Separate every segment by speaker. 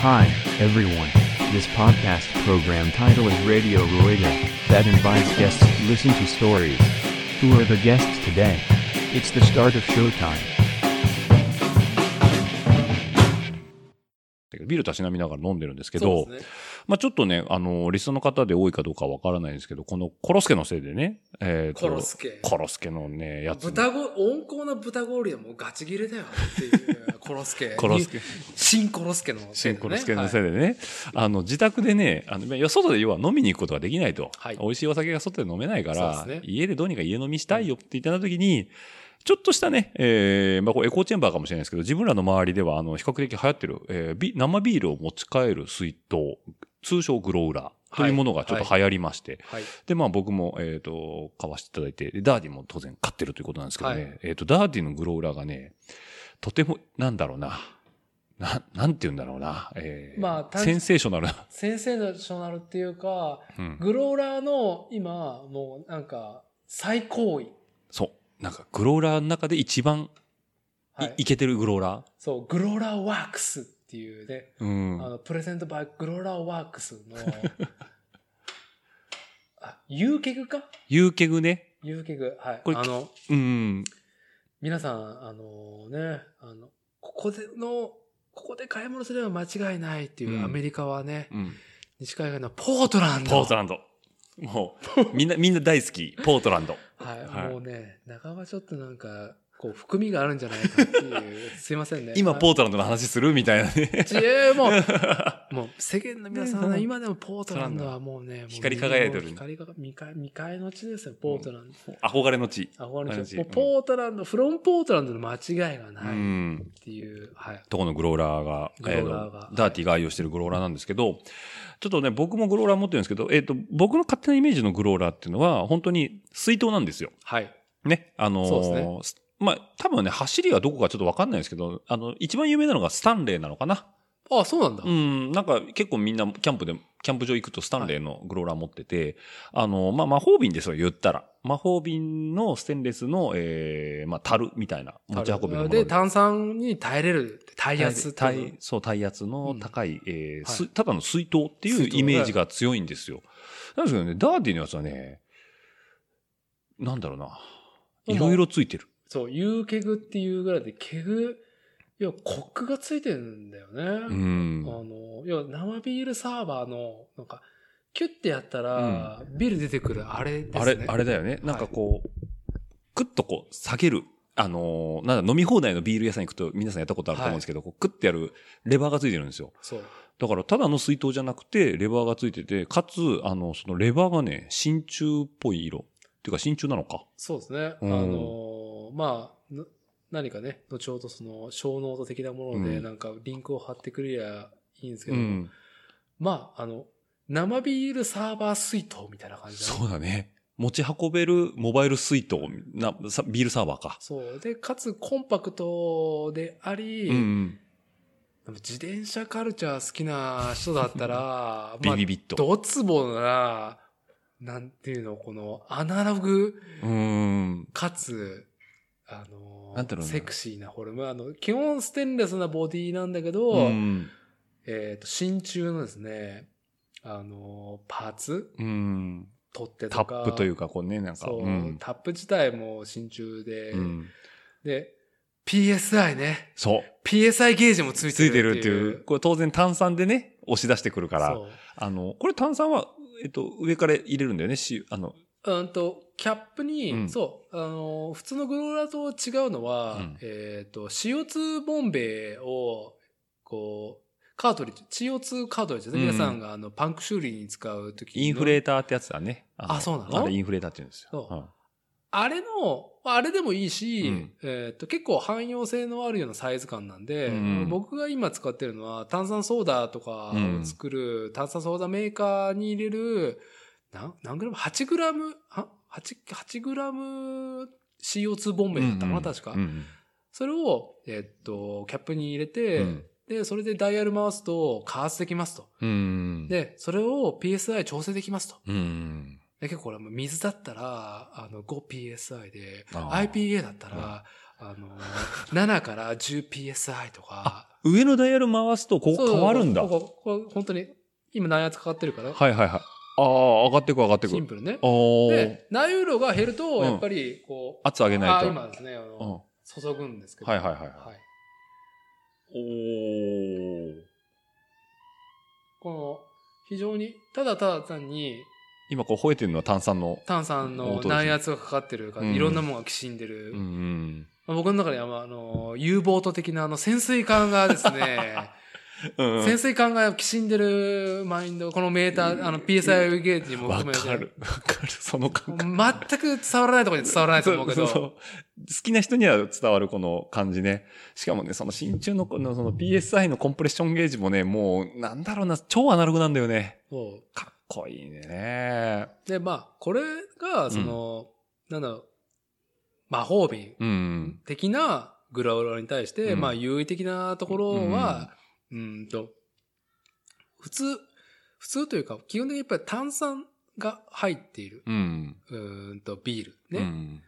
Speaker 1: Hi, everyone. This podcast program title is Radio Rueda, that invites guests to listen to stories. Who are the guests today? It's the start of showtime.
Speaker 2: だけどビールたしなみながら飲んでるんですけ
Speaker 3: そ
Speaker 2: ど、
Speaker 3: うですね
Speaker 2: まあちょっとね、あの、リストの方で多いかどうかわからないんですけど、このコロスケのせいでね、えーと
Speaker 3: コロスケ
Speaker 2: コロスケのね、やつ。
Speaker 3: 豚ご、温厚な豚氷はもうガチ切れだよっていう、コロスケ。
Speaker 2: コロスケ。
Speaker 3: 新コロスケのせ
Speaker 2: シ
Speaker 3: い
Speaker 2: ン
Speaker 3: でね
Speaker 2: コロスケのせ
Speaker 3: はい
Speaker 2: でね、あの、自宅でね、あの、いや外で要は飲みに行くことができないと。
Speaker 3: はい
Speaker 2: 美味しいお酒が外で飲めないから、
Speaker 3: そうですね
Speaker 2: 家でどうにか家飲みしたいよって言ってた時に、ちょっとしたね、えー、まあ、これエコーチェンバーかもしれないですけど、自分らの周りでは、あの、比較的流行ってる、えービ、生ビールを持ち帰る水筒、通称グローラーというものがちょっと流行りまして、
Speaker 3: はい。
Speaker 2: で、まあ僕も、えっ、と、買わせていただいて、でダーディも当然買ってるということなんですけどね、
Speaker 3: はい
Speaker 2: えっ、と、ダーディのグローラーがね、とても、なんだろうな、な、なんて言うんだろうな、えー
Speaker 3: まあ単
Speaker 2: センセーショナルな。
Speaker 3: センセーショナルっていうか、
Speaker 2: うん。
Speaker 3: グローラーの今、もうなんか、最高位。
Speaker 2: そう。なんか、グローラーの中で一番い、
Speaker 3: はいい、、
Speaker 2: けてるグローラ
Speaker 3: そう、グローラーワークスっていうね、
Speaker 2: ーう
Speaker 3: あ
Speaker 2: ん。
Speaker 3: の、プレゼントバイグローラーワークス の、あ、ユーケグか
Speaker 2: ユーケグね。
Speaker 3: ユーケグ。はい。
Speaker 2: これ
Speaker 3: あの、
Speaker 2: うん。
Speaker 3: 皆さん、あのね、あの、ここでの、ここで買い物すれば間違いないっていううんアメリカはね、
Speaker 2: うん。
Speaker 3: 西海岸のポートランド。
Speaker 2: ポートランド。もう、みんな、みんな大好き。ポートランド。
Speaker 3: はい、
Speaker 2: はい
Speaker 3: もうね、半ばちょっとなんか、こう、含みがあるんじゃないかって いう、すいませんね。
Speaker 2: 今、ポ
Speaker 3: ー
Speaker 2: ートランドの話するみたいなね。
Speaker 3: トランド。もう、もう世間の皆さんは
Speaker 2: ね
Speaker 3: ね、
Speaker 2: そう
Speaker 3: 今でもポートランドはもうね、もう
Speaker 2: 光り輝いてる
Speaker 3: もう光り輝未開、未開の地ですよ、ポートランド。
Speaker 2: 憧れの地。
Speaker 3: あ、ほ
Speaker 2: 同
Speaker 3: ら、
Speaker 2: じ
Speaker 3: もうポートランド、フロンポートランドの間違いが
Speaker 2: う
Speaker 3: ないっ
Speaker 2: ん。
Speaker 3: ていう、はい。
Speaker 2: とこのグローラーが、
Speaker 3: グローラーが
Speaker 2: えーとダーティーが愛用してるグローラーなんですけど、ちょっとね、僕もグローラー持ってるんですけど、えっ、と、僕の勝手なイメージのグローラーっていうのは、本当に水筒なんですよ。
Speaker 3: はい。
Speaker 2: ね。あのー
Speaker 3: そうですね
Speaker 2: すまあ、多分ね、走りがどこかちょっとわかんないですけど、あの、一番有名なのがスタンレーなのかな。
Speaker 3: あ、そうなんだ。
Speaker 2: うん、なんか結構みんなキャンプで、キャンプ場行くとスタンレーのグローラー持ってて、あの、まあ、魔法瓶ですよ、言ったら。魔法瓶のステンレスの、えー、まあ、樽みたいな、持ち運びのもの
Speaker 3: で、炭酸に耐えれる、耐圧っていう
Speaker 2: 耐そう、耐圧の高い、えーす
Speaker 3: はい
Speaker 2: ただの水筒っていう
Speaker 3: 水筒
Speaker 2: イメージが強いんですよ。なんですけどね、ダーティーのやつはね、なんだろうな。
Speaker 3: で
Speaker 2: い
Speaker 3: も
Speaker 2: ろいろついてる。
Speaker 3: そう、有ケグっていうぐらいで、ケグ、要はコックがついてるんだよね。
Speaker 2: う
Speaker 3: あ
Speaker 2: ん。
Speaker 3: の、要は生ビールサーバーの、なんか、キュッてやったら、ビール出てくる、あれですね。
Speaker 2: あれ、あれだよね。なんかこう、クッとこう、下げる。あのーなんだ、飲み放題のビール屋さん行くと皆さんやったことあると思うんですけど、こうクッてやるレバーがついてるんですよ。
Speaker 3: そう。
Speaker 2: だから、ただの水筒じゃなくて、レバーがついてて、かつ、あの、そのレバーがね、真鍮っぽい色。っていうか、真鍮なのか。
Speaker 3: そうですね。あ
Speaker 2: うん
Speaker 3: の、まあ、な何かね、後ほどその、小ノート的なもの
Speaker 2: う
Speaker 3: で、
Speaker 2: ん
Speaker 3: なんか、リンクを貼ってくれりゃいいんですけ
Speaker 2: う
Speaker 3: ど、
Speaker 2: ん。
Speaker 3: まあ、あの、生ビールサーバー水筒みたいな感じだね
Speaker 2: そうだね。持ち運べるモバイル水筒、なさビールサーバーか。
Speaker 3: そう。で、かつコンパクトであり、
Speaker 2: うんうん。
Speaker 3: でも自転車カルチャー好きな人だ
Speaker 2: 、
Speaker 3: ったら
Speaker 2: ビビ
Speaker 3: ビ
Speaker 2: ビッと。
Speaker 3: ドツボな、なんていうの、このアナログ
Speaker 2: うん。
Speaker 3: かつ、あの
Speaker 2: なんていうの
Speaker 3: セクシーなフォルム。あの、基本ステンレスなボディなんだけど、
Speaker 2: うん。
Speaker 3: えっ、と、真鍮のですね、あのパーツ
Speaker 2: うん。
Speaker 3: 取って
Speaker 2: タ
Speaker 3: とか。
Speaker 2: ップというか、こうね、なんか。
Speaker 3: そう、
Speaker 2: ん。
Speaker 3: タップ自体も真鍮で、
Speaker 2: うん
Speaker 3: で、PSI ね。
Speaker 2: そう。
Speaker 3: PSI ゲージもつい
Speaker 2: つ
Speaker 3: て
Speaker 2: い
Speaker 3: る
Speaker 2: てるっていう。これ当然炭酸でね、押し出してくるから。
Speaker 3: そう
Speaker 2: あの、これ炭酸は、えっと、上から入れるんだよね、し、あの、
Speaker 3: うんと、キャップに、
Speaker 2: うん
Speaker 3: そう、あの、普通のグローラーと違うのは、
Speaker 2: うん
Speaker 3: えっ、と、CO2 ボンベを、こう、カートリッジ、CO2 カートリッジですね、
Speaker 2: うん
Speaker 3: 皆さんがあのパンク修理に使うとき
Speaker 2: インフレーターってやつだね。
Speaker 3: あそうなの
Speaker 2: あれインフレーターって言うんですよ。
Speaker 3: そうんあれの、あれでもいいし、
Speaker 2: うん
Speaker 3: えっ、と、結構汎用性のあるようなサイズ感なんで、
Speaker 2: うん
Speaker 3: 僕が今使ってるのは炭酸ソーダとかを作る、炭酸ソーダメーカーに入れる、なん何グラム ?8 グラムは ?8、8グラム CO2 ボンベだったかな、
Speaker 2: うんうん
Speaker 3: 確か。
Speaker 2: うん
Speaker 3: それを、えっと、キャップに入れて、
Speaker 2: うん
Speaker 3: で、それでダイヤル回すと、加圧できますと。
Speaker 2: うん。
Speaker 3: で、それを PSI 調整できますと。
Speaker 2: うん。
Speaker 3: で結構これもう水だったら、あの、5PSI で、
Speaker 2: あー
Speaker 3: IPA だったら、あの、7から 10PSI とか、
Speaker 2: 上のダイヤル回すとここ変わるんだ。
Speaker 3: そうこここ本当に、今内圧かかってるから、
Speaker 2: はいはいはい。ああ、上がってく上がってく
Speaker 3: シン。プルね。
Speaker 2: おー。
Speaker 3: で、内容量が減る
Speaker 2: う
Speaker 3: と、
Speaker 2: ん
Speaker 3: やっぱり、こう、
Speaker 2: 圧上げない
Speaker 3: あ
Speaker 2: と。
Speaker 3: 今ですね、あ
Speaker 2: う
Speaker 3: の
Speaker 2: ん。
Speaker 3: 注ぐんですけど。
Speaker 2: はいはいはいはい
Speaker 3: はい。
Speaker 2: おー。
Speaker 3: この、非常に、ただただ単に、
Speaker 2: 今こう吠えてるのは炭酸の。
Speaker 3: 炭酸
Speaker 2: 本
Speaker 3: の
Speaker 2: 当ですね
Speaker 3: 内圧がかかってるから、
Speaker 2: うん
Speaker 3: いろんなものがきしんでる。
Speaker 2: うんうん。
Speaker 3: まあ僕の中では、まああの、U ボート的な、あの、潜水艦がです ね、
Speaker 2: うん
Speaker 3: 潜水艦がきしんでるマインド、このメーター、あの、PSI ゲージも
Speaker 2: わ
Speaker 3: 含めて。
Speaker 2: かる。わかる。その感覚。
Speaker 3: 全く伝わらないところに伝わらないと思うけど。
Speaker 2: そうそうそう好きな人には伝わるこの感じね。しかもね、その真鍮のこのその PSI のコンプレッションゲージもね、もうなんだろうな、超アナログなんだよね。
Speaker 3: そ
Speaker 2: かっこいいね。
Speaker 3: うで、まあ、これが、その、なんだろう、魔法瓶
Speaker 2: うん。
Speaker 3: 的なグラウラに対して、
Speaker 2: うん
Speaker 3: まあ、優位的なところは、うん、と、普通、普通というか、基本的にやっぱり炭酸が入っている、
Speaker 2: うん。
Speaker 3: うーんと、ビール
Speaker 2: う
Speaker 3: ね、
Speaker 2: ん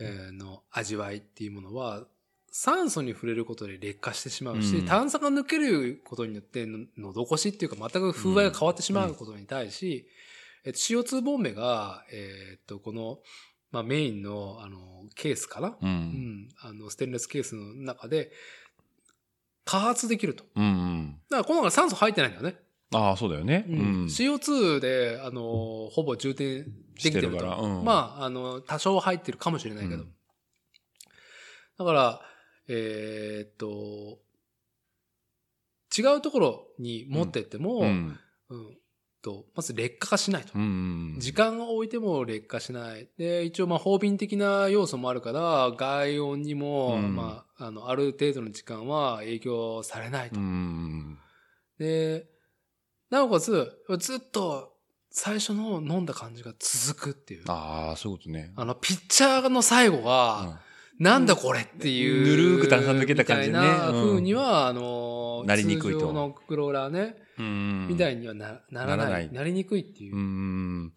Speaker 3: えーの味わいっていうものは、酸素に触れることで劣化してしまうし、
Speaker 2: うん
Speaker 3: 炭酸が抜けることによっての、喉越しっていうか、全く風合いが変わってしまうことに対し、えっと CO2 ボンベが、えーっと、この、まあ、メインの、あの、ケースかな、
Speaker 2: う。
Speaker 3: うんん、あの、ステンレスケースの中で、加圧できると。
Speaker 2: うん。うん。
Speaker 3: だから、この中に酸素入ってないんだよね。
Speaker 2: ああ、そうだよね。
Speaker 3: うん CO2 で、あの、ほぼ充填できてる
Speaker 2: してる
Speaker 3: と
Speaker 2: からうん
Speaker 3: まあ、あの、多少入ってるかもしれないけど。
Speaker 2: うん
Speaker 3: だから、えーっと、違うところに持ってっても、
Speaker 2: う
Speaker 3: うん
Speaker 2: ん。
Speaker 3: とまず劣化がしないと
Speaker 2: う。ん。
Speaker 3: 時間を置いても劣化しない。で、一応、まあ、法瓶的な要素もあるから、外音にも、
Speaker 2: うん
Speaker 3: まあ、あの、ある程度の時間は影響されないと。
Speaker 2: うん。
Speaker 3: で、なおかつ、ずっと最初の飲んだ感じが続くっていう。あ
Speaker 2: ああ、そういうことね。
Speaker 3: の、ピッチャーの最後が、なんだこれっていう。
Speaker 2: ぬるーく炭酸抜けた感じね
Speaker 3: みたいな風には、あの、
Speaker 2: なりにくいと
Speaker 3: 通常のクローラーね、
Speaker 2: うん。
Speaker 3: みたいにはなならな
Speaker 2: な
Speaker 3: いな
Speaker 2: らない
Speaker 3: りにくいっていう。
Speaker 2: うん。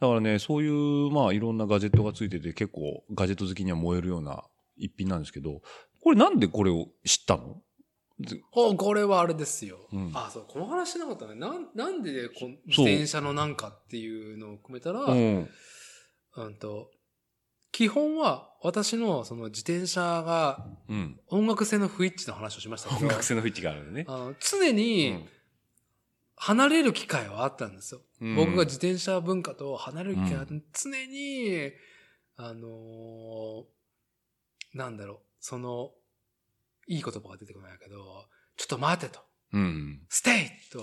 Speaker 2: だからね、そういう、まあ、いろんなガジェットがついてて、結構、ガジェット好きには燃えるような一品なんですけど、これなんでこれを知ったの
Speaker 3: おこれはあれですよ。
Speaker 2: うん
Speaker 3: あ、そう、この話しなかったね。なん、なんでこの自
Speaker 2: そう
Speaker 3: 転車のなんかっていうのを含めたら、
Speaker 2: う
Speaker 3: うん、
Speaker 2: ん。
Speaker 3: と、基本は私のその自転車が
Speaker 2: うん。
Speaker 3: 音楽性の不一致の話をしましたけど、
Speaker 2: 音楽性の不一致があるんでね。
Speaker 3: あの常に離れる機会はあったんですよ。
Speaker 2: うん
Speaker 3: 僕が自転車文化と離れる機会はあった
Speaker 2: う
Speaker 3: 常に、あのーなんだろう、その、いい言葉が出てこないけど、ちょっと待てと。
Speaker 2: うん。
Speaker 3: ステイ と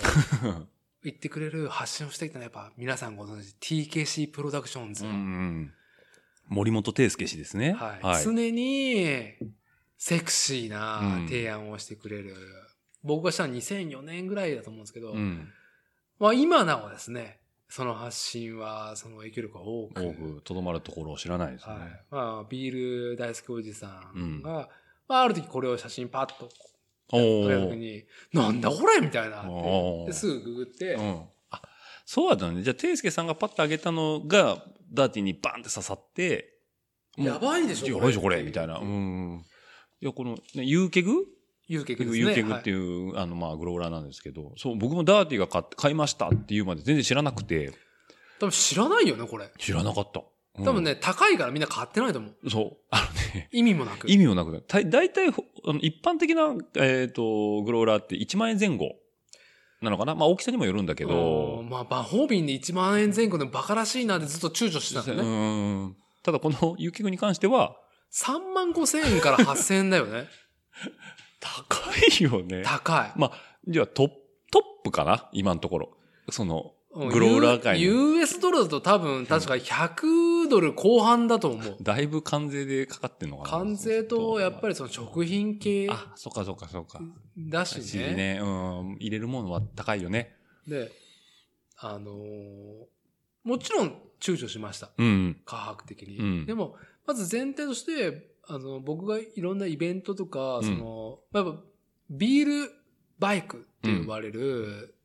Speaker 3: 言ってくれる発信をしてきたのはやっぱ皆さんご存知 TKC プロダクションズ、
Speaker 2: うん。森本圭介氏ですね。
Speaker 3: はい
Speaker 2: はい。
Speaker 3: 常にセクシーな
Speaker 2: うん
Speaker 3: 提案をしてくれる、僕がしたのは2004年ぐらいだと思うんですけど、
Speaker 2: うん。
Speaker 3: まあ今なおですねその発信はその影響力が多く
Speaker 2: 多く、とどまるところを知らないですね
Speaker 3: はい。まあ、ビール大好きおじさんが、
Speaker 2: う
Speaker 3: まあ、ある時これを写真パッと
Speaker 2: お
Speaker 3: 上げた時
Speaker 2: ー
Speaker 3: に「なんだこれ!」みたいな
Speaker 2: おー
Speaker 3: ですぐググって、
Speaker 2: うん。あ、そうだったのね。じゃあ、圭介さんがパッと上げたのが、ダーティーにバンって刺さって、もう
Speaker 3: やばいでしょ
Speaker 2: やばいでしょ、これみたいな。うん。いや、この、ね、ユーケグ
Speaker 3: ユーケグですね
Speaker 2: ユーケグって
Speaker 3: はい
Speaker 2: いう、あの、まあ、グローラーなんですけど、そう、僕もダーティーが買って買いましたっていうまで全然知らなくて、
Speaker 3: 多分知らないよねこれ
Speaker 2: 知らなかった。うん
Speaker 3: 多分。ね、高いからみんな買ってないと思う
Speaker 2: そう。あのね、
Speaker 3: 意味もなく
Speaker 2: 意味もなくて、た大体、ほあの一般的な、えっ、と、グローラーって1万円前後なのかなまあ、大きさにもよるんだけ
Speaker 3: う
Speaker 2: ど
Speaker 3: ん、まあ魔法瓶で1万円前後のバカらしいなってずっと躊躇してたんだよね、
Speaker 2: うん。ただ、このユーケグに関しては、
Speaker 3: 3万5千円から8千円だよ ね
Speaker 2: 高いよね。
Speaker 3: 高い
Speaker 2: まあ、じゃあトップ、トップかな今のところ。その、
Speaker 3: う ん
Speaker 2: グローラー界の
Speaker 3: U- US ドルだと多分確か100ドル後半だと思う
Speaker 2: だいぶ関税でかかってんのかな
Speaker 3: 関税とやっぱりその食品系
Speaker 2: あ、そっかそっかそっか。
Speaker 3: だし
Speaker 2: 一時
Speaker 3: ね
Speaker 2: ね、うん、入れるものは高いよね。
Speaker 3: であのーもちろん躊躇しました
Speaker 2: うん。
Speaker 3: 科学的に、
Speaker 2: うん
Speaker 3: でもまず前提としてあの僕がいろんなイベントとか、
Speaker 2: うん
Speaker 3: そのまあやっぱビールバイクって呼ばれる、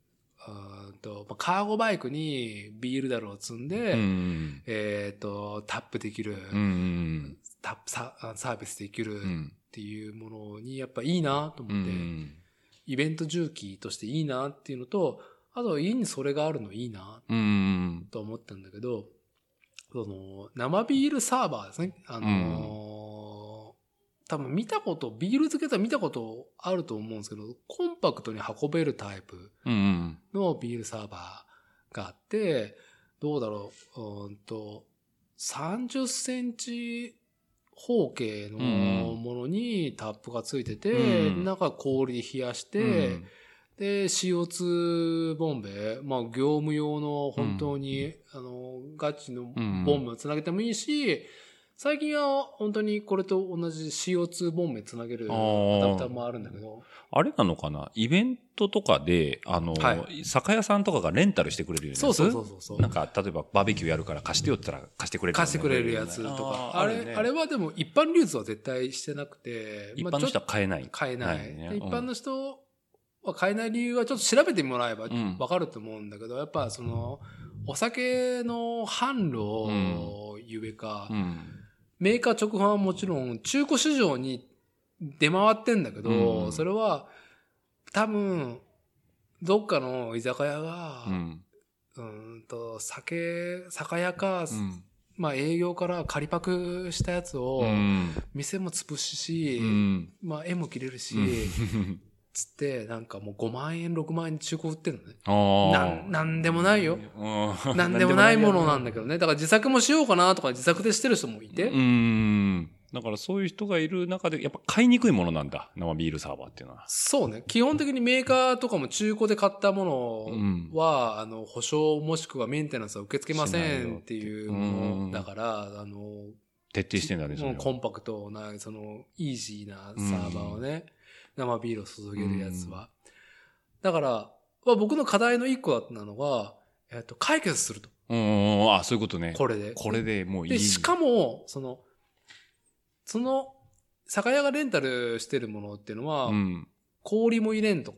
Speaker 3: うん、とまあカーゴバイクにビールだろを積んで、
Speaker 2: うん。
Speaker 3: えっ、とタップできる、
Speaker 2: うん。
Speaker 3: タップササービスできる
Speaker 2: うん。
Speaker 3: っていうものにやっぱいいなと思って、
Speaker 2: うん
Speaker 3: イベント重機としていいなっていうのと、あと家にそれがあるのいいな
Speaker 2: うん。
Speaker 3: と思ったんだけど、その、生ビールサーバーですね。あのー多分見たこと、ビール漬けとは見たことあると思うんですけど、コンパクトに運べるタイプ
Speaker 2: うん。
Speaker 3: のビールサーバーがあって、どうだろう、うーんと、30センチ方形の
Speaker 2: うん
Speaker 3: ものにタップがついてて、
Speaker 2: うん
Speaker 3: 中氷で冷やして、
Speaker 2: うん、
Speaker 3: で、CO2 ボンベ、まあ、業務用の本当に、あの、ガチのボンベをつなげてもいいし、最近は本当にこれと同じ CO2 ボンベつなげる
Speaker 2: あ
Speaker 3: ア
Speaker 2: ー
Speaker 3: ダプターもあるんだけど、
Speaker 2: あれなのかなイベントとかで、あの、
Speaker 3: は
Speaker 2: 酒屋さんとかがレンタルしてくれるようなやつ
Speaker 3: そうそうそうそうそう
Speaker 2: なんか、例えばバーベキューやるから貸してよって言ったら貸してくれる、
Speaker 3: 貸してくれるやつとか、あれ、あれはでも一般流通は絶対してなくて、
Speaker 2: 一
Speaker 3: まあ
Speaker 2: 般の人
Speaker 3: ちょっ
Speaker 2: は買えない。
Speaker 3: と買えない。
Speaker 2: ないね
Speaker 3: で一
Speaker 2: うん
Speaker 3: 般の人は買えない理由はちょっと調べてもらえば
Speaker 2: うん
Speaker 3: わかると思うんだけど、やっぱその、お酒の販路ゆえか、
Speaker 2: うん。
Speaker 3: メーカー直販はもちろん中古市場に出回ってんだけど、
Speaker 2: うん
Speaker 3: それは多分どっかの居酒屋が、
Speaker 2: う
Speaker 3: うん、
Speaker 2: ん。
Speaker 3: と酒酒屋か、
Speaker 2: うん
Speaker 3: まあ、営業から仮パクしたやつを
Speaker 2: うん。
Speaker 3: 店も潰すし、
Speaker 2: うん
Speaker 3: まあ、絵も切れるし、
Speaker 2: うん
Speaker 3: つってなんかもう5万円6万円中古売ってるのね。
Speaker 2: あ
Speaker 3: なん
Speaker 2: ー
Speaker 3: なんでもないよ。
Speaker 2: うん
Speaker 3: なんでもないもの
Speaker 2: んだ
Speaker 3: なんだけどね。だから自作もしようかなとか自作でしてる人もいて。
Speaker 2: うん。だからそういう人がいる中で、やっぱ買いにくいものなんだ。生ビールサーバーっていうのは。
Speaker 3: そうね。基本的にメーカーとかも中古で買ったも
Speaker 2: うん
Speaker 3: のは、あの、保証もしくはメンテナンスは受け付けませ
Speaker 2: しない
Speaker 3: ん
Speaker 2: よ
Speaker 3: っ
Speaker 2: って
Speaker 3: ていう
Speaker 2: うんうんう
Speaker 3: も
Speaker 2: ん
Speaker 3: のだから、あの、
Speaker 2: 徹底してんだね、それ
Speaker 3: も
Speaker 2: は
Speaker 3: うコンパクトな、その、イージーなサーバーをね、生ビールを注げるやつは。だから、まあ僕の課題の一個だったのが、えっと、解決すると。
Speaker 2: うんうんうん。あ、そういうことね。
Speaker 3: これで。
Speaker 2: これでもういい。
Speaker 3: で、しかも、その、その、酒屋がレンタルしてるものっていうのは、
Speaker 2: うん。
Speaker 3: 氷も入れんと、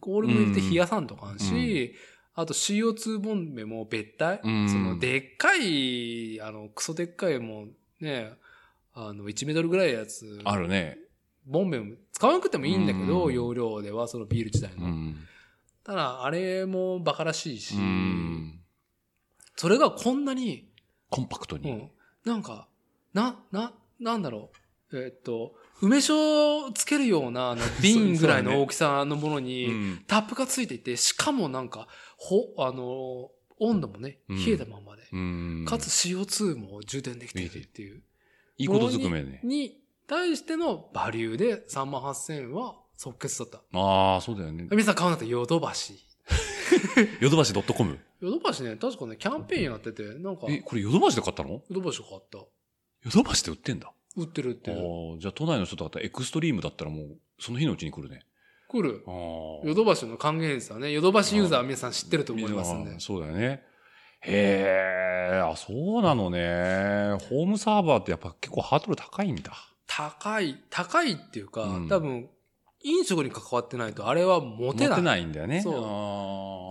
Speaker 3: 氷も入れて冷やさんとかんし、あと CO2 ボンベも別体、
Speaker 2: うん
Speaker 3: そのでっかい、あの、クソでっかいもうね、あの、1メートルぐらいのやつ、
Speaker 2: あるね。
Speaker 3: ボンベも使わなくてもいいんだけど、
Speaker 2: うん
Speaker 3: 容量では、そのビール自体
Speaker 2: う
Speaker 3: の。
Speaker 2: ん。
Speaker 3: ただ、あれもバカらしいし、
Speaker 2: うん
Speaker 3: それがこんなに、
Speaker 2: コンパクト
Speaker 3: う
Speaker 2: に。
Speaker 3: ん、なんか、な、な、なんだろう、えっと、梅酒をつけるような、 あの、瓶ぐらいの大きさのものに、
Speaker 2: うん
Speaker 3: タップがついていて、しかもなんか、ほ、あのー、温度もね、
Speaker 2: うん
Speaker 3: 冷えたまんまで、
Speaker 2: うん。
Speaker 3: かつ CO2 も充電できているっていう、
Speaker 2: いいことずくめね。
Speaker 3: に対してのバリューで3万8000円は即決だった。
Speaker 2: ああ、そうだよね。
Speaker 3: 皆さん買うんだったらヨドバシ。
Speaker 2: ヨドバシ .com。
Speaker 3: ヨドバシね、確かね、キャンペーンやってて、なんか、
Speaker 2: え、
Speaker 3: ヨ
Speaker 2: これヨドバシで買ったの
Speaker 3: ドバシ買った。
Speaker 2: ヨドバシで売ってんだ。
Speaker 3: 売ってる売っ
Speaker 2: あ
Speaker 3: て
Speaker 2: あ
Speaker 3: る。
Speaker 2: ー、じゃあ都内の人だったらエクストリームだったらもう、その日のうちに来るね。
Speaker 3: 来る。
Speaker 2: ああ。
Speaker 3: ヨドバシの還元率はね、ヨドバシユーザーは皆さん知ってると思いますんで
Speaker 2: あ。そうだよね。へえ、あ、そうなのね。ホームサーバーってやっぱ結構ハードル高いんだ。
Speaker 3: 高い、高いっていうか、
Speaker 2: うん
Speaker 3: 多分、飲食に関わってないと、あれは持
Speaker 2: 持て
Speaker 3: てない。
Speaker 2: ないんだよね。
Speaker 3: そう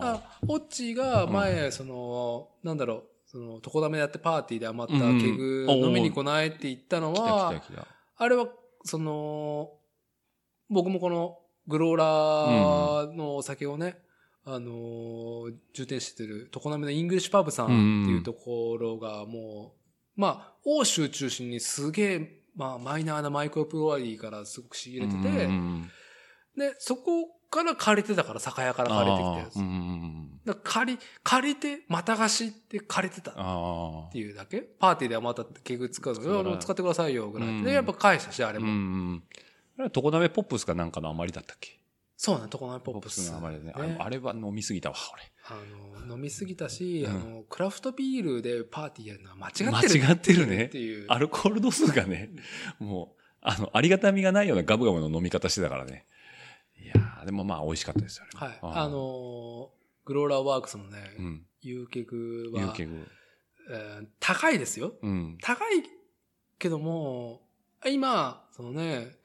Speaker 2: あ
Speaker 3: あ、オッチーが前、その、なんだろう、その、床だめやってパーティーで余ったケグ
Speaker 2: うんうん
Speaker 3: 飲みに来ないって言ったの
Speaker 2: ー
Speaker 3: は、
Speaker 2: 来た来た来た。
Speaker 3: あれは、その、僕もこの、グローラーのお酒をね、あのー充填してる、床なめのイングリッシュパブさんっていうところがもう、まあ、欧州中心にすげえ、まあ、マイナーなマイクロプロワリーからすごく仕入れてて、
Speaker 2: うん
Speaker 3: で、そこから借りてたから、酒屋から借りてきたやつ。
Speaker 2: あーうんうんうん
Speaker 3: だから借り、借りて、また貸しって借りてたっ
Speaker 2: あ
Speaker 3: ていうだけパーティーで余ったって結局使うの。いやもう使ってくださいよ、ぐら
Speaker 2: うん
Speaker 3: い。で、やっぱ返したし、あ
Speaker 2: ー。
Speaker 3: れ
Speaker 2: うん
Speaker 3: も。
Speaker 2: うん。あれは床鍋ポップスかなんかの余りだったっけ
Speaker 3: そうなん、とこのポップス。
Speaker 2: の余りだね
Speaker 3: ね。
Speaker 2: ああれは飲みすぎたわ、
Speaker 3: あの、飲みすぎたし、
Speaker 2: うん
Speaker 3: あの、クラフトビールでパーティーやるのは間違って
Speaker 2: 俺。
Speaker 3: る。
Speaker 2: 間違ってるね
Speaker 3: って。いう。
Speaker 2: アルコール度数がね、もう、あの、ありがたみがないようなガブガブの飲み方してたからね。いやー、でもまあ、美味しかったですよ、あれ
Speaker 3: はい。あ、の、グローラーワークスのね、
Speaker 2: うん。
Speaker 3: ユーケグ
Speaker 2: 有
Speaker 3: は、
Speaker 2: 形具
Speaker 3: えー高いですよ。
Speaker 2: うん。
Speaker 3: 高いけども、今、そのね、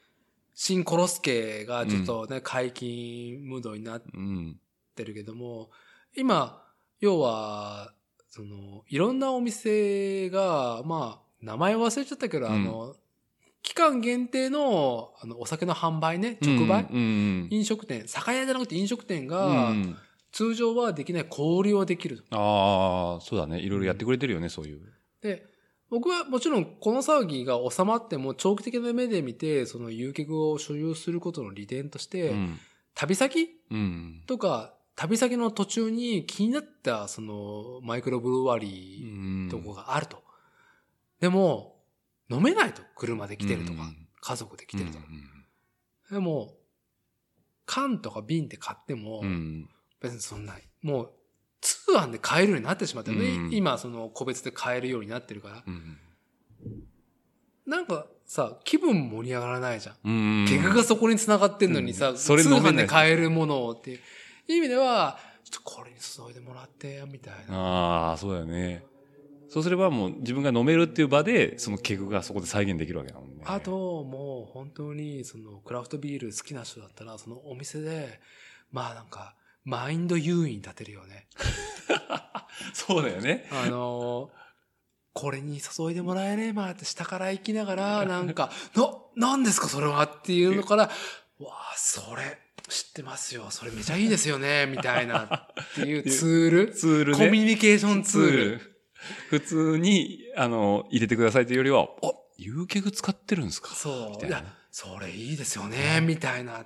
Speaker 3: 新コロスケがちょっとね、解禁ムードになっ
Speaker 2: うん。
Speaker 3: ってるけども、今、要は、その、いろんなお店が、まあ、名前忘れちゃったけど、
Speaker 2: うん
Speaker 3: あの、期間限定の、あの、お酒の販売ね、直売、
Speaker 2: うんうん
Speaker 3: 飲食店、酒屋じゃなくて飲食店
Speaker 2: うん
Speaker 3: が、
Speaker 2: うん
Speaker 3: 通常はできない交流はできる。
Speaker 2: ああ、そうだね。いろいろやってくれてるよね、そういう。
Speaker 3: で、僕はもちろんこの騒ぎが収まっても長期的な目で見て、その遊客を所有することの利点として、
Speaker 2: うん。
Speaker 3: 旅先
Speaker 2: うん。
Speaker 3: とか、旅先の途中に気になった、その、マイクロブルワ
Speaker 2: う
Speaker 3: リ
Speaker 2: ん
Speaker 3: ーとこがあると。でも、飲めないと。車で来てるとか、
Speaker 2: うん
Speaker 3: 家族で来てるとか。
Speaker 2: う
Speaker 3: でも、缶とか瓶って買っても、
Speaker 2: んうん。
Speaker 3: 別にそんな、もう、通販で買えるようになってしまったよね。
Speaker 2: うん
Speaker 3: 今、その、個別で買えるようになってるから。
Speaker 2: うん。
Speaker 3: なんかさ、気分盛り上がらないじゃん。
Speaker 2: うん。
Speaker 3: 結果がそこに繋がってんのにさ、
Speaker 2: うんそれ
Speaker 3: 通
Speaker 2: 飲めない
Speaker 3: 販で買えるものをっていう意味では、ちょっとこれに注いでもらってや、みたいな。
Speaker 2: ああ、そうだよね。そうすればもう自分が飲めるっていう場で、その結果がそこで再現できるわけだもんね。
Speaker 3: あ、と、もう本当に、その、クラフトビール好きな人だったら、そのお店で、まあなんか、マインド優位に立てるよね。
Speaker 2: そうだよね。
Speaker 3: あのーこれに注いでもらえればって下から行きながら、なんか、な、なんですかそれはっていうのから、わあ、それ、知ってますよ。それめちゃいいですよね。みたいな、って いうツール。
Speaker 2: ツールね。
Speaker 3: コミュニケーションツール。
Speaker 2: 普通に、あの、入れてくださいというよりは、あ、有客使ってるんですか
Speaker 3: そ
Speaker 2: み
Speaker 3: う。
Speaker 2: た
Speaker 3: い
Speaker 2: いな
Speaker 3: や、それいいですよね。みたいな。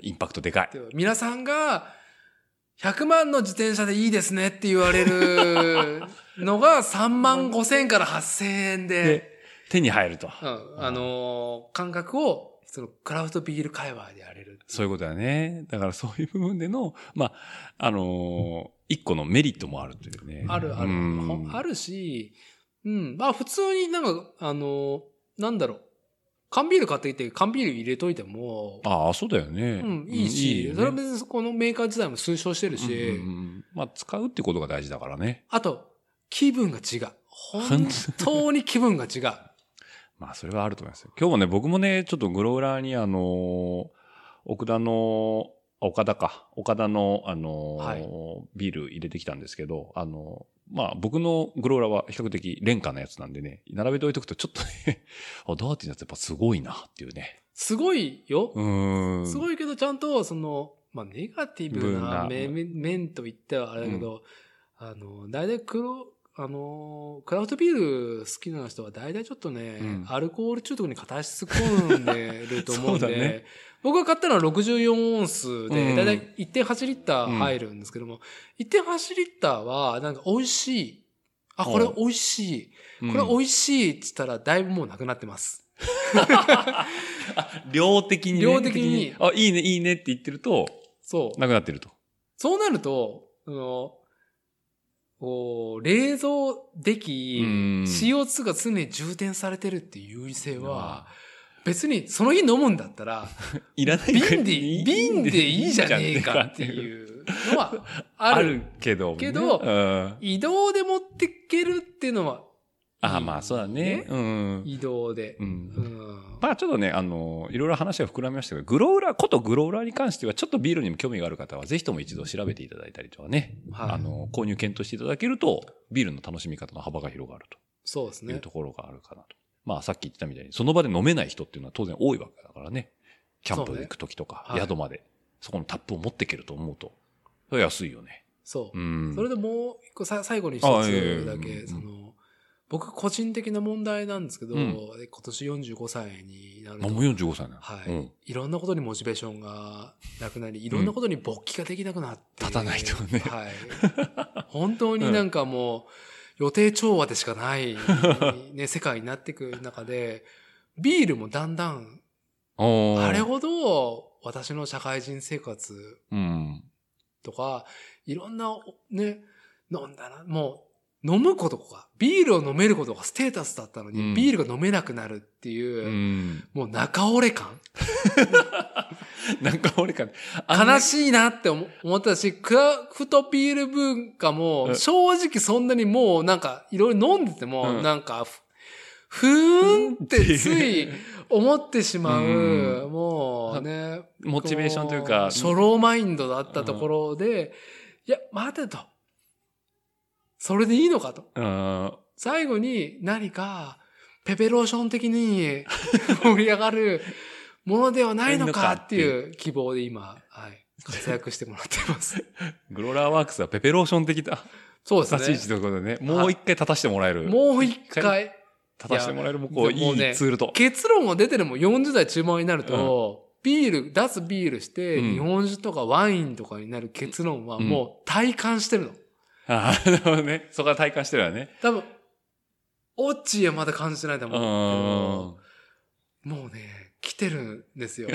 Speaker 2: インパクトでかい。
Speaker 3: 皆さんが、100万の自転車でいいですねって言わ れるのが3万5千から8千円で
Speaker 2: で、手に入ると。
Speaker 3: うんあのー感覚を、その、クラフトビール界隈でやれる。
Speaker 2: そういうことだね。だからそういう部分での、まあ、あのー一個のメリットもあるというね。
Speaker 3: あるある。ほあ
Speaker 2: る。
Speaker 3: るし、うん。まあ、普通になんか、あのーなんだろう。缶ビール買ってきて、缶ビール入れといても、
Speaker 2: ああ、そうだよね。
Speaker 3: うん、いいし、それは別にこのメーカー自体も推奨してる
Speaker 2: うん
Speaker 3: し、
Speaker 2: うんうんまあ、使うってことが大事だからね。
Speaker 3: あと、気分が違う。本当に気分が違う。
Speaker 2: まあ、それはあると思いますよ。今日もね、僕もね、ちょっとグローラーに、あのー奥田の、あ岡田か。岡田の、あのー
Speaker 3: はい
Speaker 2: ビール入れてきたんですけど、あのーまあ、僕のグローラーは比較的廉価なやつなんでね、並べておいておくとちょっとね、 あ、ダーティーなやつやっぱすごいなっていうね。
Speaker 3: すごいよ。
Speaker 2: うーん。
Speaker 3: すごいけど、ちゃんと、その、まあ、ネガティブ
Speaker 2: 分
Speaker 3: な
Speaker 2: が
Speaker 3: 面面と言ってはあれだけど、あの、大体黒、あの、クラフトビール好きな人は大体ちょっとね、
Speaker 2: うん
Speaker 3: アルコール中毒に片足突っ込んでると思うんで、
Speaker 2: そうだね
Speaker 3: 僕が買ったのは64オンスで、
Speaker 2: うん
Speaker 3: 大体1.8リッター入るんですけども、1.8リッターはなんか美味しい。あ、これ美味しい。
Speaker 2: うん
Speaker 3: これ美味しいって言ったらだいぶもうなくなってます。
Speaker 2: 量的に、ね。
Speaker 3: 量的に
Speaker 2: あ、いいね、いいねって言ってると、
Speaker 3: そう。
Speaker 2: なくなってると。
Speaker 3: そうなると、あの、こう冷蔵でき、
Speaker 2: うん
Speaker 3: CO2 が常に充填されてるっていう優位性は、別にその日飲むんだっ たら、
Speaker 2: いらない
Speaker 3: 瓶で、瓶でいいじゃねえかって
Speaker 2: う。
Speaker 3: いうのはあ
Speaker 2: あ
Speaker 3: る。
Speaker 2: るけど、ね。
Speaker 3: けど
Speaker 2: うん
Speaker 3: 移動で持ってけるっていうのは、
Speaker 2: ああ、まあそうだね。うん。
Speaker 3: 移動で
Speaker 2: う。。
Speaker 3: うんん。
Speaker 2: まあちょっとね、あの、いろいろ話が膨らみましたけど、グローラー、ことグローラーに関しては、ちょっとビールにも興味がある方は、ぜひとも一度調べていただいたりとかね、
Speaker 3: はい
Speaker 2: あの、購入検討していただけると、ビールの楽しみ方の幅が広がる
Speaker 3: そうです
Speaker 2: という
Speaker 3: ね。
Speaker 2: ところがあるかなと。まあさっき言ってたみたいに、その場で飲めない人っていうのは当然多いわけだからね。キャンプ行くときとか、
Speaker 3: そうねはい
Speaker 2: 宿まで、そこのタップを持っていけると思うと、それは安いよね。
Speaker 3: そう
Speaker 2: う。ん。
Speaker 3: それでもう一個さ最後に一
Speaker 2: あいえいえ
Speaker 3: つだ
Speaker 2: うんう
Speaker 3: け、
Speaker 2: ん
Speaker 3: その、僕個人的な問題なんですけど、
Speaker 2: うん
Speaker 3: 今年45歳になる
Speaker 2: あ
Speaker 3: と
Speaker 2: もう、45歳なの。
Speaker 3: はい、
Speaker 2: うん
Speaker 3: いろんなことにモチベーションがなくなり、いろんなことに勃起ができなくなって。
Speaker 2: 立たないとね
Speaker 3: はい。 本当になんかもう、予定調和でし かない、ね、世界になっていく中で、ビールもだんだん、
Speaker 2: おー
Speaker 3: あれほど私の社会人生活
Speaker 2: うん。
Speaker 3: とか、いろんな、ね、飲んだな、もう、飲むことが、ビールを飲めることがステータスだったのに、
Speaker 2: うん
Speaker 3: ビールが飲めなくなるっていう、
Speaker 2: うん。
Speaker 3: もう中折れ感
Speaker 2: なんか俺か、
Speaker 3: 悲
Speaker 2: し
Speaker 3: しいなって思思ったし、クラフトビール文化
Speaker 2: う
Speaker 3: も、
Speaker 2: ん
Speaker 3: 正直そんなにもうなんか、いろいろ飲んでても、
Speaker 2: うん
Speaker 3: なんか、ふふーんってつ
Speaker 2: う
Speaker 3: い
Speaker 2: ん
Speaker 3: 思ってしまう、
Speaker 2: う
Speaker 3: もうね。
Speaker 2: モチベーションという
Speaker 3: こ
Speaker 2: か、
Speaker 3: 初老マインドだったところで、いや、待てと。それでいいのかと。
Speaker 2: うん。
Speaker 3: 最後に何か、ペペローション的に盛り上がるものではないのかっていう希望で今、はい、活躍してもらって ます。
Speaker 2: グローラーワークスはペペローション的な
Speaker 3: そうです
Speaker 2: 立
Speaker 3: ね。
Speaker 2: ち位置ということでね、もう一回立たしてもらえる。
Speaker 3: もう一回。
Speaker 2: 立たしてもらえる、もうこう、い
Speaker 3: いやもうね
Speaker 2: いツールと。
Speaker 3: 結論を出てるもん40代中盤になると、ビール、脱ビールして、
Speaker 2: うん
Speaker 3: 日本酒とかワインとかになる結論はもう体感してるの。
Speaker 2: ああ、なるほどね。そこは体感してるわね。
Speaker 3: 多分、オッチーはまだ感じてないと
Speaker 2: う
Speaker 3: 思
Speaker 2: ん
Speaker 3: う。けど、もうね、来てるんですよ。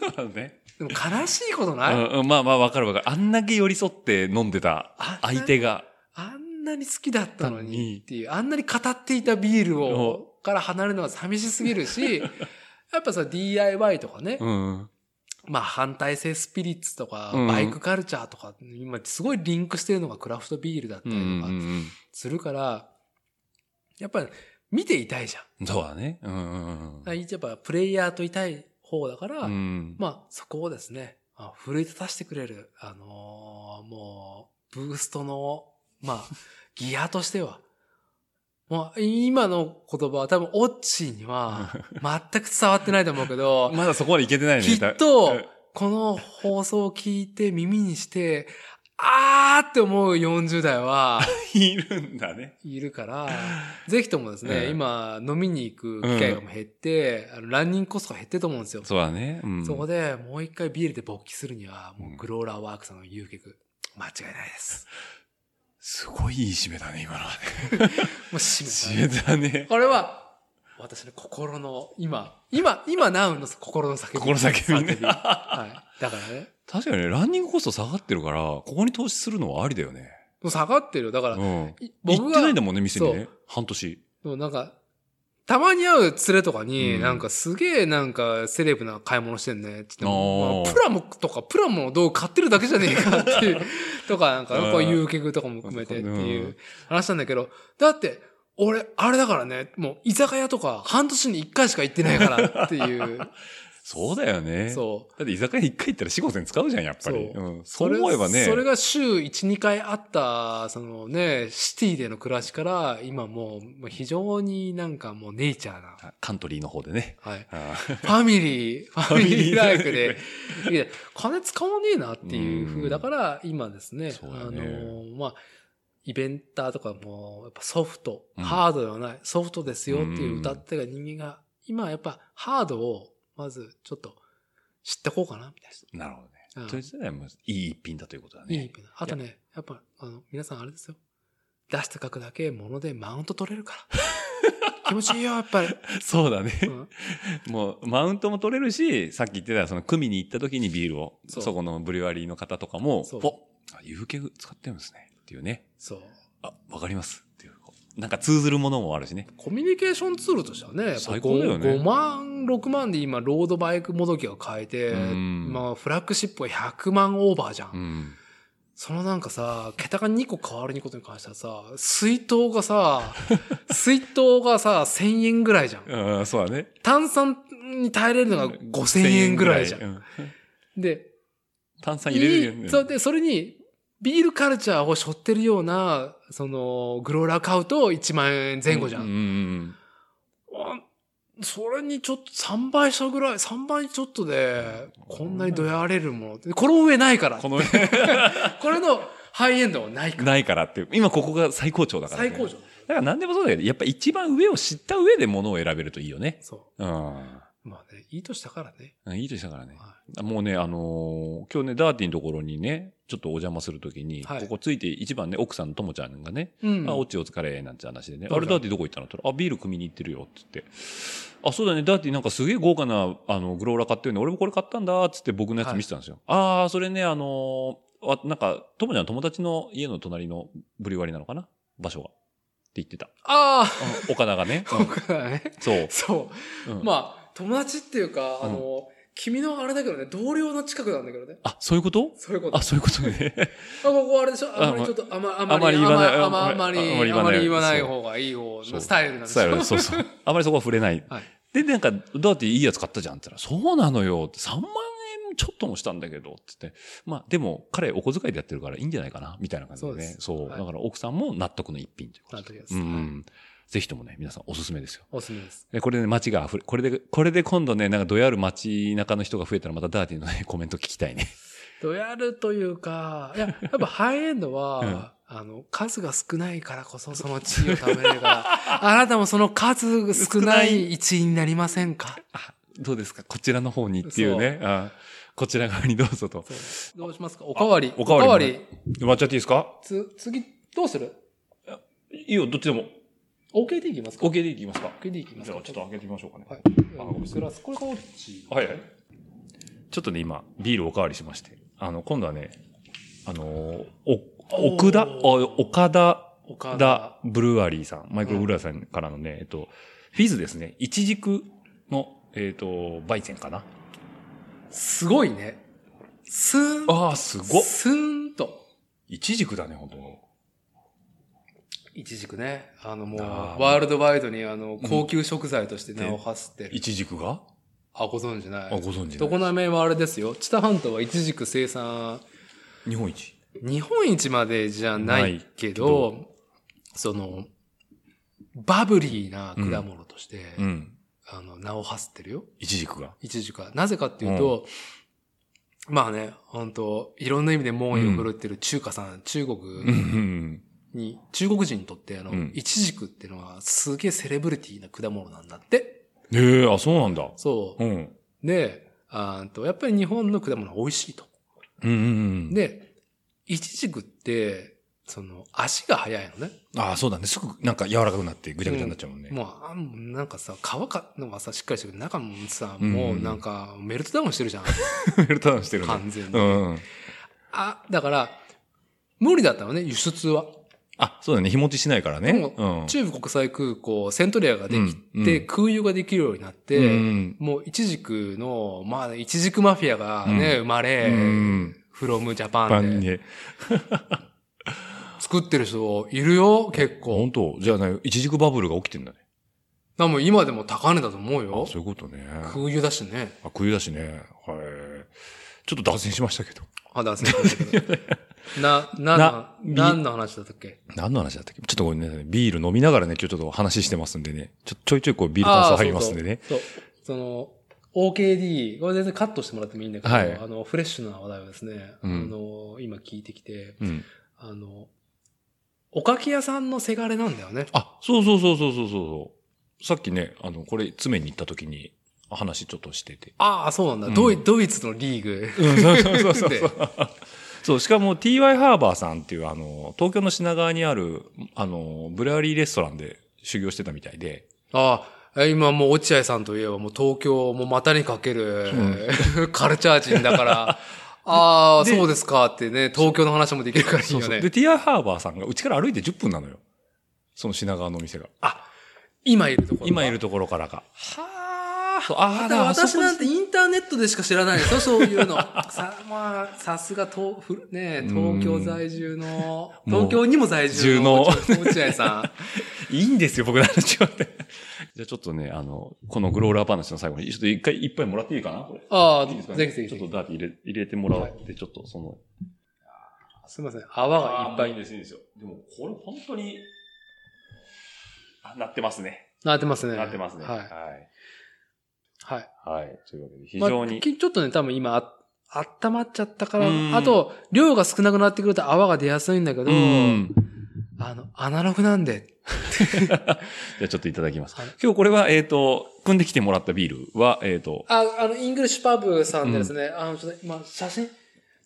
Speaker 2: そうだね。
Speaker 3: でも悲しいこと
Speaker 2: う
Speaker 3: ない、
Speaker 2: んうん、まあまあ、わかるわかる。あんだけ寄り添って飲んでた
Speaker 3: あ
Speaker 2: 相手が。
Speaker 3: あんなに好きだったの
Speaker 2: 単に
Speaker 3: にっていう、あんなに語っていたビール
Speaker 2: お
Speaker 3: を、から離れるのは寂しすぎる し、やっぱさ、DIY とかね、
Speaker 2: うん。
Speaker 3: まあ反対性スピリッツとか、
Speaker 2: うん
Speaker 3: バイクカルチャーとか、今すごいリンクしてるのがクラフトビールだった
Speaker 2: うんう
Speaker 3: りとか
Speaker 2: ん
Speaker 3: するから、やっぱり見ていたいじゃん。
Speaker 2: うん。そうだね。うんうん
Speaker 3: だからやっぱプレイヤーといたい方だか
Speaker 2: う
Speaker 3: ら、
Speaker 2: ん。うん。
Speaker 3: まあそこをですね、あ奮い立たせてくれる、あのーもう、ブーストの、まあ、 ギアとしては、もう今の言葉は多分オッチーに は全く伝わってないと思うけど、
Speaker 2: まだそこまでいけて ないね。
Speaker 3: きっと、この放送を聞いて耳にして、あーって思う40代は
Speaker 2: いるんだね。
Speaker 3: いるから、ぜひとも ですね、
Speaker 2: うん
Speaker 3: 今飲みに行く機会がもう減って、あのランニングコストが減ってると思うんですよ。
Speaker 2: そうだね。うん。
Speaker 3: そこでもう一回ビールで勃起するには、もうんうグローラーワークさんの言う曲、間違いな いです。
Speaker 2: すごいいい締めだね、今のはね。
Speaker 3: もう締
Speaker 2: 締
Speaker 3: め
Speaker 2: め
Speaker 3: た。
Speaker 2: だね。
Speaker 3: これは、私の心の、今、今、今、ナウの心の叫び。
Speaker 2: 心叫びね
Speaker 3: はい。だからね、
Speaker 2: 確かにね、ランニングコスト下がってるから、ここに投資するのはありだよね。
Speaker 3: もう下がってるよ。だから
Speaker 2: う、ん。
Speaker 3: い
Speaker 2: 行ってないんだもんね、店にね
Speaker 3: そ。
Speaker 2: 半年。
Speaker 3: でもなんか、たまに会う連れとかに、
Speaker 2: うん
Speaker 3: なんかすげえなんかセレブな買い物してんねっつって、
Speaker 2: あー
Speaker 3: まあプラモとかプラモの道具買ってるだけじゃねえかっていう、とかなんか、
Speaker 2: あー
Speaker 3: こういう結局とかも含めてっていううん話なんだけど、だって、俺、あれだからね、もう居酒屋とか半年に一回しか行ってないからっていう、
Speaker 2: そうだよね。
Speaker 3: そう。
Speaker 2: だって居酒屋一回行ったら4、5千使うじゃん、やっぱり。
Speaker 3: そう
Speaker 2: うんそう思えばね。
Speaker 3: それが週1、2回あった、そのね、シティでの暮らしから、今もうもう非常になんかもうネイチャーな、
Speaker 2: カントリーの方でね。
Speaker 3: はい。
Speaker 2: あ
Speaker 3: ファミ リー、ファ
Speaker 2: ミ
Speaker 3: ミ
Speaker 2: リ
Speaker 3: リ
Speaker 2: ー
Speaker 3: ー
Speaker 2: ラ
Speaker 3: ラ
Speaker 2: イ
Speaker 3: イ
Speaker 2: フ
Speaker 3: フ
Speaker 2: で
Speaker 3: で、いや、金使わねえなっていう風だから、今ですね、
Speaker 2: そうだ
Speaker 3: あ
Speaker 2: よね
Speaker 3: の、まあ、イベンターとかも、やっぱソフト、
Speaker 2: うん
Speaker 3: ハードではない、ソフトですよっていう歌ってが人間が、今やっぱハードを、まずちょっと知ってこうかな、みたい
Speaker 2: ー なるほどね。
Speaker 3: な。うん
Speaker 2: とりあえずねもういい一品だということだ
Speaker 3: いい
Speaker 2: ね。
Speaker 3: あとね、やっぱ、あの、皆さんあれですよ。出して書くだけ物でマウント取れる から。気持ちいいよ、やっぱ り。
Speaker 2: そうだね。
Speaker 3: うん
Speaker 2: もう、マウントも取れるし、さっき言ってた、その、組に行った時にビールを、
Speaker 3: そ
Speaker 2: そうこのブリュワリーの方とかも、
Speaker 3: そう
Speaker 2: おあ、有形使ってるんですね。っていうね。
Speaker 3: そう。
Speaker 2: あ、わかります。っていう。なんか通ずるものもあるしね。
Speaker 3: コミュニケーションツールとしてはね、やっぱ
Speaker 2: 最高だよね
Speaker 3: 5, 万、6万で今、ロードバイクもどきを変えて、
Speaker 2: うん
Speaker 3: まあ、フラッグシップは100万オーバーじゃん。
Speaker 2: うん。
Speaker 3: そのなんかさ、桁が2個変わることに関してはさ、水筒がさ、 水筒がさ、1000円ぐらいじゃん。
Speaker 2: うん、そうだね。
Speaker 3: 炭酸に耐えれるのが5000円ぐらいじゃん。
Speaker 2: うん。
Speaker 3: で、
Speaker 2: 炭酸入れるよ
Speaker 3: い
Speaker 2: ね。
Speaker 3: いそうで、それに、ビールカルチャーを背負ってるような、その、グローラー買うと1万円前後じゃ
Speaker 2: うんうん
Speaker 3: あそれにちょっと3倍したぐらい、3倍ちょっとで、こんなにどやれるものって、この上ないから。
Speaker 2: うん。こ
Speaker 3: こ
Speaker 2: の、
Speaker 3: れのハイエンドはないから。
Speaker 2: ないからっていう。今ここが最高潮だから、ね。
Speaker 3: 最高潮。
Speaker 2: だから何でもそうだけど、やっぱ一番上を知った上で物を選べるといいよね。
Speaker 3: そ
Speaker 2: うん。
Speaker 3: う。まあね、いいとしたからね。
Speaker 2: いいとしたからね。
Speaker 3: は
Speaker 2: もうね、あのー今日ね、ダーティのところにね、ちょっとお邪魔するときに、
Speaker 3: はい
Speaker 2: ここついて一番ね、奥さんのともちゃんがね、
Speaker 3: うん。
Speaker 2: あ、オチお疲れ、なんて話でね、
Speaker 3: そう
Speaker 2: あ
Speaker 3: じ
Speaker 2: れ
Speaker 3: ゃ
Speaker 2: ダー
Speaker 3: ん
Speaker 2: ティどこ行ったのって言ったらあ、ビール組みに行ってるよ、って言って。あ、そうだね、ダーティなんかすげえ豪華な、あの、グローラ買ってるね、俺もこれ買ったんだ、つって僕のやつ見てたんですよ。あー、それね、あのーわなんか、ともちゃんの友達の家の隣のブリュワリなのかな場所が。って言ってた。
Speaker 3: ああ、
Speaker 2: うん岡田がね。 うん
Speaker 3: 僕はね。
Speaker 2: そう。
Speaker 3: そ
Speaker 2: うん
Speaker 3: う。まあ、友達っていうか、
Speaker 2: うん
Speaker 3: あの、君のあれだけどね、同僚の近くなんだけどね。
Speaker 2: あ、そういうこと
Speaker 3: そういうこと。
Speaker 2: あ、そういうことね。
Speaker 3: あここあれでしょあま
Speaker 2: あ
Speaker 3: りちょっと、あまあ
Speaker 2: あま
Speaker 3: ま
Speaker 2: り
Speaker 3: り、
Speaker 2: 言わない
Speaker 3: あまあまり、
Speaker 2: あ
Speaker 3: あ
Speaker 2: ま
Speaker 3: ま
Speaker 2: り言わない
Speaker 3: り言わない方がいい方
Speaker 2: そう
Speaker 3: のスタイルなんです
Speaker 2: そうや
Speaker 3: よ
Speaker 2: ろ。そうそう。あまりそこは触れない。
Speaker 3: はい
Speaker 2: で、なんか、だっていいやつ買ったじゃんって言ったら、そうなのよって、3万円ちょっともしたんだけど、って言って。まあ、でも、彼お小遣いでやってるからいいんじゃないかなみたいな感じで
Speaker 3: そうで
Speaker 2: ね。
Speaker 3: す
Speaker 2: そう。
Speaker 3: はい
Speaker 2: だから奥さんも納得の一品ということ
Speaker 3: 納
Speaker 2: で。
Speaker 3: 得です
Speaker 2: うん。ぜひともね、皆さんおすすめですよ。
Speaker 3: おすすめです。
Speaker 2: でこれで街が溢れ、これで、これで今度ね、なんかどやる街中の人が増えたらまたダーティーのね、コメント聞きたいね。
Speaker 3: どやるというか、いや、やっぱハイエンドは、あの、数が少ないからこそその地位を食べれるから、 あなたもその数少ない一位になりませんか
Speaker 2: あ、 どうですかこちらの方にっていうね。あこちら側にどうぞと。
Speaker 3: そうどうしますかおかわり。
Speaker 2: おかわりも
Speaker 3: り。
Speaker 2: 割っちゃっていいですか
Speaker 3: つ、次、どうする
Speaker 2: いいよ、どっちでも。
Speaker 3: ?OK でいきますか
Speaker 2: OK でいきますか。
Speaker 3: OK でいきます
Speaker 2: じゃ
Speaker 3: か
Speaker 2: あちょっと開けてみましょうかね。
Speaker 3: はい。
Speaker 2: あごめんなさい
Speaker 3: グラス、これがオレンジ。
Speaker 2: はいはい。ちょっとね、今、ビールおかわりしまして。あの、今度はね、あのーお、奥田、あ岡田、
Speaker 3: 岡
Speaker 2: ダ
Speaker 3: 田。
Speaker 2: ブルワリーさん、マイクロブルワリーさんからのね、えっと、フィズですね、イチジクの、えっと、焙煎かな。
Speaker 3: すごいね。スーン。
Speaker 2: ああ、すごっ。
Speaker 3: スーンと。
Speaker 2: イチジクだね、本当に。
Speaker 3: いちじくね。あのもう、
Speaker 2: あー
Speaker 3: ワールドワイドにあの、
Speaker 2: うん
Speaker 3: 高級食材として名を馳せてる。
Speaker 2: イチジクが
Speaker 3: あ、ご存知
Speaker 2: あ、
Speaker 3: ない。
Speaker 2: ご存知
Speaker 3: 常
Speaker 2: ない。
Speaker 3: 滑はあれですよ。知多半島はいちじく生産、
Speaker 2: 日本一。
Speaker 3: 日本一までじゃないけど、その、バブリーな果物として、
Speaker 2: うん。
Speaker 3: あの、名を馳せてるよ。
Speaker 2: イチジクが。
Speaker 3: いちじくは。なぜかっていうと、まあね、本当いろんな意味で猛威を振るってる中華さん、中国
Speaker 2: うん。
Speaker 3: に、中国人にとってあの、
Speaker 2: うん
Speaker 3: いちじくってのはすげえセレブリティな果物なんだって。
Speaker 2: ええあ、そうなんだ。
Speaker 3: そう
Speaker 2: う。ん。うん
Speaker 3: で、あーんと、やっぱり日本の果物は美味しいと。
Speaker 2: うんうん。
Speaker 3: で、いちじくって、その、足が速いのね。
Speaker 2: ああ、そうだね。すぐ、なんか柔らかくなって、ぐちゃぐちゃになっちゃうもんね。
Speaker 3: もう、あんなんかさ、皮か、のがさ、しっかりしてるけど中もさ、
Speaker 2: うん
Speaker 3: もうなんか、メルトダウンしてるじゃん。
Speaker 2: メ ルトダウンしてるね
Speaker 3: 完全に。
Speaker 2: うん。
Speaker 3: あ、だから、無理だったのね、輸出は。
Speaker 2: あ、そうだね。日持ちしないからね。
Speaker 3: も
Speaker 2: うん。
Speaker 3: 中部国際空港、セントレアができて、
Speaker 2: うんうん
Speaker 3: 空輸ができるようになって、
Speaker 2: うん
Speaker 3: もう、いちじくの、まあ、いちじくマフィアがね、
Speaker 2: うん
Speaker 3: 生まれ、
Speaker 2: うん。
Speaker 3: フロムジャ
Speaker 2: パ
Speaker 3: パン
Speaker 2: ン
Speaker 3: で
Speaker 2: で。
Speaker 3: 作ってる人いるよ、結構。
Speaker 2: 本当じゃあね、イチジクバブルが起きてんだね。
Speaker 3: でも今でも高値だと思う
Speaker 2: あ
Speaker 3: よ。
Speaker 2: そういうことね。
Speaker 3: 空輸だしね。
Speaker 2: あ、冬だしね。はい。ちょっと脱線しましたけど。
Speaker 3: 肌汗かいてる けどな、な、な
Speaker 2: な、
Speaker 3: 何の話だったっけ
Speaker 2: 何の話だったっけちょっとごめんなさい。ビール飲みながらね、今日ちょっと話してますんでね。ちょ、ちょいちょいこうビール炭酸入りますんでね。
Speaker 3: あーそうそうそうその、OKD、これ全然カットしてもらってもいいんだけど、
Speaker 2: はい
Speaker 3: あの、フレッシュな話題をですね、
Speaker 2: うん
Speaker 3: あの、今聞いてきて、
Speaker 2: うん。
Speaker 3: あの、おかき屋さんのせがれなんだよね。
Speaker 2: あ、そうそうそうそうそうそう。さっきね、あの、これ、詰めに行った時に、話ちょっとして て。
Speaker 3: ああ、そうなんだ、
Speaker 2: うん
Speaker 3: ドイ。ドイツのリーグ。
Speaker 2: うん、そうそうそうそう
Speaker 3: で
Speaker 2: そう、しかも TY ハーバーさんっていう、あの、東京の品川にある、あの、ブラリーレストランで修行してたみたいで、
Speaker 3: ああ、今もう落合さんといえばもう東京も股にかける、カルチャー人だ から、ああ、
Speaker 2: で
Speaker 3: そうですかってね、東京の話もできるからいいよ
Speaker 2: そう
Speaker 3: ね。
Speaker 2: そう。で、TR ハーバーさんが、うちから歩いて10分なのよ。その品川のお店が。
Speaker 3: あ、今いるところ。
Speaker 2: 今いる。ところからが。
Speaker 3: は
Speaker 2: そうあー
Speaker 3: あ。
Speaker 2: だ
Speaker 3: だから
Speaker 2: から
Speaker 3: 私
Speaker 2: そこ
Speaker 3: なんてインターネットでしか知らな いですよ、そういうの。さ、まあ、さすが東、ふね、東京在住の、
Speaker 2: うん
Speaker 3: 東京にも在住の、
Speaker 2: もう
Speaker 3: 落合 さ
Speaker 2: いいんですよ、僕 の話はね。じゃあちょっとね、あの、このグローラー話の最後に、ちょっと一回一杯もらっていいかなこれ。
Speaker 3: ん。ああ、
Speaker 2: いいですかね
Speaker 3: ぜひぜひぜ
Speaker 2: ちょっ
Speaker 3: ひ。
Speaker 2: とダーティー入れ入れてもらって、ちょっとその。
Speaker 3: すみません、泡がいっぱい
Speaker 2: いんです、いいんですよ。でも、これ本当に、あなってますね。
Speaker 3: なってますね。
Speaker 2: なってますね。
Speaker 3: はい。
Speaker 2: い。
Speaker 3: はい。
Speaker 2: はい。というわけで、非
Speaker 3: まあ
Speaker 2: 常に。
Speaker 3: きちょっとね、多分今、あ温まっちゃったから
Speaker 2: うん、
Speaker 3: あと、量が少なくなってくると泡が出やすいんだけど、
Speaker 2: うん。
Speaker 3: あの、アナログなんで、
Speaker 2: じゃあちょっといただきます
Speaker 3: はい。
Speaker 2: 今日これは、えっ、と、組んできてもらったビールは、えっ、と、
Speaker 3: あ、あの、イングリッシュパブさんでですね、あの、ちょっと、まあ、写真、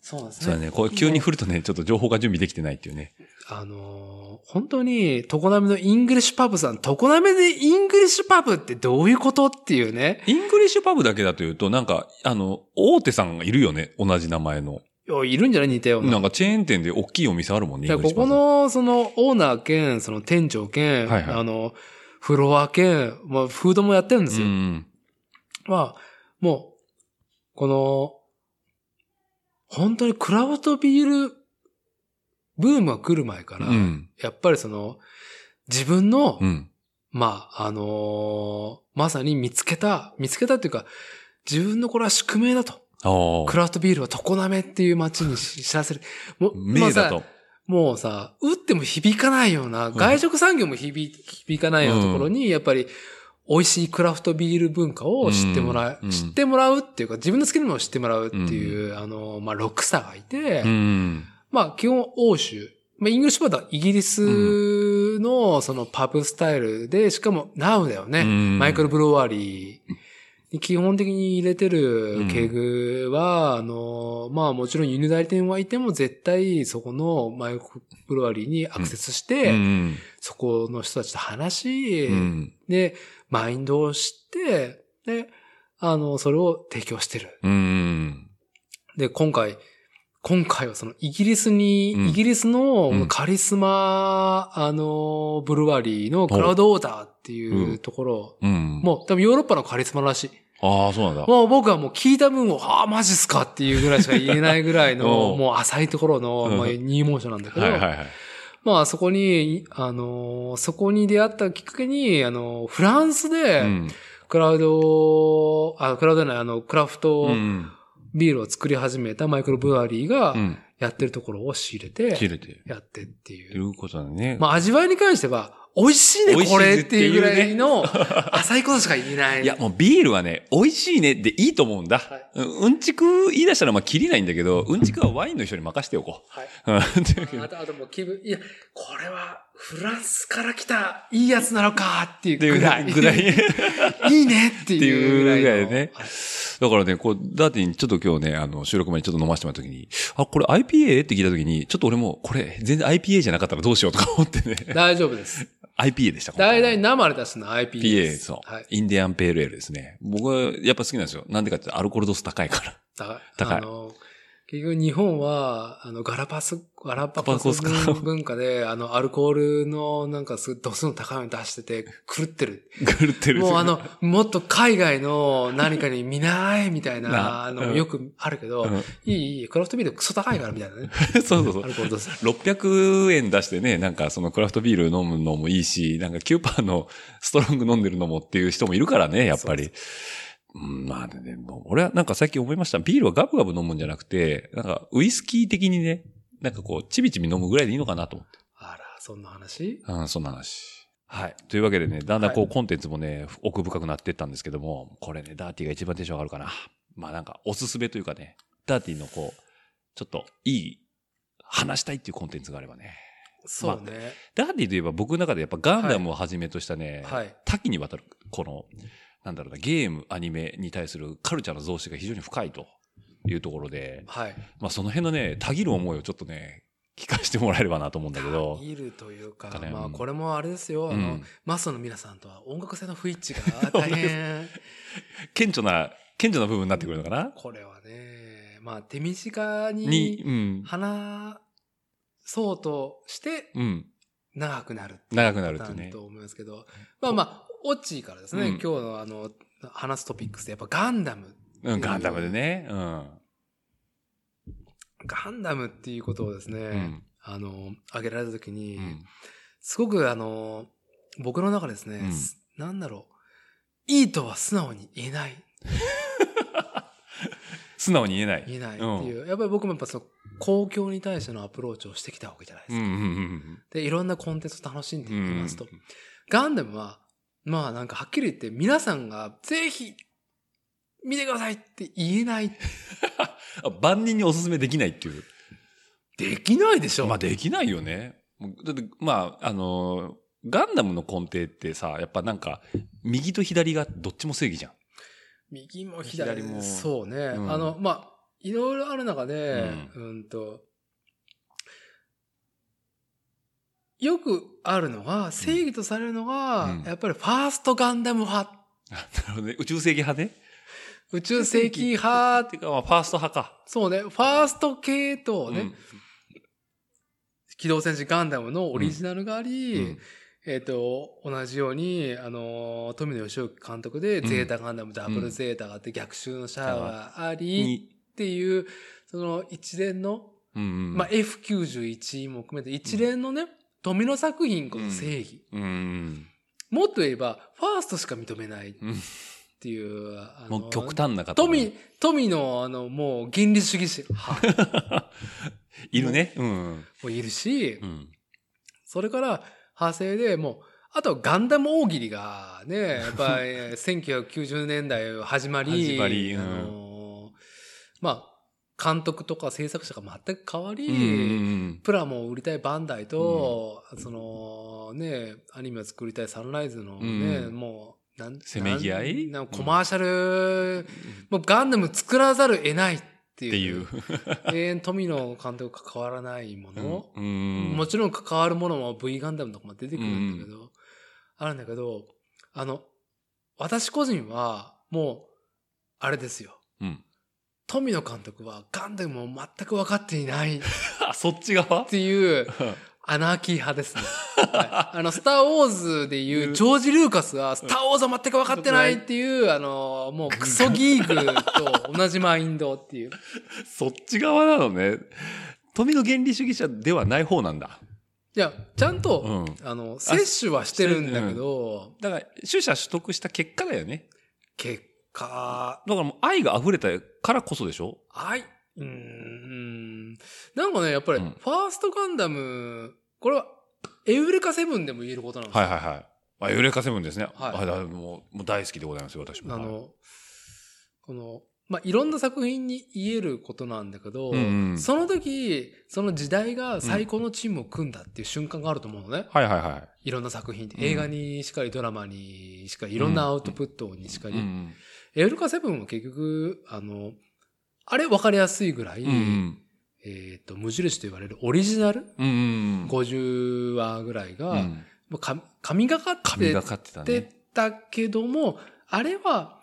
Speaker 3: そうなんですね。
Speaker 2: そうだね。これ急に振るとね、ちょっと情報が準備できてないっていうね。
Speaker 3: あのー本当に、常滑のイングリッシュパブさん、常滑でイングリッシュパブってどういうことっていうね。
Speaker 2: イングリッシュパブだけだというと、なんか、あの、大手さんがいるよね。同じ名前の。
Speaker 3: いやいるんじゃない似たような。
Speaker 2: なんかチェーン店で大きいお店あるもんね。
Speaker 3: だからここの、その、オーナー兼、その店長兼、
Speaker 2: はいはい
Speaker 3: あの、フロア兼、まあ、フードもやってるん
Speaker 2: イングリッシ
Speaker 3: です
Speaker 2: ュパブ
Speaker 3: よ。
Speaker 2: うん。
Speaker 3: まあ、もう、この、本当にクラフトビールブームが来る前から、
Speaker 2: うん。
Speaker 3: やっぱりその、自分の、
Speaker 2: うん。
Speaker 3: まあ、あのーまさに見つけた、見つけたっていうか、自分のこれは宿命だと。
Speaker 2: ああ
Speaker 3: ク。ラフトビールは常滑っていう街にし知らせる。もう、
Speaker 2: 名だ
Speaker 3: まあさ
Speaker 2: と。
Speaker 3: もうさ、打っても響かないような、外食産業も響響かないようなところに、やっぱり、美味しいクラフトビール文化を知ってもらう、
Speaker 2: うん
Speaker 3: 知ってもらうっていうか、自分の好きなものを知ってもらうっていう、あの、まあ、ロックスターがいて、
Speaker 2: うん。
Speaker 3: まあ、基本欧州。まあ、イングリッシュバードはイギリスのそのパブスタイルで、しかもナウだよね。
Speaker 2: うん
Speaker 3: マイクルブロワリーに基本的に入れてるケグは、あの、まあもちろん輸入代理店はいても絶対そこのマイクルブロワリーにアクセスして、
Speaker 2: うん。
Speaker 3: そこの人たちと話し、
Speaker 2: うん。
Speaker 3: で、マインドを知って、で、あの、それを提供してる。
Speaker 2: うん。
Speaker 3: で、今回、今回はそのイギリスに、
Speaker 2: うん
Speaker 3: イギリスの
Speaker 2: うん
Speaker 3: カリスマ、あの、ブルワリーのクラウドオーダーって
Speaker 2: う
Speaker 3: い
Speaker 2: ん
Speaker 3: うところ、
Speaker 2: うん。
Speaker 3: もう多分ヨーロッパのカリスマらしい。
Speaker 2: ああ、そうなんだ。
Speaker 3: もう僕はもう聞いた分を、ああ、マジっすかっていうぐらいしか言えないぐらい
Speaker 2: お
Speaker 3: の、
Speaker 2: う
Speaker 3: もう浅いところの、
Speaker 2: うん
Speaker 3: まあ、入門者なんだけど、
Speaker 2: はいはいはい。
Speaker 3: まあそこに、あのーそこに出会ったきっかけに、あのーフランス
Speaker 2: う
Speaker 3: で、
Speaker 2: ん。
Speaker 3: クラウド、あ、クラウドじゃない、あの、クラフト
Speaker 2: うん。
Speaker 3: ビールを作り始めたマイクロブワリーが
Speaker 2: う、ん。
Speaker 3: やってるところを仕入れて、
Speaker 2: 切れてる。
Speaker 3: やってって
Speaker 2: とい
Speaker 3: いう。
Speaker 2: うことだね。
Speaker 3: まあ味わいに関しては、美味しいね、これっていうぐらい の、浅いことしか言えない。
Speaker 2: いや、もうビールはね、美味しいねでいいと思うんだ。
Speaker 3: はい
Speaker 2: うんうんちく言い出したらまあ切りないんだけど、うんちくはワインの人に任せておこ
Speaker 3: はい。
Speaker 2: う。 うんというわ けで
Speaker 3: あと、あともう気分、いや、これはフランスから来たいいやつなのかっていう
Speaker 2: っていう
Speaker 3: ぐ
Speaker 2: ぐ
Speaker 3: ら
Speaker 2: ら
Speaker 3: い。
Speaker 2: い。ぐらい。
Speaker 3: いいねっていうぐらいの。
Speaker 2: っていうぐらいね
Speaker 3: はい
Speaker 2: だからね、こう、ダーティン、ちょっと今日ね、あの、収録前にちょっと飲ませてもらった時に、あ、これ IPA? って聞いた時に、ちょっと俺も、これ、全然 IPA じゃなかったらどうしようとか思ってね。
Speaker 3: 大丈夫です。
Speaker 2: IPA でした。
Speaker 3: 大体生で出すの IPA で
Speaker 2: PA、
Speaker 3: す。
Speaker 2: そう、
Speaker 3: はい。
Speaker 2: インディアンペールエールですね。僕はやっぱ好きなんですよ。なんでかって言ったらアルコール度数高いから。
Speaker 3: だ
Speaker 2: 高い
Speaker 3: あの、結局日本は、あの、ガラパス、ガラパゴス
Speaker 2: ガラパゴスか
Speaker 3: 文化で、あの、アルコールのなんかすごい度数の高いの出してて狂ってる。
Speaker 2: 狂ってる。
Speaker 3: もうあの、もっと海外の何かに見ないみたい
Speaker 2: な
Speaker 3: な、あ
Speaker 2: う
Speaker 3: の、
Speaker 2: ん
Speaker 3: よくあるけど、
Speaker 2: うん
Speaker 3: いいいい、クラフトビールクソ高いからみたいなね。
Speaker 2: そうそうそう
Speaker 3: ア。ルコール度数。
Speaker 2: 600円出してね、なんかそのクラフトビール飲むのもいいし、なんかキューパーのストロング飲んでるのもっていう人もいるからね、やっぱり。うん、まあね、もう俺はなんか最近思いました。ビールはガブガブ飲むんじゃなくて、なんかウイスキー的にね、なんかこう、ちびちび飲むぐらいでいいのかなと思って。
Speaker 3: あら、そんな話
Speaker 2: うん、そんな話。はい。というわけでね、だんだんこう、
Speaker 3: はい
Speaker 2: コンテンツもね、奥深くなってったんですけども、これね、ダーティーが一番テンション上がるかな。まあなんか、おすすめというかね、ダーティーのこう、ちょっといい、話したいっていうコンテンツがあればね。
Speaker 3: そうね。
Speaker 2: ダーティーといえば僕の中でやっぱガンダムをはじめとしたね、
Speaker 3: はい。
Speaker 2: 多岐にわたる、この、なんだろうな、ゲーム、アニメに対するカルチャーの増資が非常に深いというところで、
Speaker 3: はい。
Speaker 2: まあその辺のね、たぎる思いをちょっとね、聞かせてもらえればなと思うんだけど、
Speaker 3: いるというか
Speaker 2: だね、
Speaker 3: ま
Speaker 2: う
Speaker 3: あ
Speaker 2: ん
Speaker 3: これもあれですよ、あ
Speaker 2: う
Speaker 3: の
Speaker 2: ん、
Speaker 3: マストの皆さんとは音楽性の不一致が大変。
Speaker 2: 顕著な、顕著な部分になってくるのかな
Speaker 3: これはね、まあ手短
Speaker 2: に、
Speaker 3: に
Speaker 2: うん、
Speaker 3: 話そうとして
Speaker 2: うん、
Speaker 3: 長くなるっていう
Speaker 2: 長くなる
Speaker 3: パ
Speaker 2: と
Speaker 3: ターン
Speaker 2: ね。
Speaker 3: と思いますけど、まあまあ、オッチーからですね、
Speaker 2: うん
Speaker 3: 今日のあの、話すトピックスでやっぱガンダム
Speaker 2: うん、ガンダムでね、うん、
Speaker 3: ガンダムっていうことをですね、
Speaker 2: うん、
Speaker 3: あの、挙げられたときに、
Speaker 2: うん、
Speaker 3: すごくあの、僕の中ですね、
Speaker 2: うん
Speaker 3: すなんだろう、いいとは素直に言えない、
Speaker 2: 素直に言えない。
Speaker 3: 言えないっていう、やっぱり僕もやっぱその、公共に対してのアプローチをしてきたわけじゃないで
Speaker 2: うん、
Speaker 3: すか。
Speaker 2: うん、うん
Speaker 3: で、いろんなコンテンツを楽しんでいき
Speaker 2: うん、うん
Speaker 3: ますと。ガンダムは、まあなんかはっきり言って、皆さんがぜひ、見てくださいって言えない。
Speaker 2: あ万人におすすめできないっていう。
Speaker 3: できないでしょ。
Speaker 2: まあできないよね。だって、まあ、あのー、ガンダムの根底ってさ、やっぱなんか、右と左がどっちも正義じゃん。
Speaker 3: 右も左
Speaker 2: 左
Speaker 3: も。
Speaker 2: も
Speaker 3: そうね。
Speaker 2: うん
Speaker 3: あの、まあ、いろいろある中で、うん、と、よくあるのが、正義とされるのが、
Speaker 2: うん
Speaker 3: やっぱりファーストガンダム派、
Speaker 2: なるほどね。宇宙正義派ね。
Speaker 3: 宇宙世紀派
Speaker 2: っていうか、まあ、ファースト派か。
Speaker 3: そうね、ファースト系統ね、
Speaker 2: うん
Speaker 3: 機動戦士ガンダムのオリジナルがあり、
Speaker 2: うん
Speaker 3: えっ、と、同じように、あの、富野義行監督で、
Speaker 2: うん
Speaker 3: ゼータガンダム、ダブルゼータがあって、逆襲のシャアがあり、
Speaker 2: に、
Speaker 3: っていう、その一連の
Speaker 2: うんうん。
Speaker 3: まあ、F91 も含めて一連のね、富野作品こそ正義。
Speaker 2: うんうん。
Speaker 3: もっと言えば、ファーストしか認めないっ
Speaker 2: うん
Speaker 3: ていう、あの
Speaker 2: もう極端な方。
Speaker 3: 富、富の、あの、もう、原理主義者。は
Speaker 2: いるね。うん。
Speaker 3: もいるし、
Speaker 2: うん。
Speaker 3: それから派生でもう、あとはガンダム大喜利が ね、やっぱりえー1990年代始まり、
Speaker 2: 始まりうん
Speaker 3: あのーまあ、監督とか制作者が全く変わり、
Speaker 2: うんうん
Speaker 3: プラモを売りたいバンダイと、そのね、アニメを作りたいサンライズのね、
Speaker 2: うん
Speaker 3: もう、なん
Speaker 2: せめぎ合い
Speaker 3: なんなんコマーシャル、もうガンダム作らざるを得ないって
Speaker 2: って
Speaker 3: い
Speaker 2: いうう。。
Speaker 3: 永遠富野監督が関わらないもの。
Speaker 2: うん。
Speaker 3: もちろん関わるものも V ガンダムとかも出てくるんだけど、あるんだけど、あの、私個人は、もう、あれですよ。
Speaker 2: うん
Speaker 3: 富野監督はガンダムを全く分かっていないっ
Speaker 2: あ、そっち側
Speaker 3: ていうアナーキー派ですね。はいあの、スター・ウォーズでいうジョージ・ルーカスは、スター・ウォーズは全く分かってないっていう、あの、もうクソギーグと同じマインドっていう。
Speaker 2: そっち側なのね。富の原理主義者ではない方なんだ。
Speaker 3: いや、ちゃんと、
Speaker 2: うん。
Speaker 3: あの、摂取はしてるんだけど、
Speaker 2: だから、取捨取得した結果だよね。
Speaker 3: 結果、
Speaker 2: だからもう愛が溢れたからこそでしょ
Speaker 3: はい。うーん。なんかね、やっぱり、
Speaker 2: う
Speaker 3: フ
Speaker 2: ん
Speaker 3: ァーストガンダム、これは、エウレカセブンでも言えることなんです
Speaker 2: はい
Speaker 3: よ。
Speaker 2: はいはい。あ、ユレカセブンですね。
Speaker 3: はい
Speaker 2: あだからもう、もう大好きでございますよ、私も。
Speaker 3: あ
Speaker 2: はい、
Speaker 3: の、この、まあ、いろんな作品に言えることなんだけど、
Speaker 2: うんうん
Speaker 3: その時、その時代が最高のチームを組んだっていう瞬間があると思うのね。
Speaker 2: はいはいはい
Speaker 3: ろんな作品で。
Speaker 2: うん
Speaker 3: 映画にしかり、ドラマにしかり、いろんなアウトプットにしか
Speaker 2: い。
Speaker 3: り。
Speaker 2: うん
Speaker 3: エウレカセブンは結局、あの、あれ分かりやすいぐらい、
Speaker 2: うん。うん
Speaker 3: えっ、と、無印と言われるオリジナル
Speaker 2: うん。うんうん。
Speaker 3: 50話ぐらいが、
Speaker 2: うん
Speaker 3: まあか神がかっ
Speaker 2: 神
Speaker 3: て
Speaker 2: がかってた
Speaker 3: て
Speaker 2: ね。
Speaker 3: たけども、あれは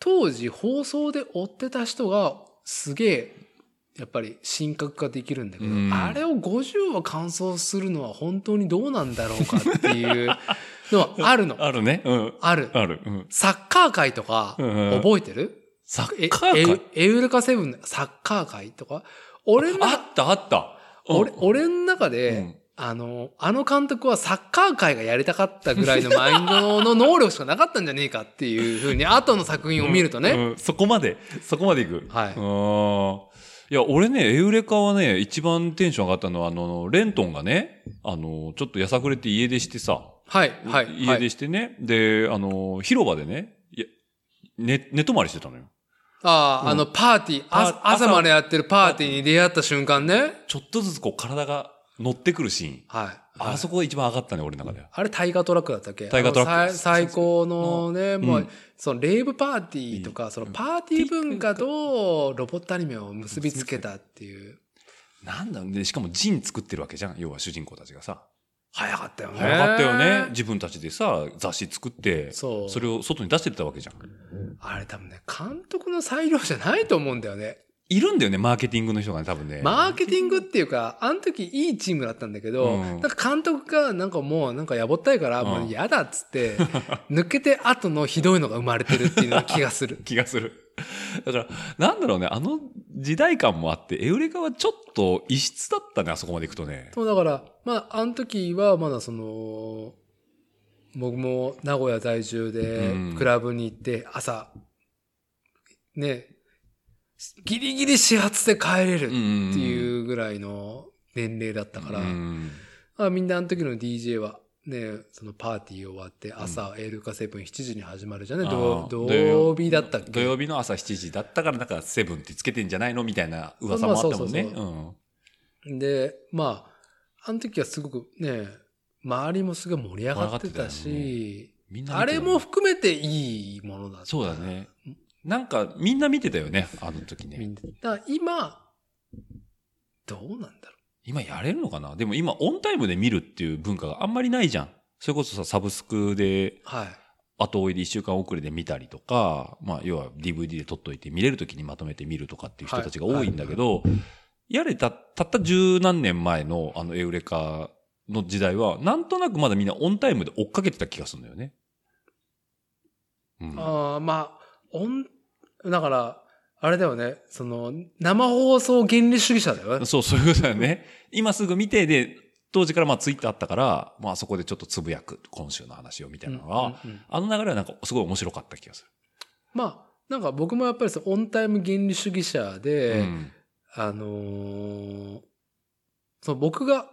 Speaker 3: 当時放送で追ってた人がすげえやっぱり神格化できるんだけど、
Speaker 2: うん
Speaker 3: あれを50話完走するのは本当にどうなんだろうかっていうの はあるの。
Speaker 2: あるね。うん。
Speaker 3: ある。
Speaker 2: ある。うん。
Speaker 3: サッカー界とか
Speaker 2: うんうん
Speaker 3: 覚えてる
Speaker 2: サッ
Speaker 3: え
Speaker 2: カー界
Speaker 3: エウエウレカセブンのサッカー界とか俺の
Speaker 2: あったあった。
Speaker 3: 俺俺の中で、
Speaker 2: うん
Speaker 3: あの、あの監督はサッカー界がやりたかったぐらいのマインドの能力しかなかったんじゃねえかっていうふうに、後の作品を見るとね、
Speaker 2: うんそこまで、そこまでいく。
Speaker 3: は
Speaker 2: い。い
Speaker 3: い
Speaker 2: や、俺ね、エウレカはね、一番テンション上がったのは、あの、レントンがね、あの、ちょっとやさぐれて家出してさ、
Speaker 3: はい、はい、は
Speaker 2: 家出
Speaker 3: い。
Speaker 2: してね、で、あの、広場でね、いや寝、寝泊まりしてたのよ。
Speaker 3: ああ、
Speaker 2: うん
Speaker 3: あの、パーティーあ
Speaker 2: パ
Speaker 3: 朝、までやってるパーティーに出会った瞬間ね。
Speaker 2: ちょっとずつこう体が乗ってくるシーン。
Speaker 3: はい。
Speaker 2: あそ
Speaker 3: こ。
Speaker 2: こが一番上がったね、俺の中では。
Speaker 3: あれ、タイガートラックだったっけ
Speaker 2: タイガートラック
Speaker 3: あのさい最高のね、
Speaker 2: ん
Speaker 3: も
Speaker 2: う、
Speaker 3: うんその、レイブパーティーとか、その、パーティー文化と、ロボットアニメを結びつけたっていう。
Speaker 2: なんだろうね、しかもジン作ってるわけじゃん、要は主人公たちがさ。
Speaker 3: 早かったよね。
Speaker 2: 早かったよね。。自分たちでさ、雑誌作って、
Speaker 3: そう。
Speaker 2: それを外に出してったわけじゃん。
Speaker 3: あれ多分ね、監督の裁量じゃないと思うんだよね。
Speaker 2: いるんだよね、マーケティングの人がね、多分ね。
Speaker 3: マーケティングっていうか、あの時いいチームだったんだけど、
Speaker 2: うん
Speaker 3: なんか監督がなんかもうなんかやぼったいから、
Speaker 2: うん
Speaker 3: もう嫌だっつ って、抜けて後のひどいのが生まれてるっていうような気がす
Speaker 2: 。
Speaker 3: る
Speaker 2: 気がする。だから、なんだろうね、あの時代感もあって、エウレカはちょっと異質だったね、あそこまで行くとね。
Speaker 3: そうだから、まあ、あの時はまだその、僕も名古屋在住で
Speaker 2: うん、
Speaker 3: クラブに行って、朝、ね、ギリギリ始発で帰れる
Speaker 2: っ
Speaker 3: ってて
Speaker 2: う
Speaker 3: いうぐらいの年齢だったから、
Speaker 2: ん
Speaker 3: あみんなあの時の DJ は、ね、そのパーティー終わって朝、エールカセブン7時に始まるじゃんね。
Speaker 2: あ
Speaker 3: 土
Speaker 2: ー
Speaker 3: 土曜日だったっけ
Speaker 2: 土曜日の朝7時だったから、なんかセブンってつけてんじゃないのみたいな噂もあったもんね。
Speaker 3: まあそうそう
Speaker 2: うん
Speaker 3: で、まあ、あの時はすごくね、周りもすごい盛り上がってた
Speaker 2: 盛り
Speaker 3: し、
Speaker 2: みんな
Speaker 3: あ
Speaker 2: 見てた
Speaker 3: れ
Speaker 2: よね
Speaker 3: も含めていいものだった。
Speaker 2: そうだね。なんか、みんな見てたよね、あの時
Speaker 3: み
Speaker 2: ね。
Speaker 3: んな。だから今、どうなんだろう。
Speaker 2: 今やれるのかなでも今、オンタイムで見るっていう文化があんまりないじゃん。それこそさ、サブスクで
Speaker 3: はい。
Speaker 2: 後追いで1週間遅れで見たりとか、まあ、要は DVD で撮っといて見れる時にまとめて見るとかっていう人たちが多いんだけど、やれた、たった十何年前のあのエウレカの時代は、なんとなくまだみんなオンタイムで追っかけてた気がするんだよね。うん。
Speaker 3: ああまあ、オン、だから、あれだよね、その、生放送原理主義者だよね。
Speaker 2: そう、そういうことだよね。今すぐ見て、で、当時からまあツイッターあったから、まあそこでちょっとつぶやく、今週の話をみたいなのは、
Speaker 3: うんうんうん
Speaker 2: あの流れはなんかすごい面白かった気がす
Speaker 3: まあ、なんか僕もやっぱりそのオンタイム原理主義者
Speaker 2: る。
Speaker 3: で、
Speaker 2: うん
Speaker 3: あのーその僕が、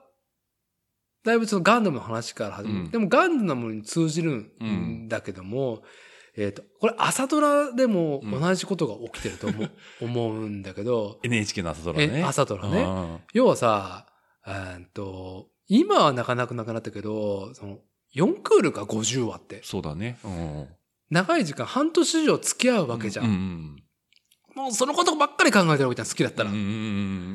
Speaker 3: だいぶそのガンダムの話から始める。
Speaker 2: うん
Speaker 3: でもガンダムに通じるんだけども、えっ、と、これ朝ドラでも同じことが起きてる と思う, 、思うんだけど、
Speaker 2: NHK の朝ドラね。
Speaker 3: え朝ドラね
Speaker 2: うん
Speaker 3: 要はさ、えーっと、今はなかなかなくなったけど、その、4クールか50話って。
Speaker 2: そうだね。うん。
Speaker 3: 長い時間、半年以上付き合うわけじゃん。
Speaker 2: うんうん
Speaker 3: もうそのことばっかり考えてるわけじゃん、好きだった
Speaker 2: うん
Speaker 3: ら。
Speaker 2: うんうんう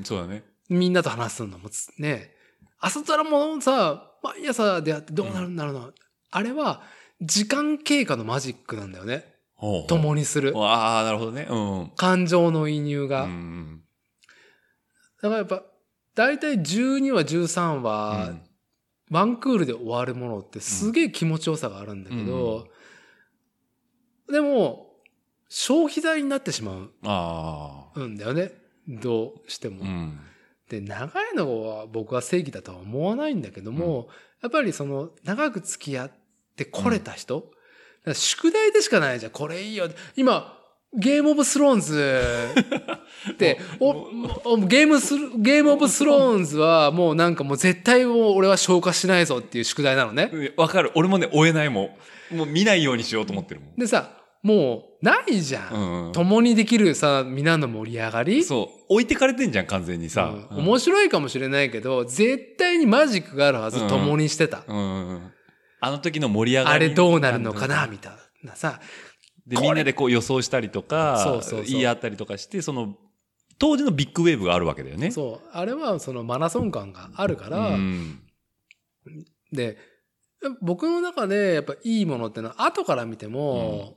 Speaker 2: ん。そうだね。
Speaker 3: みんなと話すのもつ、ね。朝ドラもさ、毎朝出会ってどうなるんだろうな。あれは、時間経過のマジックなんだよね。
Speaker 2: ほうほ
Speaker 3: 共にする
Speaker 2: う。。ああ、なるほどね。うん。
Speaker 3: 感情の移入が。
Speaker 2: うん
Speaker 3: だからやっぱ、だいたい12話、13
Speaker 2: うん
Speaker 3: 話、ワンクールで終わるものってすげえ気持ちよさがあるんだけど、でも、消費財になってしま
Speaker 2: ああ。
Speaker 3: うんだよね。どうしても。
Speaker 2: うん。
Speaker 3: で、長いのは僕は正義だとは思わないんだけども、やっぱりその、長く付き合ってこれた人、だから宿題でしかないじゃん。これいいよ。今、ゲームオブスローンズ って、お、おゲームスル、ゲームオブスローンズはもうなんかもう絶対もう俺は消化しないぞっていう宿題なのね。
Speaker 2: わかる。俺もね、追えないもん。もう見ないようにしようと思ってるもん。
Speaker 3: でさ、もうないじゃん。
Speaker 2: うんうん
Speaker 3: 共にできるさ、皆の盛り上がり
Speaker 2: そう。置いてかれてんじゃん、完全にさ。
Speaker 3: うん面白いかもしれないけど、絶対にマジックがあるはず、
Speaker 2: うん
Speaker 3: 共にしてた。
Speaker 2: うんうん。あの時の盛り上がり。
Speaker 3: あれどうなるのかなみたいなさ。
Speaker 2: で、
Speaker 3: これ
Speaker 2: みんなでこう予想したりとか、
Speaker 3: そうそうそう
Speaker 2: 言い合ったりとかして、その、当時のビッグウェーブがあるわけだよね。
Speaker 3: そう。あれはそのマラソン感があるから、
Speaker 2: ん。
Speaker 3: で、僕の中でやっぱいいものってのは後から見ても、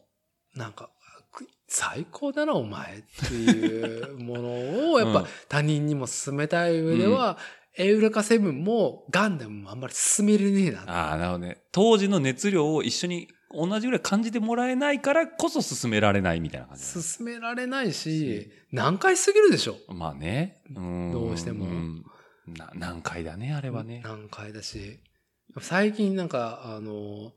Speaker 3: なんか、く最高だなお前っていうもの をやっ
Speaker 2: うん
Speaker 3: ぱ他人にも勧めたい上では、エウレカセブンもガンダムもあんまり勧めれねえなって
Speaker 2: ああ、なるほどね。当時の熱量を一緒に同じぐらい感じてもらえないからこそ進められないみたいな感じだね。
Speaker 3: 勧められないし、難解すぎるでしょ。
Speaker 2: まあね。うん
Speaker 3: どうしても
Speaker 2: んな難解だね、あれはね。
Speaker 3: 難解だし。最近なんか、あの、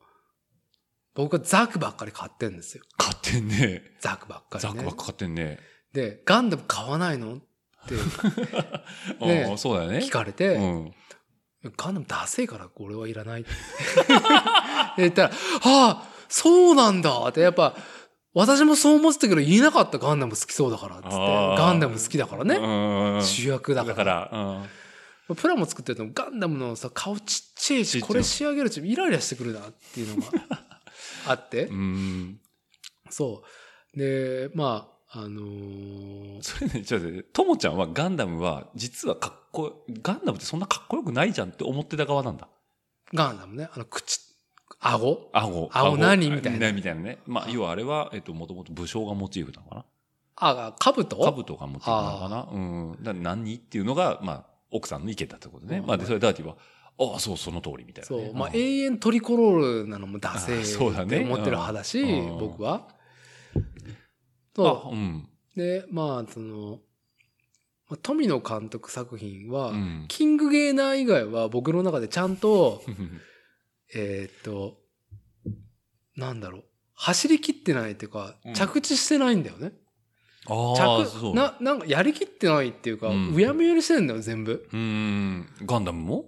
Speaker 3: 僕はザクばっかり買ってんですよ。
Speaker 2: 買ってんね。
Speaker 3: ザクばっかり、
Speaker 2: ザ
Speaker 3: ね。
Speaker 2: クばっか買ってんね。
Speaker 3: で、ガンダム買わないの ってね
Speaker 2: うんそうだよね。
Speaker 3: 聞かれて、
Speaker 2: うん。
Speaker 3: ガンダムダセえから俺はいらないって で言ったら、ああ、そうなんだってやっぱ、私もそう思ってたけど言えなかったガンダム好きそうだからっつって、
Speaker 2: あー
Speaker 3: ガンダム好きだからね。
Speaker 2: ね
Speaker 3: 主役だ
Speaker 2: だ
Speaker 3: か。
Speaker 2: からら、うん
Speaker 3: プラモ作ってるとガンダムのさ、顔ちっちゃい
Speaker 2: ちっ
Speaker 3: し、
Speaker 2: ちゃい
Speaker 3: これ仕上げるうちイライラしてくるなっていうのがあって
Speaker 2: う、ん。
Speaker 3: そう。で、まあ、あのー
Speaker 2: それね、ちょっと待ってともちゃんはガンダムは実はかっこいい、ガンダムってそんなかっこよくないじゃんって思ってた側なんだ。
Speaker 3: ガンダムね、あの、口、顎
Speaker 2: 顎。
Speaker 3: 顎何みたいな
Speaker 2: みたいなね。まあ、要はあれは、えっと、もともと武将がモチーフなのかな。
Speaker 3: あ、兜
Speaker 2: 兜がモチーフなのかなうん。だ何っていうのが、まあ、奥さんの意見だってことね。
Speaker 3: うん
Speaker 2: まあ、で、それダーティは、ああ、そう、その通りみたいな
Speaker 3: そ
Speaker 2: ね、
Speaker 3: う。まあ、
Speaker 2: え
Speaker 3: 永遠トリコロールなのもダセ
Speaker 2: あ
Speaker 3: ー
Speaker 2: そうだ
Speaker 3: っ
Speaker 2: ね
Speaker 3: て思ってる派だし、
Speaker 2: うん
Speaker 3: 僕は。
Speaker 2: あ、
Speaker 3: そう
Speaker 2: うん。
Speaker 3: う。で、まあ、その、まあ富野監督作品は、
Speaker 2: うん。
Speaker 3: キングゲーナー以外は僕の中でちゃんと、えーっと、なんだろう。走り切ってないっていうか
Speaker 2: うん、
Speaker 3: 着地してないんだよね。
Speaker 2: ああ、そ
Speaker 3: 着、
Speaker 2: う。
Speaker 3: な、なんかやりきってないっていうか、
Speaker 2: うん
Speaker 3: うやむやにしてんだよ、全部。
Speaker 2: うん。ガンダムも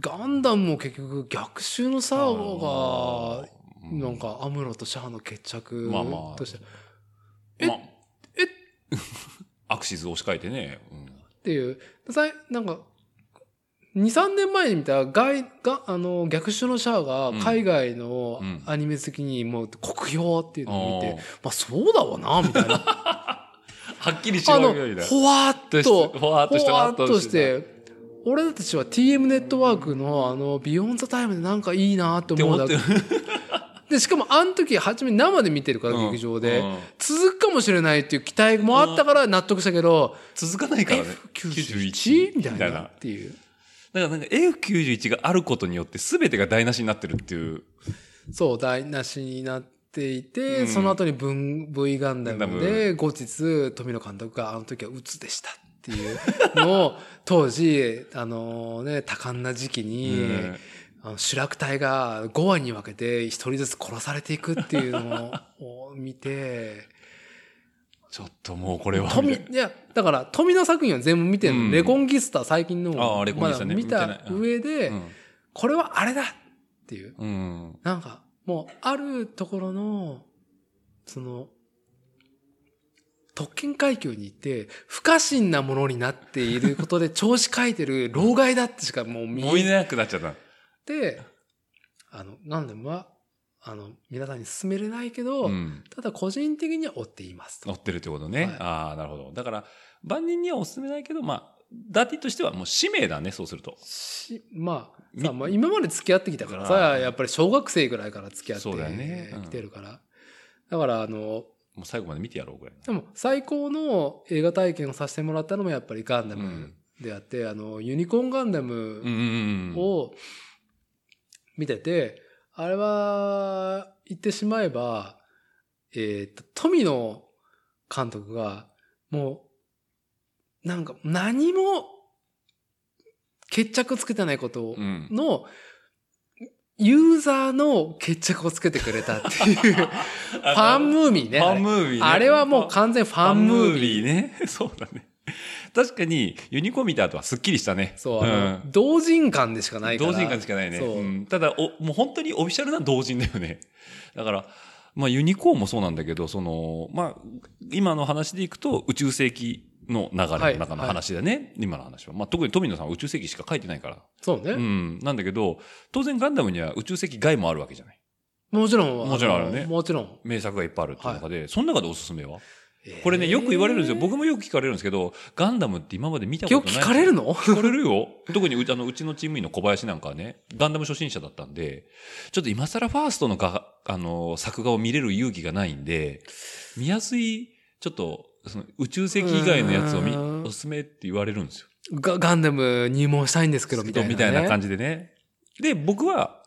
Speaker 3: ガンダムも結局逆襲の
Speaker 2: あ
Speaker 3: サーゴが、
Speaker 2: ーうん
Speaker 3: なんかアムロとシャアの決着
Speaker 2: まあまあ
Speaker 3: として、っえ
Speaker 2: まあ、 アクシズ押し替えてね。うん
Speaker 3: ていう、さいなんか、2、3年前に見た外があの逆襲のシャア
Speaker 2: うん
Speaker 3: が海外の
Speaker 2: うん
Speaker 3: アニメ好きにもう酷評っていうのを見て、
Speaker 2: あー
Speaker 3: まあそうだわな、みたいな。あ
Speaker 2: はっきりし
Speaker 3: の、
Speaker 2: ろよ、みたいな。
Speaker 3: ほわっと、
Speaker 2: ほわっとした
Speaker 3: ほわっとして、俺たちは TM ネットワークのあの、ビヨンザタイムでなんかいいなって
Speaker 2: って
Speaker 3: 思
Speaker 2: 思
Speaker 3: うだ
Speaker 2: って
Speaker 3: け
Speaker 2: る。
Speaker 3: で、しかもあの時、初め生で見てるから、劇場で。
Speaker 2: うんうん
Speaker 3: 続くかもしれないっていう期待もあったから納得したけど、
Speaker 2: 続かないからね。
Speaker 3: 91? みたい
Speaker 2: み
Speaker 3: なっていう。
Speaker 2: だからなんか F91 があることによって全てが台無しになってるっていう。
Speaker 3: そう、台無しになっていて、
Speaker 2: うん
Speaker 3: その後に文 V ガンダム
Speaker 2: ガ
Speaker 3: で、後日、富野監督があの時は鬱でしたっていうの を、当時、あのね、多感な時期に、
Speaker 2: うん
Speaker 3: あの主楽隊が5話に分 けて一人ずつ殺されていくっていうのをを見て、
Speaker 2: ちょっともうこれは。
Speaker 3: 富、いや、だから、富の作品は全部見てるの。
Speaker 2: うん
Speaker 3: レコンギスタ最近の。
Speaker 2: あーレコンギスタね
Speaker 3: まだ見た上で、これはあれだっていう。
Speaker 2: うん。うん。
Speaker 3: なんか、もう、あるところの、その、特権階級にいて、不可侵なものになっているこ とで、調子書いてる老害だってしかもう見
Speaker 2: もういなくなっちゃった。
Speaker 3: て、あの、なんでも、あの、皆さんに勧めれないけど、
Speaker 2: うん。
Speaker 3: ただ個人的には追っていますと。
Speaker 2: 乗ってるってことね。
Speaker 3: はい
Speaker 2: ああ、なるほど。だから、万人にはお勧めないけど、まあ、ダティとしてはもう使命だね、そうすると。
Speaker 3: しまあ、
Speaker 2: み
Speaker 3: さまあ、今まで付き合ってきたからさ、
Speaker 2: あー
Speaker 3: やっぱり小学生ぐらいから付き合って
Speaker 2: そうだよねうん
Speaker 3: きてるから。だから、あの、
Speaker 2: もう最後まで見てやろうぐらい
Speaker 3: でも最高の映画体験をさせてもらったのもやっぱりガンダ
Speaker 2: の。
Speaker 3: ム。であって、あの、ユニコーンガンダ
Speaker 2: うん
Speaker 3: ム
Speaker 2: うんうん。
Speaker 3: を見てて、あれは、言ってしまえば、えーっと、富野監督が、もう、なんか何も決着つけてないことを
Speaker 2: うん。
Speaker 3: の、ユーザーの決着をつけてくれたっていう、 フ
Speaker 2: フ
Speaker 3: ァン
Speaker 2: ム
Speaker 3: ムービー
Speaker 2: ー
Speaker 3: ね。
Speaker 2: ファンムービーね。
Speaker 3: あれはもう完全フ
Speaker 2: フ
Speaker 3: ァンムービー。
Speaker 2: ーね。 そうだね。確かに、ユニコーン見た後はすっきりしたね。
Speaker 3: そう、あの、
Speaker 2: ん
Speaker 3: 同人感でしかないから。
Speaker 2: 同人感しかないね。
Speaker 3: そう
Speaker 2: うんただお、もう本当にオフィシャルな同人だよね。 だから、まあユニコーンもそうなんだけど、その、まあ、今の話でいくと宇宙世紀の流れの中の話だね。今の話は。まあ特に富野さんは宇宙世紀しか書いてないから。
Speaker 3: そうね、
Speaker 2: うん。なんだけど、当然ガンダムには宇宙世紀外もあるわけじゃない。
Speaker 3: もちろん。
Speaker 2: もちろんあるよね
Speaker 3: のもちろん。
Speaker 2: 名作がいっぱいあるっていう中で、その中でおすすめはこれね、
Speaker 3: えー
Speaker 2: よく言われるんですよ。僕もよく聞かれるんですけど、ガンダムって今まで見たこと
Speaker 3: 今
Speaker 2: ない。
Speaker 3: 日聞かれるの
Speaker 2: 聞かれるよ。特にうあのうちのチーム員の小林なんかはね、ガンダム初心者だったんで、ちょっと今更ファーストのがあの作画を見れる勇気がないんで、見やすい、ちょっと、その宇宙世紀以外のやつをみ
Speaker 3: うーん
Speaker 2: おすすめって言われるんですよ。
Speaker 3: ガガンダム入門したいんですけど、みたいな、ね。
Speaker 2: みたいな感じでね。で、僕は、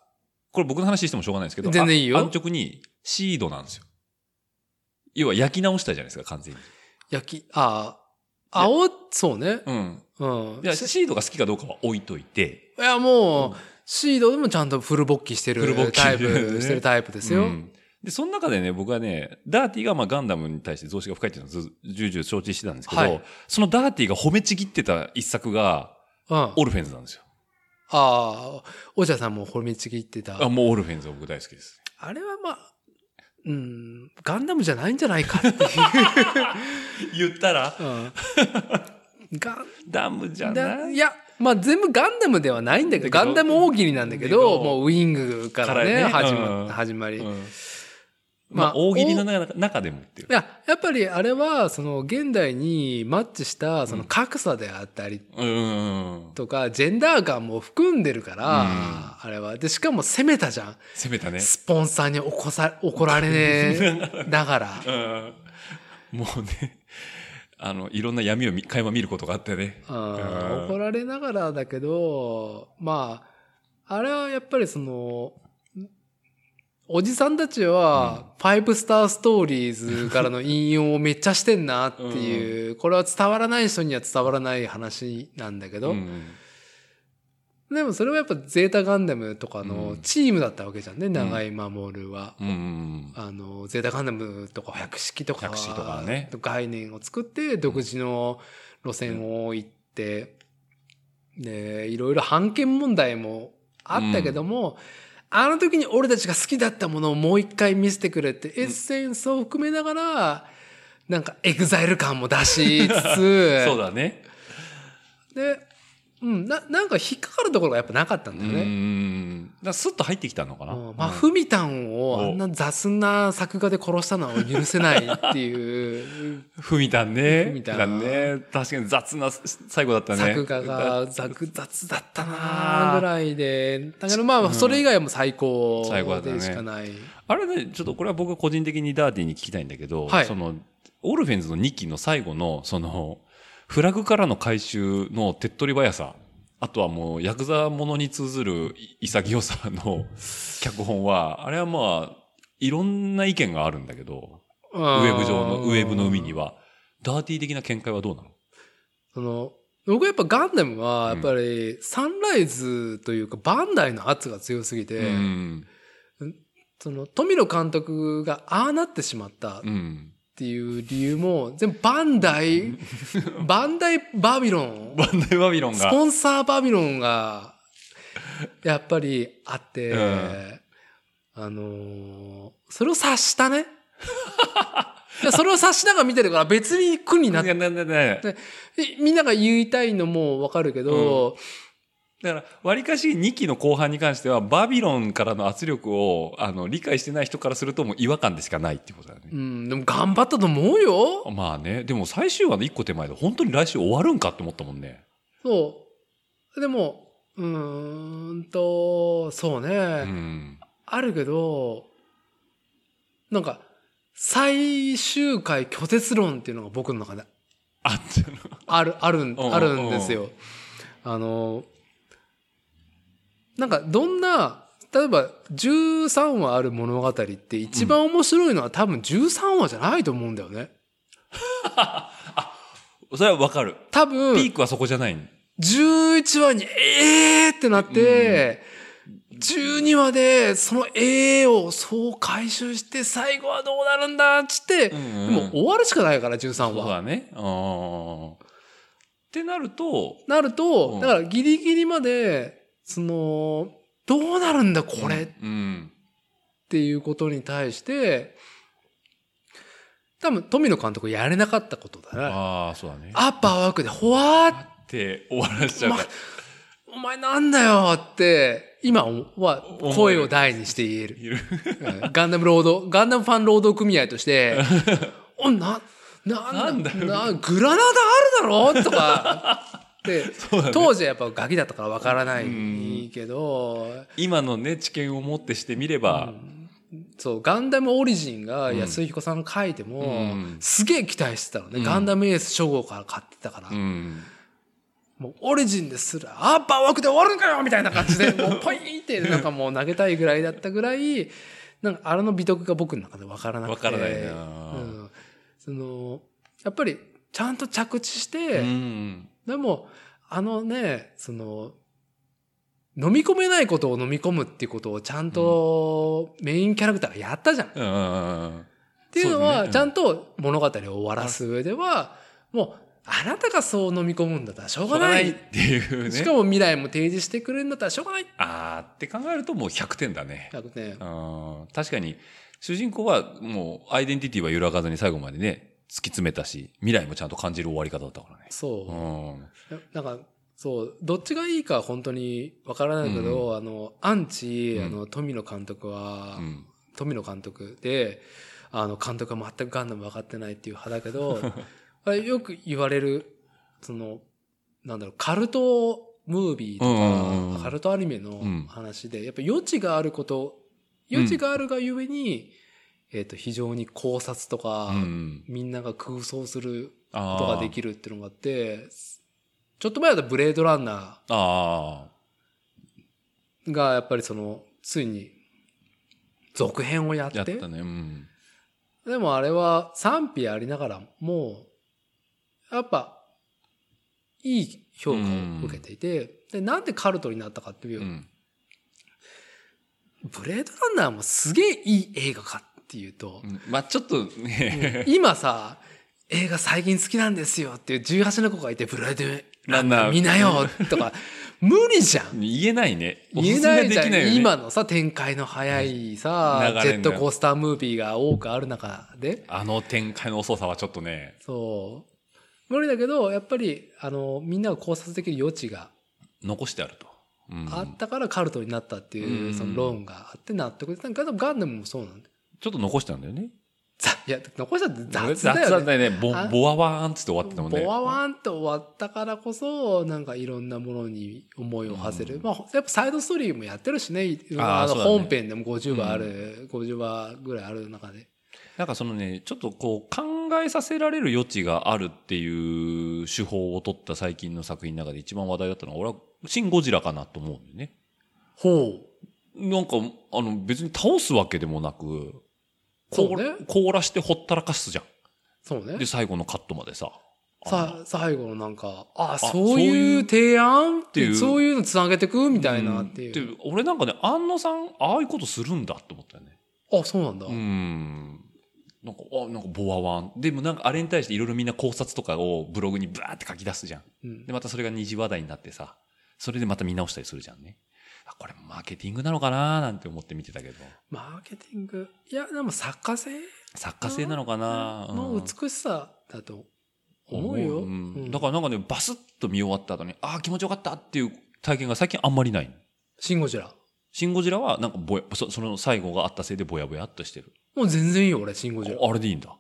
Speaker 2: これ僕の話してもしょうがないですけど、
Speaker 3: 全然いいよ
Speaker 2: あ安直にシードなんですよ。要は焼き直したじゃないですか、完全に。
Speaker 3: 焼き、ああ、青、そうね。
Speaker 2: うん。
Speaker 3: うん。
Speaker 2: いや、シードが好きかどうかは置いといて。
Speaker 3: いや、もう、シードでもちゃんとフル勃起して
Speaker 2: フル勃
Speaker 3: る
Speaker 2: 起
Speaker 3: タイプ、してるタイプですよ。
Speaker 2: うんで、その中でね、僕はね、ダーティがまあガンダムに対して増資が深いっていうのをず重々承知してたんですけど、
Speaker 3: はい
Speaker 2: そのダーティが褒めちぎってた一作が、
Speaker 3: うん
Speaker 2: オルフェンズなんですよ。
Speaker 3: ああ、お茶さんも褒めちぎってた。
Speaker 2: あ、もうオルフェンズは僕大好きです。
Speaker 3: あれはまあ、うん、ガンダムじゃないんじゃないかっていう。
Speaker 2: 言ったら、
Speaker 3: うん、ガン
Speaker 2: ダムじゃな
Speaker 3: ダい
Speaker 2: い。
Speaker 3: や、まあ全部ガンダムではないんだけど、
Speaker 2: だけ
Speaker 3: ガ
Speaker 2: ど
Speaker 3: ンダム大喜利なんだけ
Speaker 2: だけど
Speaker 3: ど、もうウィングからね、
Speaker 2: からね
Speaker 3: 始ま
Speaker 2: うん
Speaker 3: 始まり。
Speaker 2: う
Speaker 3: い
Speaker 2: んま
Speaker 3: ま
Speaker 2: あ、
Speaker 3: あ
Speaker 2: 大喜利の中中でもっていう。
Speaker 3: や、やっぱりあれは、その現代にマッチした、その格差であったり
Speaker 2: うんうんうん。
Speaker 3: とか、ジェンダー感も含んでるから、あれは。で、しかも攻めたじゃん。
Speaker 2: 攻めたね。
Speaker 3: スポンサーに怒さ、怒られねえ、だから。
Speaker 2: うん。もうね、あの、いろんな闇を見垣間見ることがあってね。
Speaker 3: うん
Speaker 2: う
Speaker 3: 怒
Speaker 2: ん
Speaker 3: られながらだけど、まあ、あれはやっぱりその、おじさんたちは、ファイブスターストーリーズからの引用をめっちゃしてんなっていう、これは伝わらない人には伝わらない話なんだけど、
Speaker 2: うん
Speaker 3: でもそれはやっぱゼータガンダムとか
Speaker 2: う
Speaker 3: の
Speaker 2: ん
Speaker 3: チームだったわけじゃんね、長井守は。
Speaker 2: うんうん
Speaker 3: あの、ゼータガンダムとか百式とか、
Speaker 2: 百式とかね
Speaker 3: 概念を作って、独自の路線を行って、で、いろいろ判権問題もあったけども、あの時に俺たちが好きだったものをもう一回見せてくれって、エッセンスを含めながら、なんかエグザイル感も出しつ つ、
Speaker 2: そうだね。
Speaker 3: で、うん、な、なんか引っかかるところがやっぱなかったんだよ
Speaker 2: う
Speaker 3: ね。
Speaker 2: ん。だからスッと入ってきたのかな。
Speaker 3: うんまあ、ふみたんをあんな雑な作画で殺したのは許せないっていう
Speaker 2: ふみたんね。
Speaker 3: ふみたん
Speaker 2: ね。確かに雑な最 後だったね。
Speaker 3: 作画が雑雑だったなーぐらいで、だけどまあ、それ以外はもう最高
Speaker 2: 最高だったね
Speaker 3: でしかない。
Speaker 2: あれね、ちょっとこれは僕は個人的にダーティーに聞きたいんだけど、
Speaker 3: はい
Speaker 2: その、オルフェンズの2期の最後の、その、フラグからの回収の手っ取り早さ、あとはもう、ヤクザものに通ずる潔さの脚本は、あれはまあ、いろんな意見があるんだけど、
Speaker 3: ウ
Speaker 2: ウェブ上の、ウェブの海に。は、ダーティー的な見解はどうなの
Speaker 3: その、僕はやっぱガンダムは、やっぱりサンライズというかバンダイの圧が強すぎて、
Speaker 2: うん。
Speaker 3: その富野監督がああなってしまったっ
Speaker 2: うん。
Speaker 3: てっていう理由も、全部バンダイ、バンダイバビロン、
Speaker 2: バンダイバビロン
Speaker 3: ス
Speaker 2: が。
Speaker 3: ポンサーバビロンが、やっぱりあって、
Speaker 2: うん
Speaker 3: あのーそれを察したね。 いやそれを察しながら見てるから別に苦になって、
Speaker 2: ななななだか
Speaker 3: えみんなが言いたいのもわかるけど、
Speaker 2: ら、わりかし2期の後半に関しては、バビロンからの圧力を、あの、理解してない人からするともう違和感でしかないってことだよね
Speaker 3: うん、。でも頑張ったと思うよ。
Speaker 2: まあね、でも最終話の1個手前で本当に来週終わるんかって思ったもんね。
Speaker 3: そう。でも、うーんと、そうね。
Speaker 2: うん。
Speaker 3: あるけど、なんか、最終回拒絶論っていうのが僕の中で
Speaker 2: あっての。
Speaker 3: ある、あるん、
Speaker 2: うんうん
Speaker 3: あるんですよ。あの、なんかどんな、例えば13話ある物語って一番面白いのは多分13話じゃないと思うんだよね。
Speaker 2: それはわかる。
Speaker 3: 多
Speaker 2: ピ
Speaker 3: 分
Speaker 2: ークはそこじゃない。
Speaker 3: 11話にえーってなって、12話でそのえーをそう回収して最後はどうなるんだっつって、
Speaker 2: ん
Speaker 3: でも終わるしかないから13
Speaker 2: そう
Speaker 3: 話。
Speaker 2: だね。うん。ってなると、
Speaker 3: なると、
Speaker 2: うん
Speaker 3: だからギリギリまで、その、どうなるんだこれっ
Speaker 2: うん。
Speaker 3: ていうことに対して、多分富野監督やれなかったことだな。
Speaker 2: ああ、そうだね。
Speaker 3: アッパーワークで、ほわーっ
Speaker 2: って終わらせちゃうから。
Speaker 3: お前なんだよって、今は
Speaker 2: 思える
Speaker 3: 声を大にして言える。
Speaker 2: いる
Speaker 3: うんガンダム労働、ガンダムファン労働組合として、お、な、なん
Speaker 2: な
Speaker 3: だ、
Speaker 2: んだよ
Speaker 3: な、グラナダあるだろとか、で、当時はやっぱガキだったからわからな
Speaker 2: うん
Speaker 3: いけど、
Speaker 2: 今のね、知見をもってしてみれば、
Speaker 3: そう、ガンダムオリジンが安井彦さんが書いても、
Speaker 2: うん
Speaker 3: すげえ期待してたのね。
Speaker 2: うん
Speaker 3: ガンダムエース初号から買ってたから。
Speaker 2: うん。
Speaker 3: もうオリジンですら、あー、バーワークで終わるんかよみたいな感じで、もうポイーンって、なんかもう投げたいぐらいだったぐらい、なんかあれの美徳が僕の中でわからなくて。
Speaker 2: わからないな
Speaker 3: うん。その、やっぱり、ちゃんと着地し
Speaker 2: う
Speaker 3: て、
Speaker 2: ん。
Speaker 3: でも、あのね、その、飲み込めないことを飲み込むっていうことをちゃんとメインキャラクターがやったじゃん。
Speaker 2: うんうん。
Speaker 3: っていうの
Speaker 2: そうだ
Speaker 3: は、
Speaker 2: ねうん
Speaker 3: ちゃんと物語を終わらす上では、もう、あなたがそう飲み込むんだったらしょう
Speaker 2: しょ
Speaker 3: が
Speaker 2: うが
Speaker 3: な
Speaker 2: ない
Speaker 3: い
Speaker 2: っ。ていうね。
Speaker 3: しかも未来も提示してくれるんだったらしょうがない。
Speaker 2: あーって考えるともう100点だね。
Speaker 3: だね
Speaker 2: う、ん。確かに、主人公はもうアイデンティティは揺らがずに最後までね、突き詰めたし、未来もちゃんと感じる終わり方だったからね。。
Speaker 3: そうう、ななんか、そう、どっちがいいかは本当にわからないけど、あの、アンチ、
Speaker 2: うん
Speaker 3: あの、富野監督は、
Speaker 2: うん。
Speaker 3: 富野監督で、あの、監督は全くガンダム分かってないっていう派だけど、 あれよく言われる、その、なんだろう、カルトムービーと
Speaker 2: うんうんう
Speaker 3: か、
Speaker 2: ん
Speaker 3: カルトアニメの
Speaker 2: うん
Speaker 3: 話で、やっぱ余地があること、余地があるがゆえに、えっと、非常に考察とか、
Speaker 2: うん。
Speaker 3: みんなが空想する
Speaker 2: あ
Speaker 3: ことができるっていうのがあって、ちょっと前だとブレードランナ
Speaker 2: る。あ
Speaker 3: ーがやっぱりその、ついに続編をやっ、
Speaker 2: あ。やってたね。うん。
Speaker 3: でもあれは賛否ありながらも、やっぱ、いい評価を受けていて、で、なんでカルトになったかっていうう、
Speaker 2: ん。
Speaker 3: ブレードランナーもすげえいい映画かっていうと
Speaker 2: う、んまあちょっとね、
Speaker 3: 今さ、映画最近好きなんですよっていう18の子がいて、ブレードラン
Speaker 2: ラン
Speaker 3: ナ
Speaker 2: ナー
Speaker 3: ー見なよ とか、無理じゃん。
Speaker 2: 言えないね。
Speaker 3: 言えない
Speaker 2: おす
Speaker 3: じ
Speaker 2: すめ
Speaker 3: ゃ
Speaker 2: でき
Speaker 3: ん、
Speaker 2: ないよね。
Speaker 3: 今のさ、展開の早いさ
Speaker 2: 流、れ
Speaker 3: ジ
Speaker 2: んだ
Speaker 3: ェ
Speaker 2: よ
Speaker 3: ットコースタームービーが多くある中で、
Speaker 2: あの展開の遅さはちょっとね。
Speaker 3: そう。無理だけど、やっぱり、あの、みんなが考察できる余地が
Speaker 2: 残してあると。うん
Speaker 3: あったからカルトになったって
Speaker 2: う
Speaker 3: い
Speaker 2: ん
Speaker 3: う、そのローンがあって納得で、なんかガンダムもそうなんだよ。
Speaker 2: ちょっと残したんだよね。
Speaker 3: ざいや、残したって雑
Speaker 2: 雑
Speaker 3: だよ
Speaker 2: だっ
Speaker 3: ね。
Speaker 2: たよね。ボ
Speaker 3: あ
Speaker 2: ボワワーンっつって終わってたもんね。
Speaker 3: ボワワンと終わったからこそ、なんかいろんなものに思いを馳せる。
Speaker 2: うん
Speaker 3: まあ、やっぱサイドストーリーもやってるしね、いろん
Speaker 2: あ
Speaker 3: な
Speaker 2: ー
Speaker 3: あの
Speaker 2: そうだね
Speaker 3: 本編でも50話ある、50話ぐらいある中で。
Speaker 2: なんかそのね、ちょっとこう考えさせられる余地があるっていう手法を取った最近の作品の中で一番話題だったのは、俺はシン・ゴジラかなと思うんだよね。
Speaker 3: ほ
Speaker 2: なんか、あの別に倒すわけでもなく、
Speaker 3: そ
Speaker 2: こ
Speaker 3: うね
Speaker 2: 凍らしてほったらかすじゃ
Speaker 3: そうね
Speaker 2: ん。で、。最後のカットまでさ。あ
Speaker 3: さ、最後のなんか、あ、そういう
Speaker 2: そういう
Speaker 3: 提案って
Speaker 2: て
Speaker 3: い、
Speaker 2: いうう
Speaker 3: そういうのつなげてくみたい
Speaker 2: の
Speaker 3: なっていう。
Speaker 2: で俺なんかね、安野さん、ああいうことするんだって思ったよね。
Speaker 3: あ、そうなんだ。
Speaker 2: うん。なんか、あ、なんかボワワン。でもなんかあれに対していろいろみんな考察とかをブログにブワーって書き出すじゃん。
Speaker 3: うん
Speaker 2: で、またそれが二次話題になってさ、それでまた見直したりするじゃんね。あ、これマーケティングなのかなーなんて思って見てたけど。
Speaker 3: マーケティング。いや、でも作家性
Speaker 2: 作家性なのかなー
Speaker 3: の
Speaker 2: うん
Speaker 3: 美しさだと思うよ。
Speaker 2: ん
Speaker 3: うん
Speaker 2: だからなんかね、バスッと見終わった後に、ああ、気持ちよかったっていう体験が最近あんまりない。
Speaker 3: シンゴジラ。
Speaker 2: シン・ゴジラはなんかぼや、そその最後があったせいでぼやぼやっとしてる。
Speaker 3: もう全然いいよ、俺、シンゴジラ。
Speaker 2: ああれでいいんだ。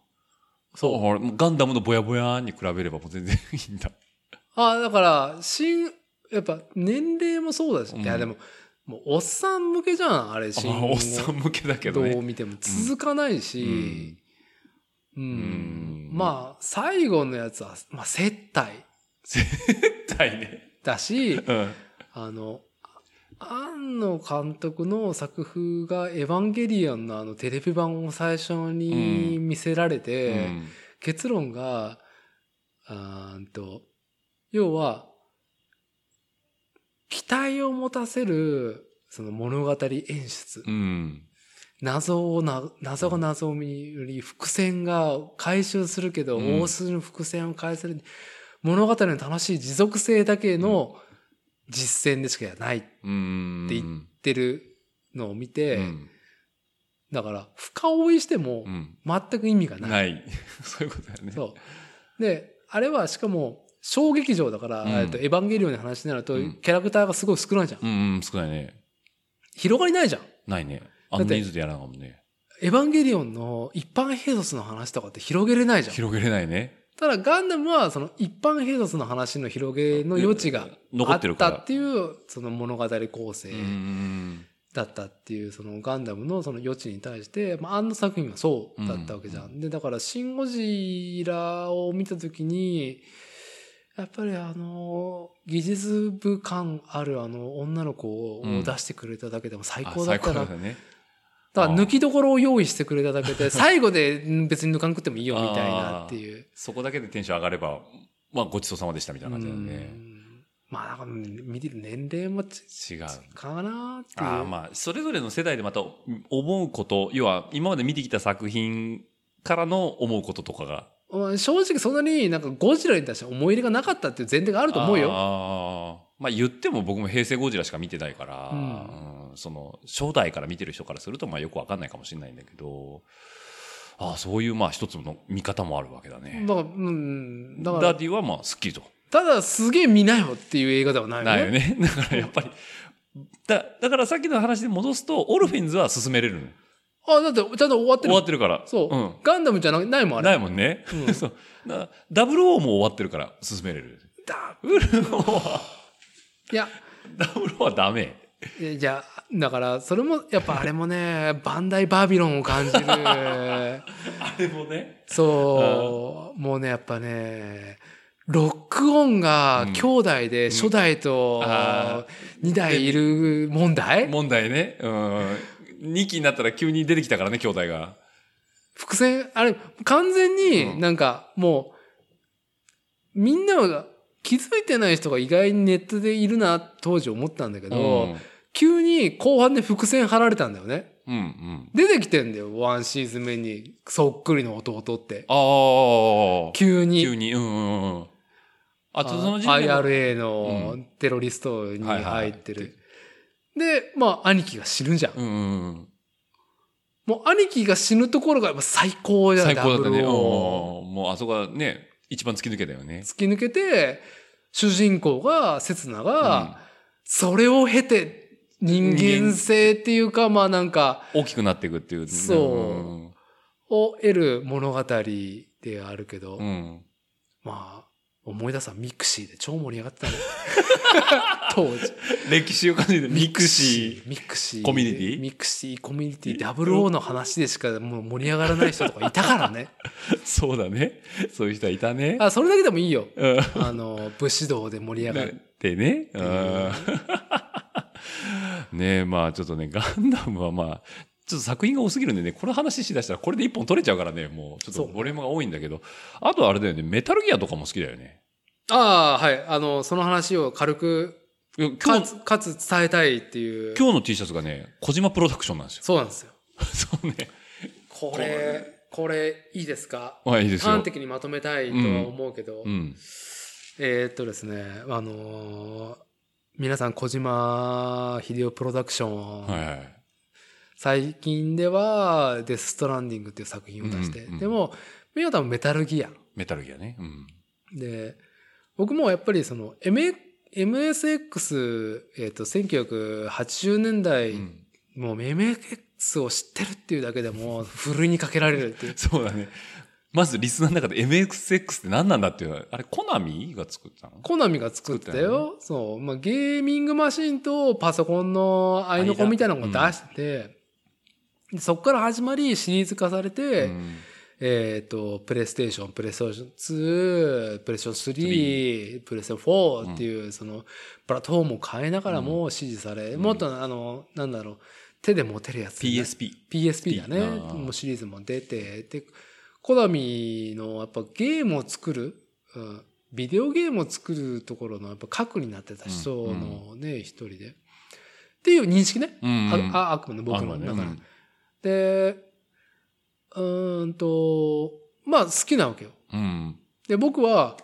Speaker 3: そう。
Speaker 2: ああれもうガンダムのぼやぼやに比べればもう全然いいんだ。
Speaker 3: ああ、だから、新、やっぱ年齢もそうだし、
Speaker 2: うん
Speaker 3: いやでも、もうおっさん向けじゃん、あ れ、新
Speaker 2: まあおっさん向けだけど
Speaker 3: どう
Speaker 2: ね。
Speaker 3: 見ても続かないし、う
Speaker 2: ん
Speaker 3: ん。まあ、最後のやつは、まあ、接待
Speaker 2: 絶対ね。、
Speaker 3: だし
Speaker 2: うん。
Speaker 3: あの、庵野監督の作風がエヴァンゲリオンのあのテレビ版を最初に見せられて、
Speaker 2: うん
Speaker 3: 結論が、あーんと、要は、期待を持たせる、その物語演出。
Speaker 2: うん。
Speaker 3: 謎をな、謎が謎を見より、伏線が回収するけど、
Speaker 2: うん
Speaker 3: 大数の伏線を回収する。物語の楽しい持続性だけの実践でしかないっ
Speaker 2: うん。
Speaker 3: って言てるのを見て、
Speaker 2: うん
Speaker 3: だから、深追いしても
Speaker 2: う、ん。
Speaker 3: 全く意味がない。
Speaker 2: ない。 そういうことだよね。
Speaker 3: そう。で、あれはしかも、小劇場だから、
Speaker 2: うん
Speaker 3: えっと、エヴァンゲリオンの話になると、
Speaker 2: うん
Speaker 3: キャラクターがすごい少ないじゃん。
Speaker 2: うん、うん、少ないね。
Speaker 3: 広がりないじゃん。
Speaker 2: ないね。あの
Speaker 3: だって
Speaker 2: 人数でやらなかもね。
Speaker 3: エヴァンゲリオンの一般兵卒の話とかって広げれないじゃん。
Speaker 2: 広げれないね。
Speaker 3: ただ、ガンダムは、その一般兵卒の話の広げの余地が
Speaker 2: 残
Speaker 3: あ
Speaker 2: っ
Speaker 3: って
Speaker 2: るから。
Speaker 3: たっていう、その物語構成
Speaker 2: うん
Speaker 3: だったっていう、そのガンダムのその余地に対して、まあ、あの作品はそうだったわけじゃん。で、だから、シン・ゴジラを見たときに、やっぱりあの、技術部感あるあの女の子を
Speaker 2: うん
Speaker 3: 出してくれただけでも最
Speaker 2: あ
Speaker 3: 高だっ
Speaker 2: 最高
Speaker 3: たな。
Speaker 2: だ
Speaker 3: だ
Speaker 2: よね。
Speaker 3: から抜きどころを用意してくれただけで、最後でうん別に抜かんくってもいいよみたいなっていう。
Speaker 2: そこだけでテンション上がれば、まあ、ごちそうさまでしたみたいな感じだよ
Speaker 3: う
Speaker 2: ね。
Speaker 3: んまあ、なんか見てる年齢もち
Speaker 2: 違う。
Speaker 3: かなっていう。
Speaker 2: ああまあ、それぞれの世代でまた思うこと、要は今まで見てきた作品からの思うこととかが。
Speaker 3: うん正直そんなになんかゴジラに対して思い入れがなかったっていう前提があ
Speaker 2: あ
Speaker 3: ると思うよ。
Speaker 2: よ。まあ言っても僕も平成ゴジラしか見てないから、
Speaker 3: う
Speaker 2: うんその初代から見てる人からするとまあよくわかんないかもしれないんだけど、ああ、そういうまあ一つの見方もあるわけだね。
Speaker 3: だから、うん、だか
Speaker 2: ダ
Speaker 3: ら、
Speaker 2: ディはまあスッキリと。
Speaker 3: ただすげえ見なよっていう映画ではないよ
Speaker 2: ないよ
Speaker 3: ね。
Speaker 2: ね。 だからやっぱり、だだからさっきの話で戻すと、オルフィンズは進めれるの。
Speaker 3: あ、だってちゃんと終わっ
Speaker 2: 終
Speaker 3: てる
Speaker 2: わ。ってるから。
Speaker 3: そう、
Speaker 2: ん
Speaker 3: ガンダムじゃなないもん、あれ。
Speaker 2: ないもんね。
Speaker 3: う ん
Speaker 2: そう。な、ダブルオーも終わってるから、進めれる。
Speaker 3: だ
Speaker 2: ウルオは、
Speaker 3: いや、
Speaker 2: ダブルオはダメ。
Speaker 3: いやいや、だから、それも、やっぱあれもね、バンダイバビロンを感 じる。
Speaker 2: あれもね。
Speaker 3: そう、もうね、やっぱね、ロックオンが兄弟で初代と
Speaker 2: あ
Speaker 3: 2代いる問題、
Speaker 2: 問題ね。うん。2期になったら急に出てきたからね、兄弟が。
Speaker 3: 伏線、あれ、完全
Speaker 2: うん
Speaker 3: になんかもう、みんなが気づいてない人が意外にネットでいるな、当時思ったんだけ
Speaker 2: う
Speaker 3: ど、
Speaker 2: ん。
Speaker 3: 急に後半で伏線張られたんだよね。
Speaker 2: うん、うん。
Speaker 3: 出てきてんだよ、ワンシーズン目に、そっくりの弟って。
Speaker 2: ああ。
Speaker 3: 急に。
Speaker 2: 急に。うん、うんうん。あ
Speaker 3: あ
Speaker 2: と、その時点でも
Speaker 3: IRA
Speaker 2: う
Speaker 3: のテロリストに
Speaker 2: はいはいはい
Speaker 3: 入ってる。で、まあ、兄貴が死ぬじゃん。
Speaker 2: うんうん
Speaker 3: もう、兄貴が死ぬところがやっぱ最高
Speaker 2: うん。
Speaker 3: じゃん、
Speaker 2: 最高だったね。うん。
Speaker 3: ダブルを
Speaker 2: もう、あそこはね、一番突き抜けたよね。
Speaker 3: 突き抜けて、主人公が、刹那
Speaker 2: うん
Speaker 3: が、それを経て、人間性っていうか、まあなんか、
Speaker 2: 大きくなっていくっていう。
Speaker 3: そを得る物語であるけど、
Speaker 2: うん。うん。
Speaker 3: まあ、思い出さ、ミクシーで超盛り上がってた ね。当時。
Speaker 2: 歴史を感じて、ミクシー。
Speaker 3: ミクシー。
Speaker 2: コミュニティ
Speaker 3: ミクシー、コミュニティ、ダブルオーの話でしかもう盛り上がらない人とかいたか らね。
Speaker 2: そうだね。そういう人はいたね。
Speaker 3: あ、それだけでもいいよ。
Speaker 2: うん。
Speaker 3: あの、武士道で盛り上がる。
Speaker 2: でね。
Speaker 3: いう
Speaker 2: うんねえ、まあちょっとね、 ガンダムはまあ、ちょっと作品が多すぎるんでね、この話しだしたらこれで一本取れちゃうからね、もうちょっと
Speaker 3: そう
Speaker 2: ボリュームが多いんだけど、あとあれだよね、メタルギアとかも好きだよね。
Speaker 3: ああ、はい。あの、その話を軽く、
Speaker 2: いや今
Speaker 3: か
Speaker 2: 日、
Speaker 3: つ、かつ伝えたいっていう。
Speaker 2: 今日の T シャツがね、小島プロダクションなんですよ。
Speaker 3: そうなんですよ。
Speaker 2: そうね。
Speaker 3: これ、これいいですか
Speaker 2: はい、いいですよ
Speaker 3: 端。的にまとめたいとは思うけど、
Speaker 2: うん。
Speaker 3: えーっとですね、あのー皆さん小島秀夫プロダクション、
Speaker 2: はいはい。
Speaker 3: 最近ではデス・ストランディングっていう作品を出して、
Speaker 2: うんうんうん
Speaker 3: でも、メガダもメタルギア。
Speaker 2: メタルギアね。うん。
Speaker 3: で、僕もやっぱりその、M、MSX、えーっと、1980年代、
Speaker 2: うん
Speaker 3: もう MSX を知ってるっていうだけでも、ふるいにかけられるっていう。
Speaker 2: そうだね。まずリスナーの中で MXX って何なんだっていうのは、あれ、コナミが作ったの
Speaker 3: コナミが作ってたよ。
Speaker 2: 作
Speaker 3: そう。まあ、ゲーミングマシンとパソコンの合いの子みたいなのを出してて、でそこから始まりシリーズ化されて、
Speaker 2: うん
Speaker 3: えっ、と、プレイステーション、プレイステーション2、プレイステーション3、プレイステーション4っていう、その、プラットフォームを変えながらも支持され、
Speaker 2: うん
Speaker 3: もっとあの、なんだろう、手で持てるやつになって。
Speaker 2: PSP。
Speaker 3: PSP だね。
Speaker 2: あー
Speaker 3: もうシリーズも出て、で、コナミのやっぱゲームを作る、うん、ビデオゲームを作るところのやっぱ核になってた人のね、一、人で。っていう認識ね。
Speaker 2: うん
Speaker 3: あ
Speaker 2: うん
Speaker 3: ああくまで僕
Speaker 2: あ
Speaker 3: の
Speaker 2: んまね
Speaker 3: 中で。
Speaker 2: うん
Speaker 3: で、うーんと、まあ好きなわけよ。
Speaker 2: うん。
Speaker 3: で、僕は、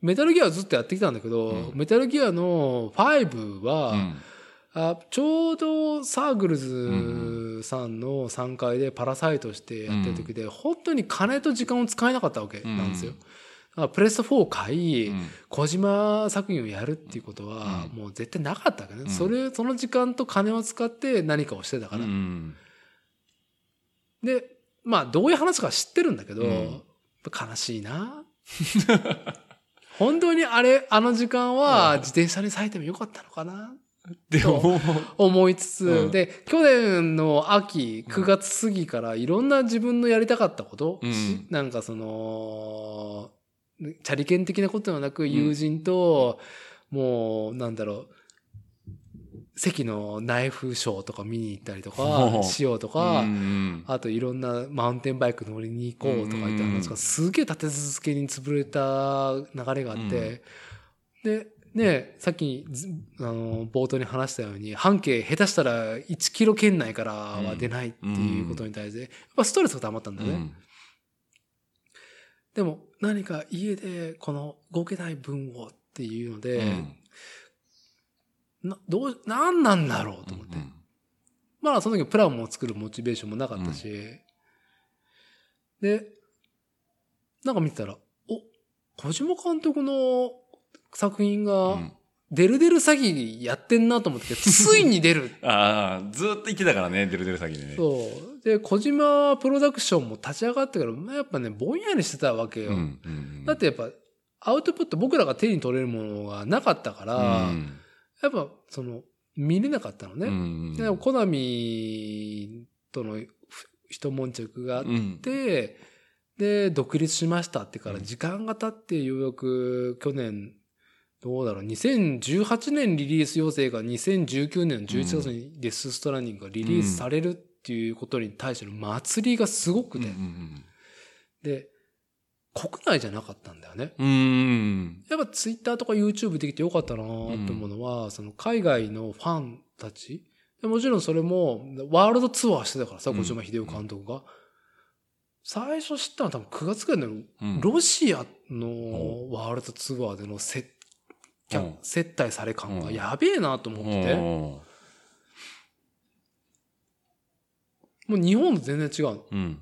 Speaker 3: メタルギアをずっとやってきたんだけど、
Speaker 2: うん
Speaker 3: メタルギアの5は、
Speaker 2: うん
Speaker 3: あちょうどサーグルズさんの3階でパラサイトしてやってる時で、本当に金と時間を使えなかったわけなんですよ。
Speaker 2: うん
Speaker 3: だからプレステ4を買い、
Speaker 2: うん
Speaker 3: 小島作品をやるっていうことは、
Speaker 2: うん
Speaker 3: もう絶対なかったわけね、
Speaker 2: うん
Speaker 3: それ、その時間と金を使って何かをしてたから。
Speaker 2: うん
Speaker 3: で、まあ、どういう話か知ってるんだけど、
Speaker 2: うん
Speaker 3: やっぱ悲しいな。 本当にあれ、あの時間は自転車に咲いてもよかったのかな
Speaker 2: でも、
Speaker 3: 思いつつ、
Speaker 2: うん
Speaker 3: で、去年の秋、9月過ぎからいろんな自分のやりたかったこと、
Speaker 2: うん
Speaker 3: しなんかその、チャリ券的なことではなく、友人と、もう、なんだろう、席のナイフショーとか見に行ったりと
Speaker 2: ほう
Speaker 3: か、しようとか、
Speaker 2: うん
Speaker 3: あといろんなマウンテンバイク乗りに行こうとか言って
Speaker 2: うん
Speaker 3: 話がすげえ立て続けに潰れた流れがあって、で、ね、さっきずあの冒頭に話したように半径下手したら1キロ圏内からは出ないっていうことに対して、やっぱストレスが溜まったんだね。
Speaker 2: うん
Speaker 3: でも何か家でこの動けない分をっていうので、
Speaker 2: うん
Speaker 3: な、どう、なんなんだろうと思って。
Speaker 2: うん
Speaker 3: まあ、その時プランも作るモチベーションもなかったし、で、なんか見てたら、お、小島監督の作品
Speaker 2: う
Speaker 3: が、
Speaker 2: ん
Speaker 3: デルデル詐欺やってんなと思って、ついに出る。
Speaker 2: ああ、ずーっと言ってたからね、デルデル先にね。
Speaker 3: そう。で、小島プロダクションも立ち上がってから、まあやっぱね、ぼんやりしてたわけよ。
Speaker 2: うんうん
Speaker 3: だってやっぱ、アウトプット僕らが手に取れるものがなかったから、
Speaker 2: うん
Speaker 3: やっぱ、その、見れなかったのね。
Speaker 2: うん
Speaker 3: でも、コナミとのふ一悶着があっ
Speaker 2: うん
Speaker 3: て、で、独立しましたってから時間が経ってようやく去年、どうだろう、2018年リリース要請が2019年の11月にデス・ストランディングがリリースされるっていうことに対しての祭りがすごく
Speaker 2: うんう
Speaker 3: て、
Speaker 2: ん
Speaker 3: で、国内じゃなかったんだよね。
Speaker 2: うんうん
Speaker 3: やっぱツイッターとか YouTube できてよかったなと思うのは、その海外のファンたち。でもちろんそれも、ワールドツアーしてたからさ、
Speaker 2: うん
Speaker 3: 小島秀夫監督が。最初知ったのは多分9月ぐらいの、
Speaker 2: うん
Speaker 3: ロシアの
Speaker 2: う
Speaker 3: ワールドツアーでの接
Speaker 2: う
Speaker 3: 客
Speaker 2: ん
Speaker 3: 接待され感
Speaker 2: う
Speaker 3: が
Speaker 2: ん
Speaker 3: やべえなと思ってて、
Speaker 2: うん
Speaker 3: もう日本と全然違うの。
Speaker 2: うん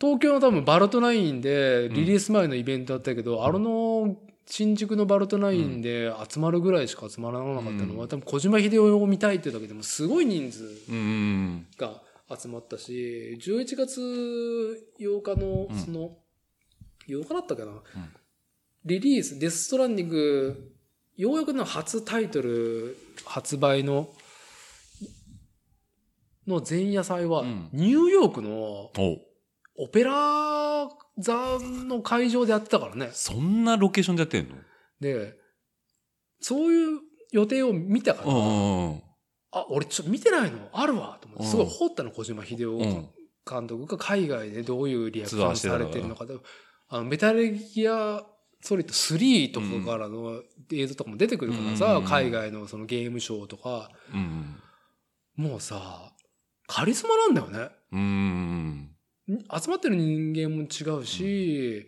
Speaker 3: 東京の多分バルトナインでリリース前のイベントだったけど、あの新宿のバルトナインで集まるぐらいしか集まらなかったのは、
Speaker 2: うん
Speaker 3: 多分小島秀夫を見たいっていうだけでもすごい人数
Speaker 2: うん
Speaker 3: が集まったし、11月8日の
Speaker 2: うん
Speaker 3: その、8日だったかな、リリース、デス・ストランディング、ようやくの初タイトル発売の、の前夜祭は
Speaker 2: うん、
Speaker 3: ニューヨークの
Speaker 2: お
Speaker 3: オペラ座の会場でやってたからね。
Speaker 2: そんなロケーションでやってんの
Speaker 3: で、そういう予定を見たから、
Speaker 2: うんうん
Speaker 3: あ、俺ちょっと見てないのあるわと思って、
Speaker 2: うん
Speaker 3: すごい掘ったの、小島秀夫
Speaker 2: うんうん
Speaker 3: 監督が海外でどういうリアクシ
Speaker 2: ツア
Speaker 3: ョ
Speaker 2: ー
Speaker 3: ン
Speaker 2: してた
Speaker 3: さ
Speaker 2: から
Speaker 3: れてるのか。あのメタルギアソリッド3とかからの映像とかも出てくるから
Speaker 2: うん
Speaker 3: さ、
Speaker 2: うん
Speaker 3: 海外のそのゲームショーとか、
Speaker 2: うん
Speaker 3: もうさ、カリスマなんだよね。
Speaker 2: うんうん
Speaker 3: に集まってる人間も違うし、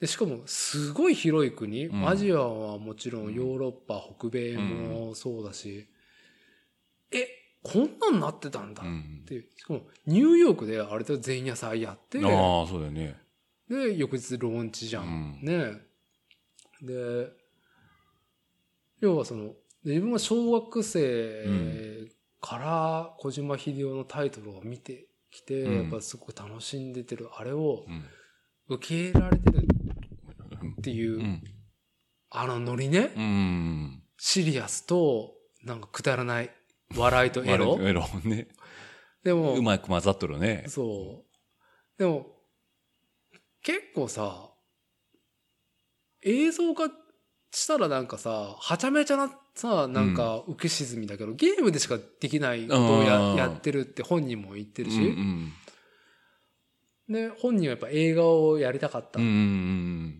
Speaker 3: でしかもすごい広い国、
Speaker 2: うん
Speaker 3: アジアはもちろんヨーロッパ、北米もそうだし、え、こんなんなってたんだ
Speaker 2: う
Speaker 3: っ
Speaker 2: ん
Speaker 3: ていう、しかもニューヨークであれと前夜祭やって、
Speaker 2: ああ、そうだよね。
Speaker 3: で、翌日ローンチじゃ。
Speaker 2: うんん。
Speaker 3: ねで、要はその、で自分は小学生から小島秀夫のタイトルを見てきて、
Speaker 2: うん
Speaker 3: やっぱすごく楽しんでてる、あれを
Speaker 2: うん
Speaker 3: 受け入れられてるっていう、
Speaker 2: うん。
Speaker 3: あのノリね、
Speaker 2: うん。
Speaker 3: シリアスと、なんかくだらない、笑いとエロ
Speaker 2: エロね。
Speaker 3: で
Speaker 2: う
Speaker 3: も、
Speaker 2: まく混ざっとるね。
Speaker 3: そう。でも、結構さ、映像化したらなんかさ、はちゃめちゃなさ、なんか浮き沈みだけど、ゲームでしかできないことを
Speaker 2: う
Speaker 3: や
Speaker 2: ん
Speaker 3: やってるって本人も言って
Speaker 2: う
Speaker 3: る
Speaker 2: ん
Speaker 3: し、
Speaker 2: うん。
Speaker 3: ね、本人はやっぱ映画をやりたかった
Speaker 2: う
Speaker 3: っ
Speaker 2: んう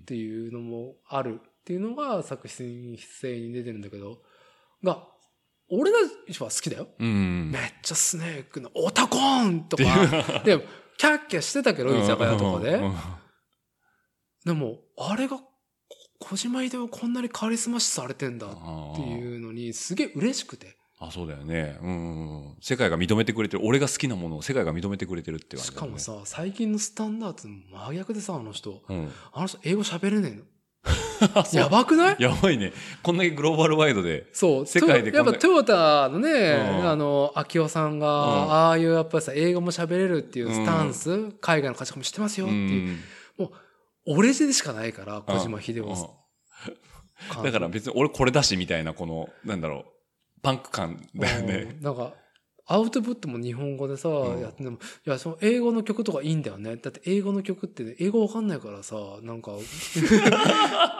Speaker 2: ん
Speaker 3: ていうのもあるっていうのが作品性に出てるんだけど、が、俺たちは好きだよ。
Speaker 2: うん。うん
Speaker 3: めっちゃスネークのオタコーンとか、で、キャッキャしてたけど、居酒屋とかで。でも、あれが、こ小島秀夫こんなにカリスマ視されてんだっ
Speaker 2: って
Speaker 3: いうのに、すげえ嬉しくて。
Speaker 2: あ、そうだよね。うんうん。世界が認めてくれてる。俺が好きなものを世界が認めてくれてるって感じ
Speaker 3: し
Speaker 2: だよ
Speaker 3: か
Speaker 2: ね
Speaker 3: も、さ、最近のスタンダードの真逆でさ、あの人。
Speaker 2: うん。
Speaker 3: あの人、英語喋れねえの。
Speaker 2: あ そう
Speaker 3: やばくない
Speaker 2: やばいね。こんだけグローバルワイドで。
Speaker 3: そう。
Speaker 2: 世界で
Speaker 3: トヨ
Speaker 2: こんな
Speaker 3: やっぱトヨタのね、
Speaker 2: うん
Speaker 3: あの、秋夫さんが、
Speaker 2: うん
Speaker 3: ああいうやっぱりさ、英語も喋れるっていうスタンス、海外の価値観も知ってますよ
Speaker 2: う
Speaker 3: っていう。
Speaker 2: ん。
Speaker 3: 俺でしかないから、小島秀夫さん
Speaker 2: うんだから別に俺これだしみたいな、この、なんだろう、パンク感だよね
Speaker 3: う。んなんか、アウトプットも日本語でさ、
Speaker 2: うん
Speaker 3: やってても、いや、その英語の曲とかいいんだよね。だって英語の曲って、ね、英語わかんないからさ、な んか、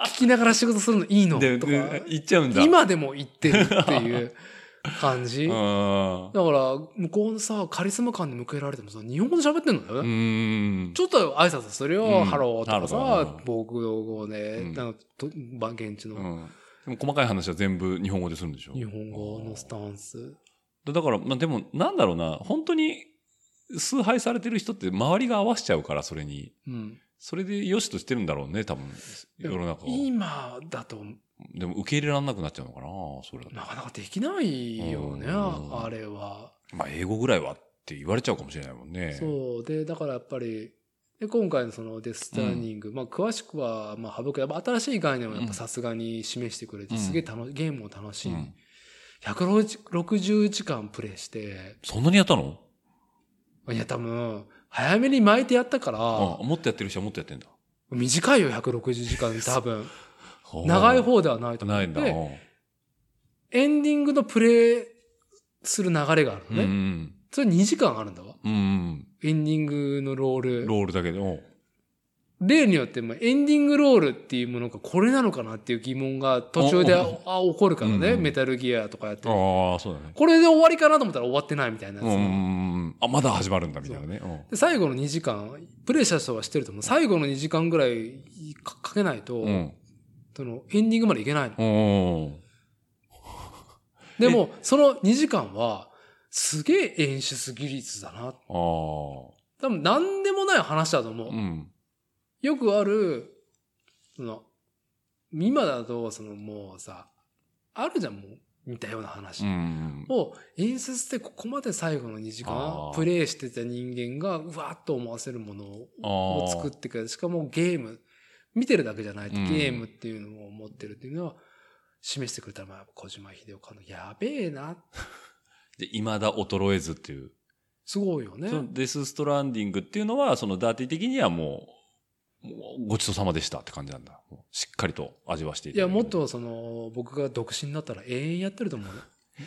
Speaker 3: 聞きながら仕事するのいいの
Speaker 2: で、
Speaker 3: とか
Speaker 2: で、行っちゃうんだ。
Speaker 3: 今でも言ってるっていう感じ。
Speaker 2: う
Speaker 3: だか
Speaker 2: ん。
Speaker 3: ら、向こうのさ、カリスマ感で迎えられてもさ、日本語で喋ってんのよね。
Speaker 2: うん。
Speaker 3: ちょっと挨拶するよ、
Speaker 2: うん
Speaker 3: ハローとか
Speaker 2: ハロー
Speaker 3: さ
Speaker 2: うん、
Speaker 3: 僕の語をね、
Speaker 2: うん
Speaker 3: なんかとば現地の、
Speaker 2: うんでも細かい話は全部日本語でするんでしょ
Speaker 3: 日本語のスタンス。
Speaker 2: だだから、まあ、でもなんだろうな本当に崇拝されてる人って周りが合わせちゃうからそれに
Speaker 3: うん
Speaker 2: それで良しとしてるんだろうね多分世の中を
Speaker 3: 今だと
Speaker 2: でも受け入れられなくなっちゃうのかなそれだと
Speaker 3: なかなかできないよね、
Speaker 2: うん
Speaker 3: あれは。
Speaker 2: まあ英語ぐらいはって言われちゃうかもしれないもんね
Speaker 3: そう。で、だからやっぱり、で今回のそのデスターニング、まあ詳しくはまあ省く。やっぱ新しい概念をやっぱさすがに示してくれて、
Speaker 2: うん
Speaker 3: すげえ楽しゲームも楽しい。
Speaker 2: うん
Speaker 3: 160時間プレイして、
Speaker 2: そんなにやったの
Speaker 3: いや多分、早めに巻いてやった
Speaker 2: あ
Speaker 3: から、
Speaker 2: もっとやってる人はもっとやってんだ
Speaker 3: 短いよ、160時間多分。長い方ではないと思う。
Speaker 2: ないんだ
Speaker 3: で
Speaker 2: うん
Speaker 3: エンディングのプレイする流れがある
Speaker 2: う
Speaker 3: のね。
Speaker 2: ん
Speaker 3: それ2時間あるんだわ。
Speaker 2: うんうん
Speaker 3: エンディングのロール。
Speaker 2: ロールだけでうん
Speaker 3: 例によってもエンディングロールっていうものがこれなのかなっていう疑問が途中で
Speaker 2: お
Speaker 3: ああ起こるからね、
Speaker 2: うんうん
Speaker 3: メタルギアとかやってる
Speaker 2: ああそうだね
Speaker 3: これで終わりかなと思ったら終わってないみたいな
Speaker 2: う
Speaker 3: やつ
Speaker 2: んうん
Speaker 3: が
Speaker 2: うんあまだ始まるんだみたいなねうん
Speaker 3: で最後の2時間プレイした人は知ってると思う最後の2時間ぐらいかかけないと、
Speaker 2: うん
Speaker 3: そのエンディングまでいけない
Speaker 2: う
Speaker 3: の
Speaker 2: ん
Speaker 3: でもその2時間はすげえ演出技術だな
Speaker 2: ああ
Speaker 3: 多分何でもない話だと思う、
Speaker 2: うん
Speaker 3: よくある、その、今だと、そのもうさ、あるじゃん、もう、似たような話。
Speaker 2: うん
Speaker 3: を、演出でここまで最後の2時間
Speaker 2: あ、ー
Speaker 3: プレイしてた人間が、うわーっと思わせるものを
Speaker 2: あ
Speaker 3: を
Speaker 2: ー
Speaker 3: 作ってくれる。しかもゲーム、見てるだけじゃないと、
Speaker 2: うん
Speaker 3: ゲームっていうのを持ってるっていうのは、示してくれたのは、小島秀夫監督、やべえな、
Speaker 2: で、未だ衰えずっていう。
Speaker 3: すごいよね
Speaker 2: そ。のデス・ストランディングっていうのは、そのダーティ的にはもう、もうごちそうさまでしたって感じなんだ。もうしっかりと味わしていた
Speaker 3: い
Speaker 2: だ
Speaker 3: や、
Speaker 2: ける
Speaker 3: もっ。と、その、僕が独身だったら永遠やってると思うよ。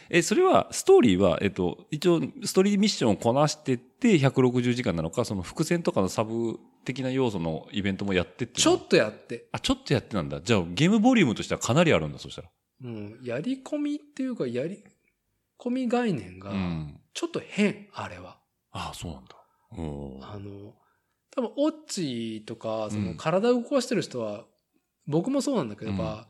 Speaker 2: え、それは、ストーリーは、えっと、一応、ストーリーミッションをこなしてって160時間なのか、その伏線とかのサブ的な要素のイベントもやってっていう
Speaker 3: ち
Speaker 2: の
Speaker 3: ょ
Speaker 2: は。
Speaker 3: っとやって。
Speaker 2: あ、ちょっとやってなんだ。じゃあ、ゲームボリュームとしてはかなりあるんだ、そしたら。
Speaker 3: うん、やり込みっていうか、やり込み概念が
Speaker 2: う、ん。
Speaker 3: ちょっと変、あれは。
Speaker 2: ああ、そうなんだ。うん。
Speaker 3: あの、多分、オッチーとか、そうの、
Speaker 2: ん
Speaker 3: 体を動かしてる人は、僕もそうなんだけど、やっぱ、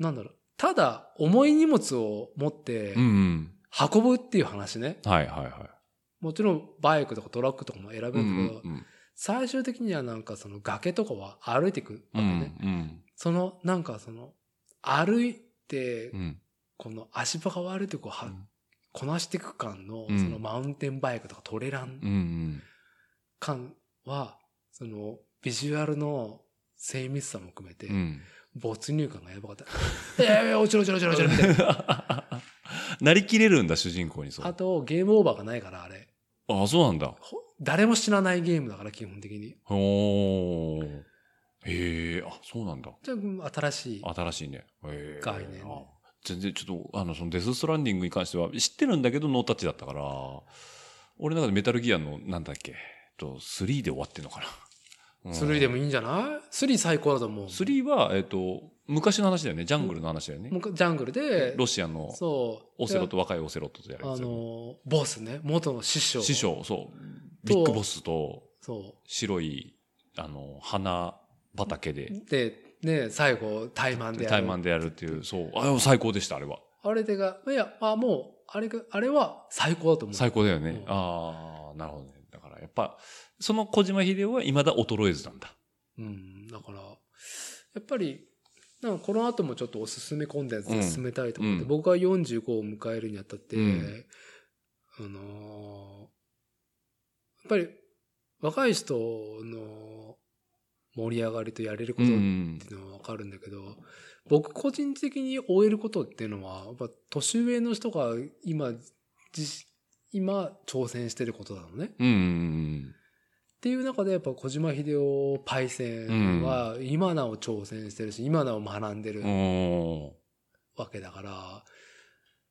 Speaker 3: なんだろう、ただ、重い荷物を持って
Speaker 2: う、ん。
Speaker 3: 運ぶっていう話ね。
Speaker 2: はいはいはい。
Speaker 3: もちろんバイクとかトラックとかも選べるけ
Speaker 2: う
Speaker 3: ど、
Speaker 2: んうん
Speaker 3: 最終的にはなんかその崖とかは歩いていく
Speaker 2: う
Speaker 3: わけね。
Speaker 2: ん
Speaker 3: そのなんかその歩いて
Speaker 2: う、ん
Speaker 3: この足場が悪いとこうは、
Speaker 2: うん
Speaker 3: こなしていく感の、
Speaker 2: うん
Speaker 3: そのマウンテンバイクとかトレラン
Speaker 2: うん
Speaker 3: 感は、そのビジュアルの精密さも含めて、
Speaker 2: うん
Speaker 3: 没入感がやばかった。 えやべえ、落ちろ落ちろ落ちろ落ちろみたいな。
Speaker 2: なりきれるんだ主人公にそう
Speaker 3: あと、ゲームオーバーがないから、あれ。
Speaker 2: ああそうなんだ
Speaker 3: ほ誰も死なないゲームだから、基本的に。
Speaker 2: おーへえあそうなんだ
Speaker 3: じゃあ、新しい。
Speaker 2: 新しいねへー
Speaker 3: 概念
Speaker 2: あ全然ちょっとあのそのデス・ストランディングに関しては知ってるんだけどノータッチだったから俺の中でメタルギアのなんだっけと3で終わってんのかな、うん、
Speaker 3: 3でもいいんじゃない ?3 最高だと思う。
Speaker 2: 3は、えっと昔の話だよねジャングルの話だよね
Speaker 3: もう一回ジャングルで、
Speaker 2: ロシアの
Speaker 3: そう。
Speaker 2: オセロと若いオセロットとや
Speaker 3: で
Speaker 2: る
Speaker 3: あ
Speaker 2: やつだよね
Speaker 3: の、ボスね。元の師匠。
Speaker 2: 師。匠そうビ
Speaker 3: と
Speaker 2: ッグボスと
Speaker 3: そ
Speaker 2: 白いあの花畑
Speaker 3: う
Speaker 2: で。
Speaker 3: で、ね、最後、タイマンでやる。
Speaker 2: タイマンでやるっていうそうあれは最高でしたあれは
Speaker 3: あれでが、いや、まあもう、あれが、あれは最高だと思う。
Speaker 2: 最高だよね、
Speaker 3: うん
Speaker 2: ああなるほどねだからやっぱその小島秀夫はいまだ衰えずなんだ
Speaker 3: うん。だから、やっぱり、なんかこの後もちょっとおすすめコンテンツで進めたいと思って、
Speaker 2: うん
Speaker 3: 僕は45を迎えるにあたって、
Speaker 2: うん
Speaker 3: あのーやっぱり若い人の盛り上がりとやれることっていうのはわかるんだけど、僕個人的に終えることっていうのは、やっぱ年上の人が今、じ今挑戦してることなのね。
Speaker 2: うんうん
Speaker 3: っていう中でやっぱ小島秀夫パイセンは今なお挑戦してるし、今なお学んでる
Speaker 2: うんうん
Speaker 3: わけだから、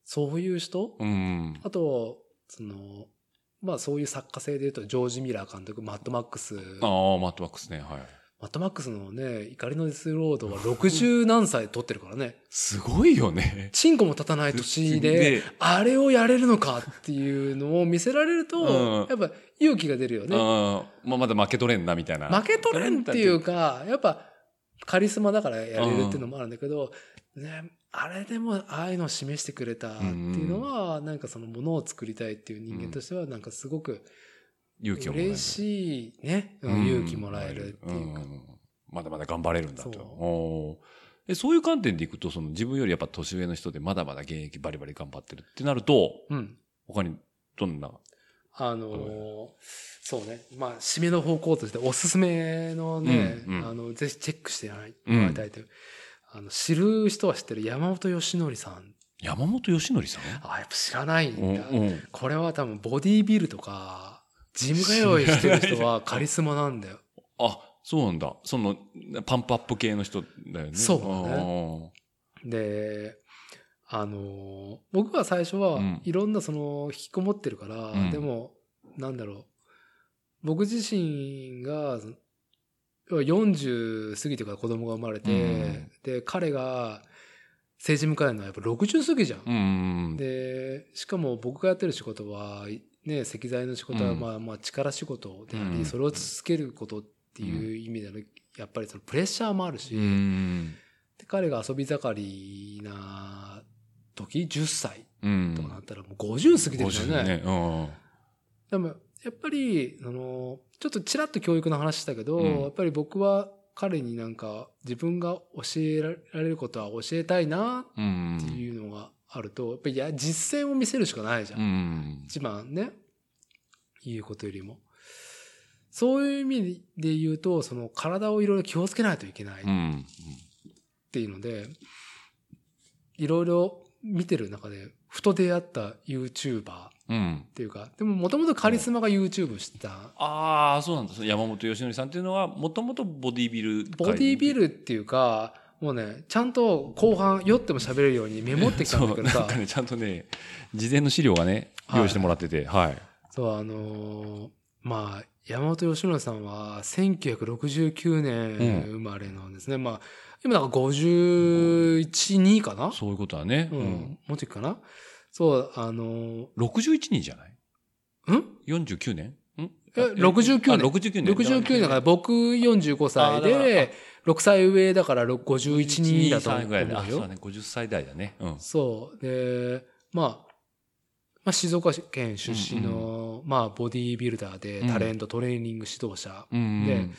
Speaker 3: そういう人、
Speaker 2: うん
Speaker 3: あと、その、まあそういう作家性で言うと、ジョージ・ミラー監督、マッドマックス。
Speaker 2: ああ
Speaker 3: マ
Speaker 2: マットマックスねはい
Speaker 3: ッドマックスのね、怒りのデスロードは60何歳で撮ってるからね。
Speaker 2: すごいよね
Speaker 3: チンコも立たない 年で、あれをやれるのかっていうのを見せられると、
Speaker 2: うん
Speaker 3: やっぱ勇気が出るよね。
Speaker 2: あーまあまだ負け取れんなみたいな
Speaker 3: 負け取れんっていうか、やっぱカリスマだからやれるっていうのもあるんだけど、ね、あれでもああいうのを示してくれたっていうのは、なんかそのものを作りたいっていう人間としては、なんかすごく
Speaker 2: 勇気をもらえる
Speaker 3: 嬉しいね、うん勇気もらえるっていうか。
Speaker 2: んまだまだ頑張れるんだと
Speaker 3: そう
Speaker 2: おーえそういう観点でいくとその自分よりやっぱ年上の人でまだまだ現役バリバリ頑張ってるってなると
Speaker 3: うん。
Speaker 2: 他にどんな
Speaker 3: あのーそうね。まあ、締めの方向としておすすめのね、
Speaker 2: うんうん
Speaker 3: あの、ぜひチェックしてもらいたいという。あの、知る人は知ってる山本義則さん。
Speaker 2: 山本義則さん
Speaker 3: あ、やっぱ知らないんだ。
Speaker 2: うんうん
Speaker 3: これは多分ボディービルとか、ジム通いしてる人はカリスマなんだよ。
Speaker 2: あそうなんだそのパンプアップ系の人だよね
Speaker 3: そうだ
Speaker 2: ね
Speaker 3: で、あのー僕は最初は
Speaker 2: うん
Speaker 3: いろんなその引きこもってるから、
Speaker 2: うん
Speaker 3: でも、なんだろう。僕自身が、要は40過ぎてから子供が生まれて、
Speaker 2: うん
Speaker 3: で、彼が政治迎えるのはやっぱ60過ぎじゃん。
Speaker 2: うんうん
Speaker 3: で、しかも僕がやってる仕事は、ね、石材の仕事は、
Speaker 2: うん
Speaker 3: まあまあ力仕事であり、
Speaker 2: うん
Speaker 3: それを続けることっていう意味での、やっぱりそのプレッシャーもあるし、
Speaker 2: うんうん
Speaker 3: で彼が遊び盛りな時、10歳
Speaker 2: うん
Speaker 3: とかなったらもう50過ぎてるじゃ
Speaker 2: 50
Speaker 3: ない、
Speaker 2: ねうん
Speaker 3: でも、やっぱり、あの、ちょっとちらっと教育の話したけど、
Speaker 2: うん
Speaker 3: やっぱり僕は彼になんか自分が教えられることは教えたいな
Speaker 2: うんうん
Speaker 3: っていうのがあると、やっぱりいや実践を見せるしかないじゃん
Speaker 2: う。ん
Speaker 3: 一番ね、言うことよりも。そういう意味で言うと、その体をいろいろ気をつけないといけないっ
Speaker 2: うん
Speaker 3: ていうので、いろいろ見てる中で、ふと出会った YouTuber っ
Speaker 2: うん
Speaker 3: ていうか、でももともとカリスマが YouTube してた。
Speaker 2: ああそうなんだその山本義則さんっていうのはもともとボディビル
Speaker 3: ボディービ
Speaker 2: ル
Speaker 3: ルっていうか、もうね、ちゃんと後半酔っても喋れるようにメモってきたん
Speaker 2: そ
Speaker 3: だけ
Speaker 2: うな
Speaker 3: どさ
Speaker 2: んか、ねちゃんとね事前の資料がね用意してもらっててはい
Speaker 3: そう、あのーまあ、山本義則さんは1969年生まれなんですね。まあ、今だから51、2かな
Speaker 2: そういうことはね
Speaker 3: うん、もうちょいかなそう、あの
Speaker 2: うん61人じゃない
Speaker 3: ーん
Speaker 2: 49年ん
Speaker 3: え69年
Speaker 2: あ69年
Speaker 3: ?69 年だから僕45歳
Speaker 2: あーだ
Speaker 3: で、6歳上だから6 51、2だと
Speaker 2: ぐらいだ。あ
Speaker 3: 思う
Speaker 2: そうだ
Speaker 3: よ。
Speaker 2: ね、50歳代だね。うん。
Speaker 3: そう。で、まあ、まあ、静岡県出身の、まあ、ボディービルダーで、タレント、トレーニング指導者。
Speaker 2: うん
Speaker 3: で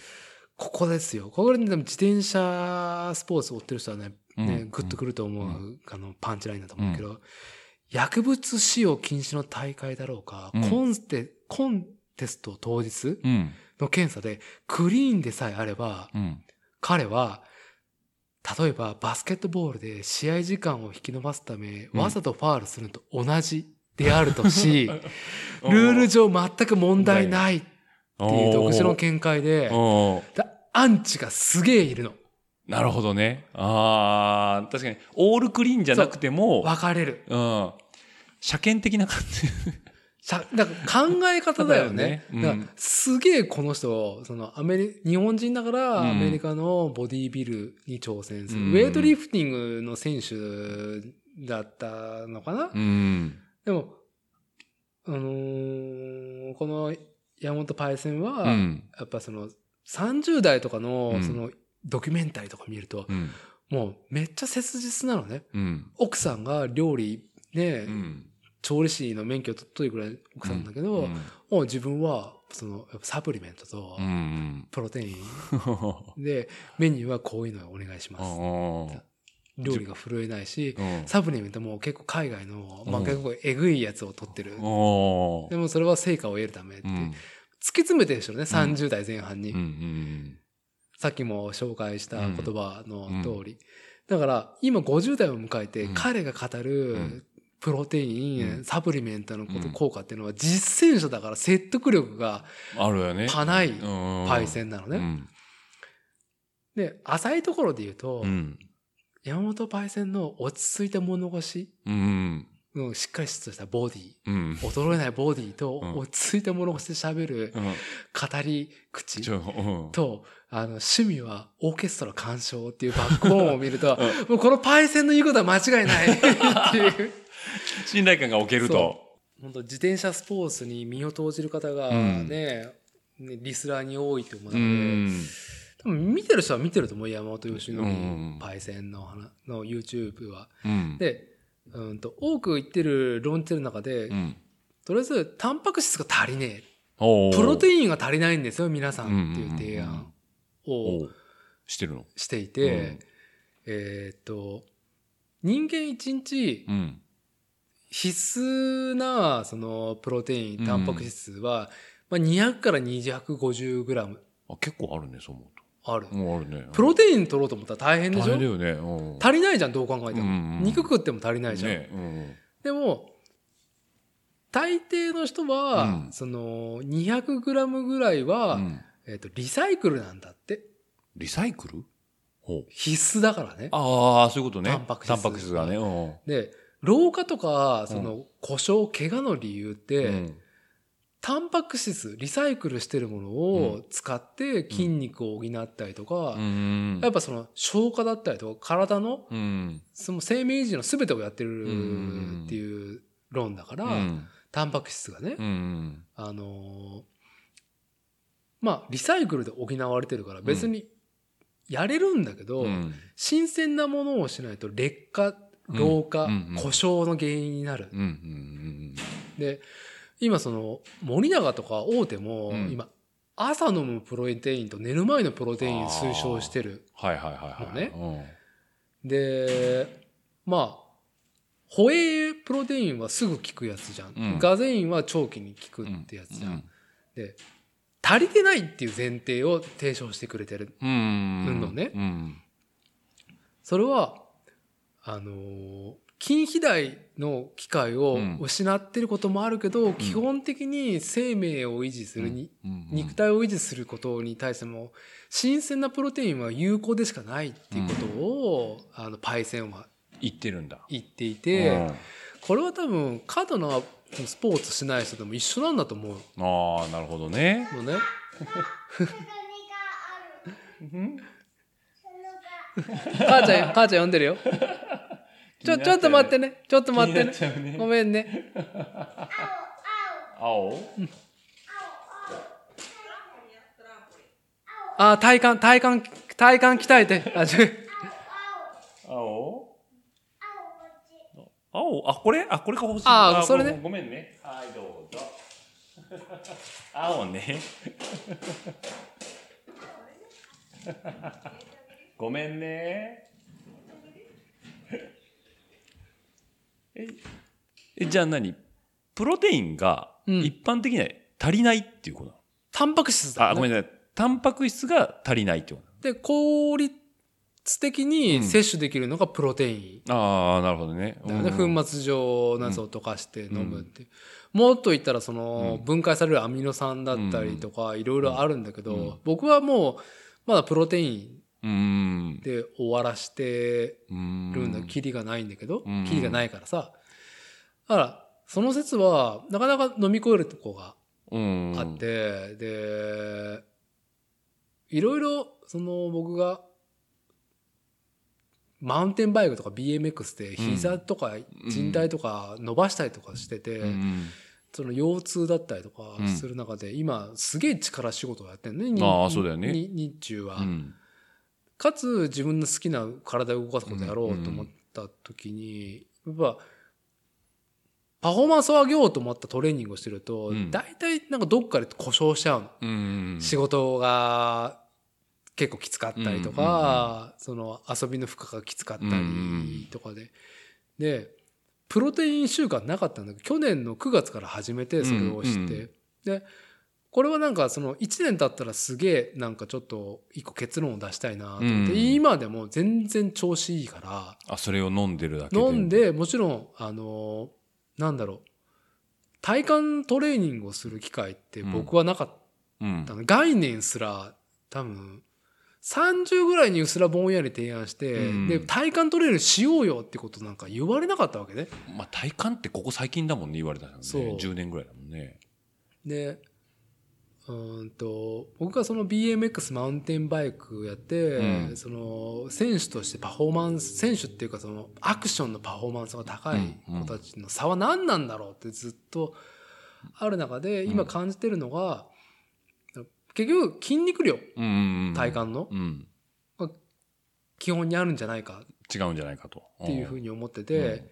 Speaker 3: ここですよ。ここで、でも自転車スポーツを追ってる人はね、
Speaker 2: うん
Speaker 3: ね、グッとくると思う、あの、パンチラインだと思うけど、薬物使用禁止の大会だろうか、
Speaker 2: うん
Speaker 3: コンテ、コンテスト当日
Speaker 2: うん。
Speaker 3: の検査で、クリーンでさえあれば、
Speaker 2: うん。
Speaker 3: 彼は、例えばバスケットボールで試合時間を引き延ばすため、
Speaker 2: うん
Speaker 3: わざとファールするのと同じである とし、ルール上全く問題ないって
Speaker 2: っ
Speaker 3: いう独自の見解で、
Speaker 2: 見
Speaker 3: だアンチがすげえいるの。
Speaker 2: なるほどね。ああ、確かに、オールクリーンじゃなくても、
Speaker 3: 分かれる。
Speaker 2: うん。車検的な感じ。
Speaker 3: しゃだから考え方だよね。
Speaker 2: だよねうん
Speaker 3: だからすげえこの人、そのアメリ、日本人だから
Speaker 2: うん
Speaker 3: アメリカのボディービルに挑戦する。
Speaker 2: うん
Speaker 3: ウェイトリフティングの選手だったのかな、
Speaker 2: うん。
Speaker 3: でも、あのーこの山本パイセンは、
Speaker 2: うん。
Speaker 3: やっぱその30代とか
Speaker 2: う
Speaker 3: の
Speaker 2: ん
Speaker 3: そのドキュメンタリーとか見ると、
Speaker 2: うん。
Speaker 3: もうめっちゃ切実なのね。
Speaker 2: うん。
Speaker 3: 奥さんが料理、ね、
Speaker 2: うん。
Speaker 3: 調理師の免許を取っとるぐらい奥さんだけど、
Speaker 2: うん
Speaker 3: もう自分は、その、やっぱサプリメントと
Speaker 2: う、ん。
Speaker 3: プロテインで、メニューはこういうのをお願いします。料理が震えないし、サプリメントも結構海外の、まあ
Speaker 2: うん
Speaker 3: 結構えぐいやつを取ってる。
Speaker 2: お
Speaker 3: でもそれは成果を得るためって、
Speaker 2: う
Speaker 3: 突
Speaker 2: ん。
Speaker 3: き詰めてる人ね、30代前半に
Speaker 2: う。ん。
Speaker 3: さっきも紹介した言葉の通り。だから、今50代を迎えて
Speaker 2: うん、
Speaker 3: 彼が語
Speaker 2: う
Speaker 3: る
Speaker 2: ん、
Speaker 3: プロテイ
Speaker 2: うん
Speaker 3: ン、サプリメントのこ
Speaker 2: う
Speaker 3: と、
Speaker 2: ん
Speaker 3: 効果っていうのは実践者だから説得力が
Speaker 2: あるよね。
Speaker 3: パない
Speaker 2: パ
Speaker 3: パイセンなのね。
Speaker 2: ね。
Speaker 3: で、浅いところで言うと、
Speaker 2: うん。
Speaker 3: 山本パイセンの落ち着いた物腰、
Speaker 2: うん。
Speaker 3: うん、しっかりとしたボディ、
Speaker 2: うん。
Speaker 3: 衰えないボディと
Speaker 2: うん
Speaker 3: 落ち着いた物腰で喋る語り口
Speaker 2: ちょ、うん。
Speaker 3: と、あの、趣味はオーケストラ鑑賞っていうバックボーンを見る と、もうこのパイセンの言うことは間違いないっ ていう。
Speaker 2: 信頼感が置けると。
Speaker 3: 本当自転車スポーツに身を投じる方が
Speaker 2: うん
Speaker 3: ね、ねリスラーに多いと思うの
Speaker 2: う
Speaker 3: で、
Speaker 2: ん。
Speaker 3: 多分見てる人は見てると思う、山本由伸、
Speaker 2: うん
Speaker 3: パイセンの話の YouTube は。
Speaker 2: うん。
Speaker 3: で、うんと、多く言ってる論じてる中で、
Speaker 2: うん、
Speaker 3: とりあえず、タンパク質が足りね
Speaker 2: お
Speaker 3: え。
Speaker 2: ー
Speaker 3: プロテインが足りないんですよ、皆さんっていう提案
Speaker 2: お
Speaker 3: を
Speaker 2: ーしてるの。
Speaker 3: してい
Speaker 2: おう
Speaker 3: て、えーっと、人間一日
Speaker 2: うん。
Speaker 3: 必須な、その、プロテイ
Speaker 2: うん
Speaker 3: ン、タンパク質は、まあ、200から250グラム
Speaker 2: あ、結構あるね、そう思
Speaker 3: ある
Speaker 2: うと。。もうあるね。
Speaker 3: プロテイン取ろうと思ったら大変でし
Speaker 2: 大変だ
Speaker 3: ょ
Speaker 2: よね。うん
Speaker 3: 足りないじゃん、どう考えて
Speaker 2: うんうんう
Speaker 3: も。
Speaker 2: ん
Speaker 3: 肉食っても足りないじゃん。
Speaker 2: ねうん
Speaker 3: でも、大抵の人は、
Speaker 2: うん
Speaker 3: その、200グラムぐらいは、
Speaker 2: うん
Speaker 3: えっ、と、リサイクルなんだって。
Speaker 2: リサイクルほう
Speaker 3: 必須だからね。
Speaker 2: ああ、そういうことね。
Speaker 3: タンパク質
Speaker 2: がね。うん
Speaker 3: で、老化とか、その、故障、怪我の理由って、
Speaker 2: うん
Speaker 3: タンパク質、リサイクルしてるものを使って筋肉を補ったりとか、
Speaker 2: うん
Speaker 3: やっぱその、消化だったりとか、体の、
Speaker 2: うん。
Speaker 3: その生命維持の全てをやって
Speaker 2: うんうんうん
Speaker 3: るっていう論だから、
Speaker 2: うん
Speaker 3: タンパク質がね、
Speaker 2: うん。
Speaker 3: あのーまあリサイクルで補われてるから別にやれるんだけど、
Speaker 2: うん
Speaker 3: 新鮮なものをしないと劣化老化、
Speaker 2: うんうんうん
Speaker 3: 故障の原因になる。
Speaker 2: うんうん
Speaker 3: で今その森永とか大手も
Speaker 2: うん
Speaker 3: 今、朝飲むプロテインと寝る前のプロテイン推奨してる。
Speaker 2: はいはいはいはい。ね。
Speaker 3: でまあホエイプロテインはすぐ効くやつじゃん、
Speaker 2: うん
Speaker 3: ガゼインは長期に効くってやつじゃん、足りてないっていう前提を提唱してくれてる
Speaker 2: うん。
Speaker 3: 運動ね
Speaker 2: うん。
Speaker 3: それはあのー筋肥大の機会を
Speaker 2: うん
Speaker 3: 失ってることもあるけど、基本的に生命を維持するに、
Speaker 2: うん
Speaker 3: 肉体を維持することに対しても新鮮なプロテインは有効でしかないっていうことを、あのパイセンは
Speaker 2: 言ってるんだ。
Speaker 3: 言っていて、これは多分過度なスポーツしない人でも一緒なんだと思う
Speaker 2: うんああ、なるほどね。
Speaker 3: のね。母ちゃん、母ちゃん呼んでるよ。ちょ、ちょっと待ってね。ちょっと待ってね。
Speaker 2: 気になっちゃうね
Speaker 3: ごめんね。
Speaker 2: 青
Speaker 3: あー、体幹、体幹、体幹鍛えて。あ、ちょ、
Speaker 2: 青青青、あ、これあ、これが欲しい。
Speaker 3: あそれね
Speaker 2: ごめんごめんね。はい、どうぞ。 青ね。 ごめんね。 え、えじゃあ何プロテインが
Speaker 3: うん
Speaker 2: 一般的には足りないっていうことなの、
Speaker 3: タンパク質だ、ね。
Speaker 2: あ、ごめんなさい。タンパク質が足りないってこ
Speaker 3: で、効率的に摂取できるのがプロテイン。
Speaker 2: となのああ、なるほどね。
Speaker 3: だよね
Speaker 2: うん
Speaker 3: 粉末状のやつを溶かして飲むっていう、もっと言ったらその
Speaker 2: うん
Speaker 3: 分解されるアミノ酸だったりとかいろいろあるんだけど、
Speaker 2: うん
Speaker 3: 僕はもうまだプロテイン
Speaker 2: うん。
Speaker 3: で終わらして
Speaker 2: うん
Speaker 3: るんだキリがないんだけど、
Speaker 2: うん
Speaker 3: キリがないからさだからその説はなかなか飲み越えるとこが
Speaker 2: うん
Speaker 3: あって、でいろいろその僕がマウンテンバイクとか BMX で膝とか靭帯とか伸ばしたりとかしてて、
Speaker 2: うん
Speaker 3: その腰痛だったりとか
Speaker 2: うん
Speaker 3: する中で、今すげえ力仕事をやってるねに
Speaker 2: ああそうだよね
Speaker 3: に日中は、
Speaker 2: うん
Speaker 3: かつ自分の好きな体を動かすことやろうと思った時に、やっぱパフォーマンスを上げようと思ったトレーニングをしてると、
Speaker 2: うん
Speaker 3: 大体なんかどっかで故障しちゃうの。
Speaker 2: うん
Speaker 3: 仕事が結構きつかったりとか、その遊びの負荷がきつかったりとかで、でプロテイン習慣なかったんだけど去年の9月から始めてそれをして、
Speaker 2: うんうん
Speaker 3: でこれはなんかその1年経ったらすげえなんかちょっと一個結論を出したいなと思って、
Speaker 2: うん
Speaker 3: 今でも全然調子いいから
Speaker 2: あそれを飲んでるだけで
Speaker 3: 飲んでもちろんあのなんだろう体幹トレーニングをする機会って僕はなかった。
Speaker 2: うん
Speaker 3: あの概念すら多分30ぐらいにうすらぼんやり提案して、
Speaker 2: うん
Speaker 3: で体幹トレーニングしようよってことなんか言われなかったわけね。
Speaker 2: まあ体感ってここ最近だもんね言われたのね
Speaker 3: そう
Speaker 2: 10年ぐらいだもんね
Speaker 3: でうーんと僕がその BMX マウンテンバイクやって、
Speaker 2: うん
Speaker 3: その選手としてパフォーマンス選手っていうかそのアクションのパフォーマンスが高い子たちの差は何なんだろうってずっとある中で今感じてるのが、結局筋肉量
Speaker 2: うん
Speaker 3: 体幹の
Speaker 2: うん
Speaker 3: 基本にあるんじゃないか
Speaker 2: 違うんじゃないかと
Speaker 3: っていうふう
Speaker 2: に
Speaker 3: に思ってて、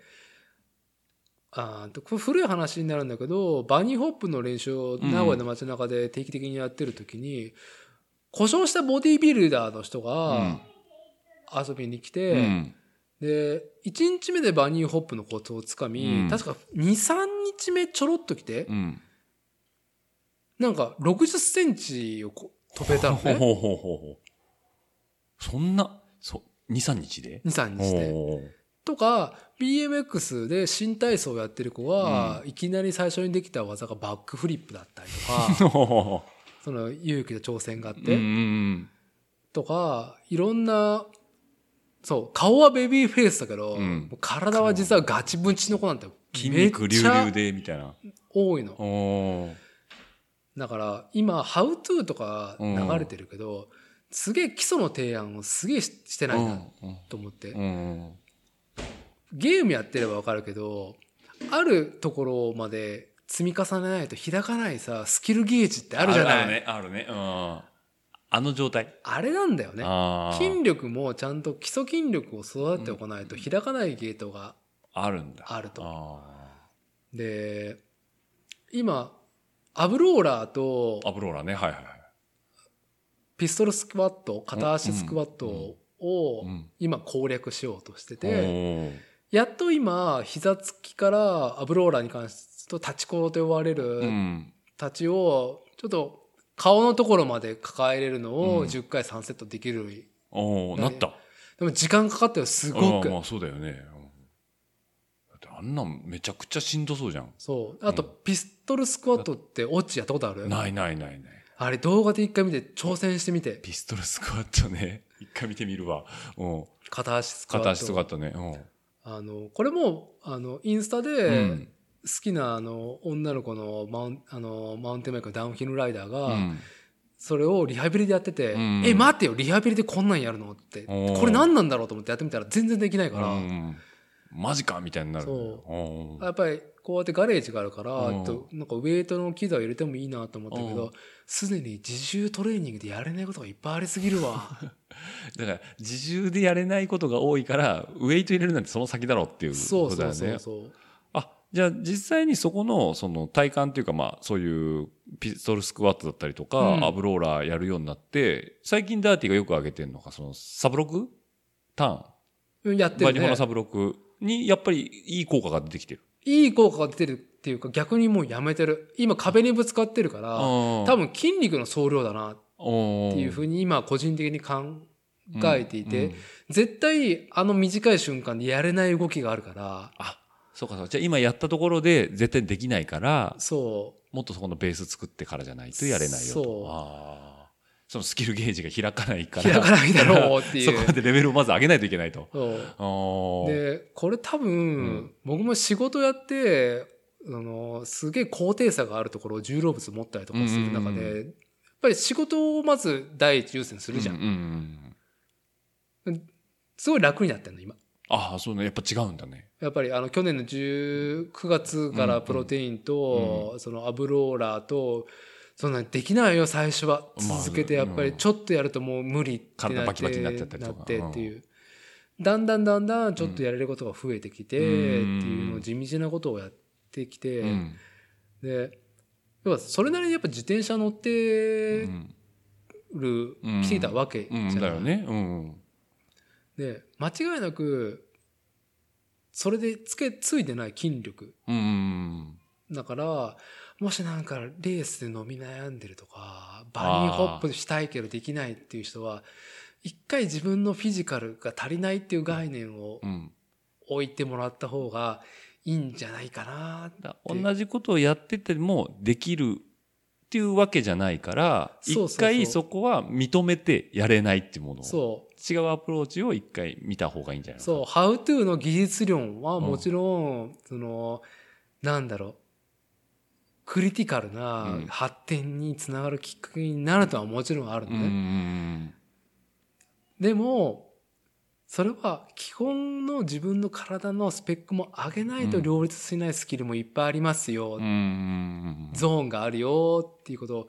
Speaker 3: あーとこれ古い話になるんだけどバニーホップの練習を名古屋の街中で定期的にやってる時に、故障したボディービルダーの人が遊びに来て、
Speaker 2: うん
Speaker 3: で1日目でバニーホップのコツをつかみ、
Speaker 2: うん
Speaker 3: 確か23日目ちょろっと来て、
Speaker 2: うん
Speaker 3: なんか6 0ンチをこ飛べたの
Speaker 2: ほう
Speaker 3: ね
Speaker 2: ほうほうほうほうそんなそう23日で
Speaker 3: 23日で。
Speaker 2: おー
Speaker 3: とか BMX で新体操をやってる子は、いきなり最初にできた技がバックフリップだったりとかその勇気の挑戦があっ
Speaker 2: うんう
Speaker 3: て、
Speaker 2: んうん
Speaker 3: とかいろんなそう顔はベビーフェイスだけど、
Speaker 2: うん
Speaker 3: もう体は実はガチムチの子なんて
Speaker 2: 筋
Speaker 3: めっ
Speaker 2: 肉隆
Speaker 3: ちゃ
Speaker 2: 々でみたいな
Speaker 3: 多いの
Speaker 2: おお
Speaker 3: だから今「How to」とか
Speaker 2: うん
Speaker 3: 流れてるけど、すげえ基礎の提案をすげえししてないなと思って、
Speaker 2: うん
Speaker 3: ゲームやってればわかるけど、あるところまで積み重ねないと開かないさ、スキルゲージってあるじゃない。あ
Speaker 2: あるねあるねうんあの状態
Speaker 3: れなんだよね。
Speaker 2: あー
Speaker 3: 筋力もちゃんと基礎筋力を育てておかないと開かないゲートが
Speaker 2: あるんだ
Speaker 3: あると。
Speaker 2: あ
Speaker 3: で、今、アブローラーと
Speaker 2: ーアブローラねはいはいはい
Speaker 3: ピストルスクワット、片足スクワットを
Speaker 2: うん
Speaker 3: 今攻略しようとして
Speaker 2: お
Speaker 3: て、
Speaker 2: ー
Speaker 3: やっと今、膝つきからアブローラーに関してと立ちコロと呼ばれる
Speaker 2: うん
Speaker 3: たちをちょっと顔のところまで抱えれるの
Speaker 2: う
Speaker 3: を
Speaker 2: ん
Speaker 3: 10回3セットできるように、
Speaker 2: おおなった
Speaker 3: でも時間かかったよすごく、
Speaker 2: あーまあそうだよねうんだってあんなんめちゃくちゃしんどそうじゃん
Speaker 3: そうあと
Speaker 2: うん
Speaker 3: ピストルスクワットってオッチやったことある
Speaker 2: ないないないない
Speaker 3: あれ動画で一回見て挑戦してみて
Speaker 2: ピストルスクワットね一回見てみるわうん
Speaker 3: 片足スクワット
Speaker 2: 片足とかあったねう
Speaker 3: あのこれもあのインスタ
Speaker 2: んう
Speaker 3: で好
Speaker 2: ん
Speaker 3: きなあの女の子のマウンあのマウンテンバイクのダウンヒルライダー
Speaker 2: う
Speaker 3: が
Speaker 2: ん
Speaker 3: それをリハビリでやってて「
Speaker 2: うん
Speaker 3: え待てよリハビリでこんなんやるの?」って
Speaker 2: おー
Speaker 3: これ何なんだろうと思ってやってみたら全然できないから。
Speaker 2: うんマジかみたいになる
Speaker 3: そう
Speaker 2: おー
Speaker 3: やっぱりこうやってガレージがあるから、
Speaker 2: うん
Speaker 3: となんかウェイトの機材を入れてもいいなと思ったけ
Speaker 2: うん
Speaker 3: どすでに自重トレーニングでやれないことがいっぱいありすぎるわ
Speaker 2: だから、自重でやれないことが多いから、ウェイト入れるなんてその先だろうっていう
Speaker 3: そ
Speaker 2: こ
Speaker 3: う
Speaker 2: と
Speaker 3: そ
Speaker 2: だよ
Speaker 3: うそ
Speaker 2: ね
Speaker 3: う。そう。
Speaker 2: あ、じゃあ実際にそこの、その体幹っていうか、まあ、そういうピストルスクワットだったりとか、
Speaker 3: うん
Speaker 2: アブローラーやるようになって、最近ダーティがよく上げてるのが、その、サブロックターン。
Speaker 3: うんやって
Speaker 2: バニ
Speaker 3: る
Speaker 2: ホ
Speaker 3: ね
Speaker 2: の。サブロックに、やっぱりいい効果が出てきてる。
Speaker 3: いい効果が出てるっていうか、逆にもうやめてる。今壁にぶつかってるから、
Speaker 2: 多
Speaker 3: 多分筋肉の総量だなっ
Speaker 2: って
Speaker 3: いうふ
Speaker 2: に
Speaker 3: うに今個人的に考えていて、絶対あの短い瞬間でやれない動きがあるから、
Speaker 2: あそうかそうかじゃあ今やったところで絶対できないから
Speaker 3: そ
Speaker 2: もっとそこのベース作ってからじゃないとやれないよ
Speaker 3: そう
Speaker 2: とあーそのスキルゲージが開かないか
Speaker 3: う、
Speaker 2: ら
Speaker 3: 開かないだろうって い
Speaker 2: そこ
Speaker 3: う。
Speaker 2: までレベルをまず上げないといけないと
Speaker 3: そう
Speaker 2: あー
Speaker 3: で、これ多分、
Speaker 2: ん
Speaker 3: 僕も仕事やって、あの、すげえ高低差があるところを重量物持ったりとかする中で、
Speaker 2: うんうんう
Speaker 3: やっぱり仕事をまず第一優先するじゃん。
Speaker 2: うんうんうん
Speaker 3: すごい楽になってんの、今。
Speaker 2: ああそうねやっぱ違うんだね
Speaker 3: やっぱりあの去年の19月からプロテインと、そのアブローラーと、そんなにできないよ最初は
Speaker 2: まあ
Speaker 3: 続けてやっぱり
Speaker 2: うん
Speaker 3: ちょっとやるともう無理ってな
Speaker 2: 体
Speaker 3: っ
Speaker 2: バ
Speaker 3: て
Speaker 2: キバキになっちゃったりとか
Speaker 3: なってっていう、だんだんだんだんちょっとやれることが増えてきて、
Speaker 2: うん
Speaker 3: っていうのを地道なことをやってきて、
Speaker 2: うん
Speaker 3: で要はそれなりにやっぱ自転車乗って
Speaker 2: うん
Speaker 3: る、
Speaker 2: うん
Speaker 3: 来ていたわけじゃ
Speaker 2: う
Speaker 3: ない、
Speaker 2: んだよねうん
Speaker 3: で間違いなくそれでつけついてない筋力
Speaker 2: うんうん
Speaker 3: だから、もしなんかレースで飲み悩んでるとか、バニーホップしたいけどできないっていう人は、一回自分のフィジカルが足りないっていう概念を
Speaker 2: うんうん
Speaker 3: 置いてもらった方がいいんじゃないかな。
Speaker 2: だ
Speaker 3: で
Speaker 2: 同じことをやっててもできるっていうわけじゃないから
Speaker 3: そうそうそう
Speaker 2: 一回そこは認めてやれないっていうものを
Speaker 3: そ
Speaker 2: 違うアプローチを一回見た方がいいんじゃな
Speaker 3: う。
Speaker 2: い
Speaker 3: そう
Speaker 2: の、
Speaker 3: ハウトゥーの技術論はもちろん、その、なんだろう。クリティカルな
Speaker 2: うん
Speaker 3: 発展につながるきっかけになるとはもちろんあるの
Speaker 2: う
Speaker 3: ね。
Speaker 2: んうん
Speaker 3: でも、それは基本の自分の体のスペックも上げないと両立しないスキルもいっぱいありますよ。
Speaker 2: うんうん
Speaker 3: ゾーンがあるよっていうことを、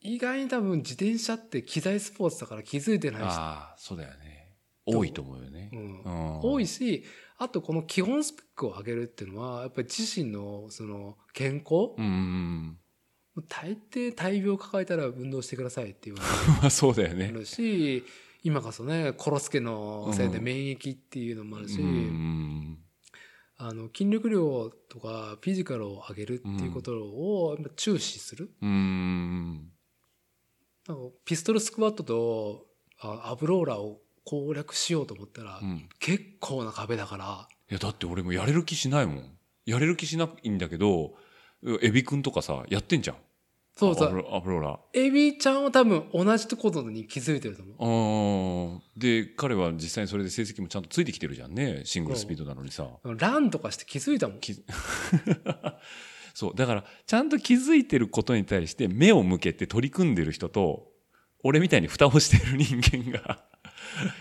Speaker 3: 意外に多分自転車って機材スポーツだから気づいてない人、
Speaker 2: ああそうだよね多いと思うよね
Speaker 3: う、ん
Speaker 2: うん
Speaker 3: 多いし、あとこの基本スペックを上げるっていうのは、やっぱり自身のその健康、
Speaker 2: うんうんうん
Speaker 3: 大抵大病抱えたら運動してくださいっていう
Speaker 2: まあそうだよ
Speaker 3: あ
Speaker 2: ね
Speaker 3: るし、今こそね、コロスケのせいで免疫っていうのもあるし、
Speaker 2: うんうん
Speaker 3: あの筋力量とかフィジカルを上げるっていうことをやっぱ注視する、
Speaker 2: うんうん
Speaker 3: なんかピストルスクワットとあアブローラーを攻略しようと思ったら、
Speaker 2: うん
Speaker 3: 結構な壁だから
Speaker 2: いやだって俺もやれる気しないもんやれる気しないんだけどエビくんとかさやってんじゃん
Speaker 3: そうそ
Speaker 2: アブ
Speaker 3: う
Speaker 2: ロアブローラー
Speaker 3: エビちゃんは多分同じことに気づいてると思う
Speaker 2: ああ。で、彼は実際にそれで成績もちゃんとついてきてるじゃんね。シングルスピードなのにさ。
Speaker 3: ランとかして気づいたもん
Speaker 2: きそう。だから、ちゃんと気づいてることに対して目を向けて取り組んでる人と、俺みたいに蓋をしてる人間が、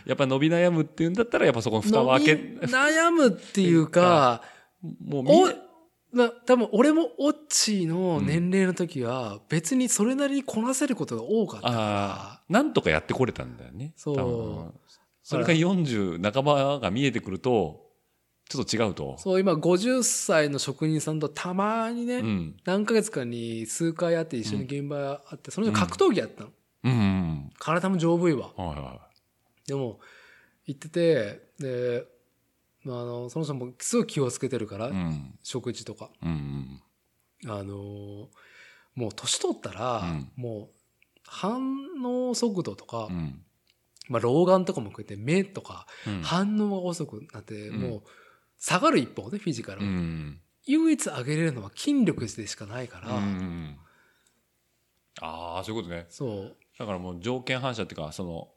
Speaker 2: やっぱ伸び悩むっていうんだったら、やっぱそこの蓋を開け、
Speaker 3: 伸び悩むっていうか
Speaker 2: もうみん
Speaker 3: お
Speaker 2: な、
Speaker 3: な多分俺もオッチーの年齢の時は別にそれなりにこなせることが多かったから
Speaker 2: あ、あ、なんとかやってこれたんだよね。
Speaker 3: そう
Speaker 2: 多分それが40半ばが見えてくると、ちょっと違うと。
Speaker 3: そう、今50歳の職人さんとたまにね、
Speaker 2: うん。
Speaker 3: 何ヶ月かに数回会って一緒に現場あって、その人格闘技やった
Speaker 2: う
Speaker 3: の。
Speaker 2: んうん
Speaker 3: 体も丈夫いわ。
Speaker 2: うん。はいは
Speaker 3: でも、行ってて、で、まあ、あの、その人もすごい気をつけてるから、
Speaker 2: い。うん。
Speaker 3: 食事とか。
Speaker 2: うんうん。
Speaker 3: あのーもう年取ったら、
Speaker 2: うん
Speaker 3: もう、反応速度とか、
Speaker 2: うん
Speaker 3: まあ、老眼とかも含めて目とか、
Speaker 2: うん
Speaker 3: 反応が遅くなって、
Speaker 2: うん
Speaker 3: もう、下がる一方ね、フィジカル
Speaker 2: う
Speaker 3: は。
Speaker 2: ん
Speaker 3: 唯一上げれるのは筋力でしかないから、
Speaker 2: うんああそういうことね
Speaker 3: そう。
Speaker 2: だからもう条件反射っていうかその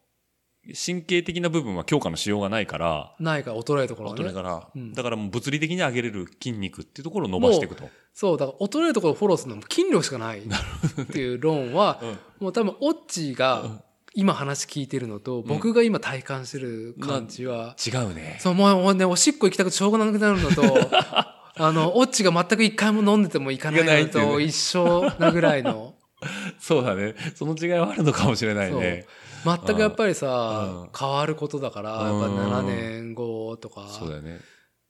Speaker 2: 神経的な部分は強化のしようがないから
Speaker 3: ないから衰えるところ
Speaker 2: あ
Speaker 3: が
Speaker 2: とだ
Speaker 3: ね。
Speaker 2: から、
Speaker 3: うん
Speaker 2: だからもう物理的に上げれる筋肉っていうところを伸ばしていくと、
Speaker 3: そう、だから衰えるところをフォローするのも筋力しかないっていう論 は、もう多分、オッチーが今話聞いてるのと、僕が今体感してる感じは、
Speaker 2: 違うね
Speaker 3: そう、もうもうね、おしっこ行きたくてしょうがなくなる のと、あの、オッチーが全く一回も飲んでても行かないの
Speaker 2: 行かないっていう
Speaker 3: と
Speaker 2: ね
Speaker 3: 一緒なぐらいの、
Speaker 2: そうだね。その違いはあるのかもしれないね。
Speaker 3: 全くやっぱり
Speaker 2: う
Speaker 3: さ
Speaker 2: ん、
Speaker 3: 変わることだから、やっぱ
Speaker 2: うん
Speaker 3: 7年後とか。
Speaker 2: そうだよね。っ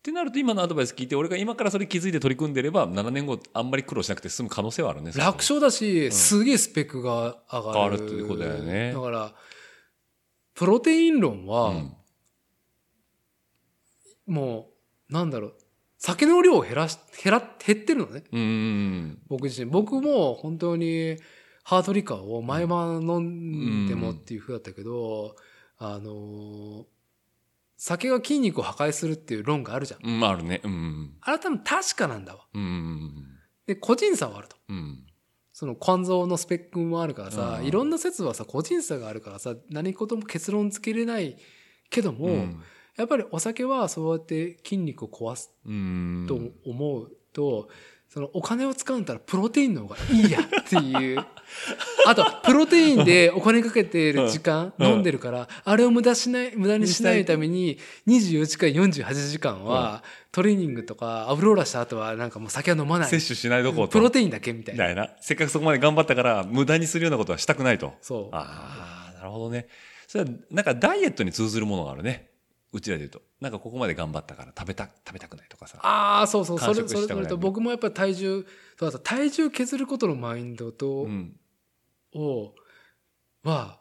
Speaker 2: てなると今のアドバイス聞いて、俺が今からそれ気づいて取り組んでれば、7年後あんまり苦労しなくて済む可能性はあるね。
Speaker 3: 楽勝だし、
Speaker 2: ん
Speaker 3: すげえスペックが上がる。
Speaker 2: 変わるってことだよね
Speaker 3: だから、プロテイン論
Speaker 2: う
Speaker 3: は、
Speaker 2: ん。
Speaker 3: もう、なんだろう、酒の量を減らし、減ら、減ってるのね、
Speaker 2: うんうん
Speaker 3: 僕自身。僕も本当に、ハードリカーを毎晩飲んでもっていう風だったけど、あのー酒が筋肉を破壊するっていう論があるじゃん。
Speaker 2: うん。うん、あるね。うん
Speaker 3: あれ多分確かなんだわ。
Speaker 2: うん。うん
Speaker 3: で、個人差はあると。
Speaker 2: うんうん。うん。
Speaker 3: その肝臓のスペックもあるからさ、
Speaker 2: うん
Speaker 3: いろんな説はさ、個人差があるからさ、何事も結論つけれないけども、
Speaker 2: うん
Speaker 3: やっぱりお酒はそうやって筋肉を壊す
Speaker 2: うん。
Speaker 3: と思うと、そのお金を使うんだったらプロテインの方がいいやって いう。あと、プロテインでお金かけてる時間、
Speaker 2: うん
Speaker 3: 飲んでるから、あれを無駄しない、無駄にしないために、24時間、48時間は、トレーニングとか、アブローラした後は、なんかもう酒は飲まない。
Speaker 2: 摂取しないどころと。
Speaker 3: プロテインだけみたい
Speaker 2: み
Speaker 3: な。
Speaker 2: たいな。せっかくそこまで頑張ったから、無駄にするようなことはしたくないと。
Speaker 3: そう。
Speaker 2: ああ、なるほどね。それは、なんかダイエットに通ずるものがあるね。うちらで言うと。なんかここまで頑張ったから食べた、食べたくないとかさ。
Speaker 3: ああ、そうそう、そ
Speaker 2: 完
Speaker 3: れ、
Speaker 2: 食
Speaker 3: それ、
Speaker 2: したく
Speaker 3: そ
Speaker 2: な
Speaker 3: れ
Speaker 2: い
Speaker 3: と、僕もやっぱり体重、そうだった体重削ることのマインドと、
Speaker 2: うん。
Speaker 3: を、は、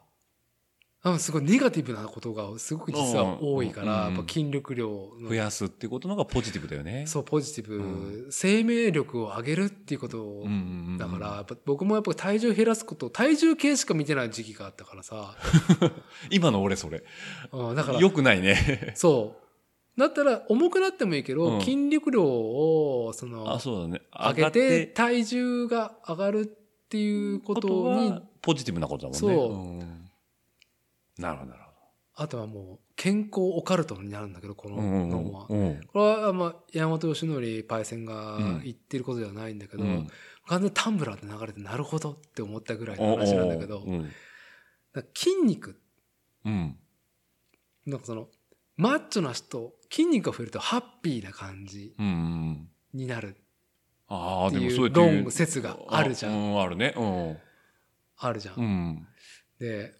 Speaker 3: 多分すごいネガティブなことがすごく実は多いから、
Speaker 2: うん
Speaker 3: やっぱ筋力量の
Speaker 2: 増やすってことのがポジティブだよね。
Speaker 3: そう、ポジティブ、
Speaker 2: う
Speaker 3: 生命力を上げるっていうことを、
Speaker 2: うんうんうん。
Speaker 3: だから、やっぱ僕もやっぱ体重減らすこと、体重計しか見てない時期があったか らさ、
Speaker 2: 今の俺それ。
Speaker 3: うん、だから、
Speaker 2: よくないね。
Speaker 3: そう。だったら、重くなってもいいけど、
Speaker 2: うん
Speaker 3: 筋力量を、その、
Speaker 2: あ、そうだね。
Speaker 3: 上げて体重が上がるっていうこ
Speaker 2: こと
Speaker 3: とに
Speaker 2: はポジティブなことだもんね。
Speaker 3: そうん
Speaker 2: なるほど、なる
Speaker 3: あとはもう健康オカルトになるんだけどこの
Speaker 2: ほど。うん
Speaker 3: 論は。
Speaker 2: うんうん
Speaker 3: これはまあ山本義則パイセンが
Speaker 2: うん
Speaker 3: 言ってることではないんだけ
Speaker 2: う
Speaker 3: ど、
Speaker 2: ん。
Speaker 3: 完全にタンブラーで流れてなるほどって思ったぐらいの話なんだけど、
Speaker 2: うん。
Speaker 3: なんか筋肉
Speaker 2: うん。
Speaker 3: なんかそのマッチョな人筋肉が増えるとハッピーな感じ
Speaker 2: うんうん。
Speaker 3: になる
Speaker 2: ああ、
Speaker 3: って
Speaker 2: でも
Speaker 3: い
Speaker 2: そう
Speaker 3: う
Speaker 2: やって言う
Speaker 3: 論説があるじゃん
Speaker 2: うん、
Speaker 3: あ,、
Speaker 2: あるね。うん。
Speaker 3: るじゃん。
Speaker 2: うん。
Speaker 3: で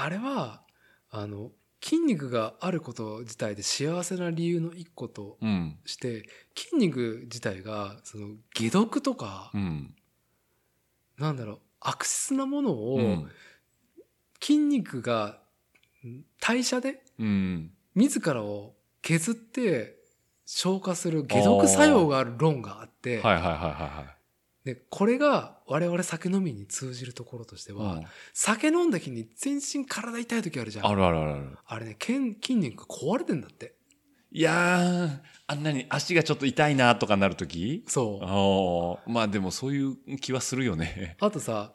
Speaker 3: あれはあの筋肉があること自体で幸せな理由の一個と
Speaker 2: うん。
Speaker 3: して筋肉自体がその解毒とか、
Speaker 2: うん。
Speaker 3: なんだろう悪質なもの
Speaker 2: う
Speaker 3: を
Speaker 2: ん
Speaker 3: 筋肉がん代謝で
Speaker 2: うん。
Speaker 3: 自らを削って消化する解毒作用がある論があって
Speaker 2: はいはいはいは
Speaker 3: でこれが我々酒飲みに通じるところとして
Speaker 2: いは
Speaker 3: は、
Speaker 2: いうん。
Speaker 3: 酒飲んだ日に全身体痛い時あるじゃん
Speaker 2: あるあるあるある。
Speaker 3: あれねけん筋肉が壊れてんだって
Speaker 2: いやー、あんなに足がちょっと痛いなとかなるとき
Speaker 3: そう
Speaker 2: ああ、まあでもそういう気はするよね。
Speaker 3: あとさ、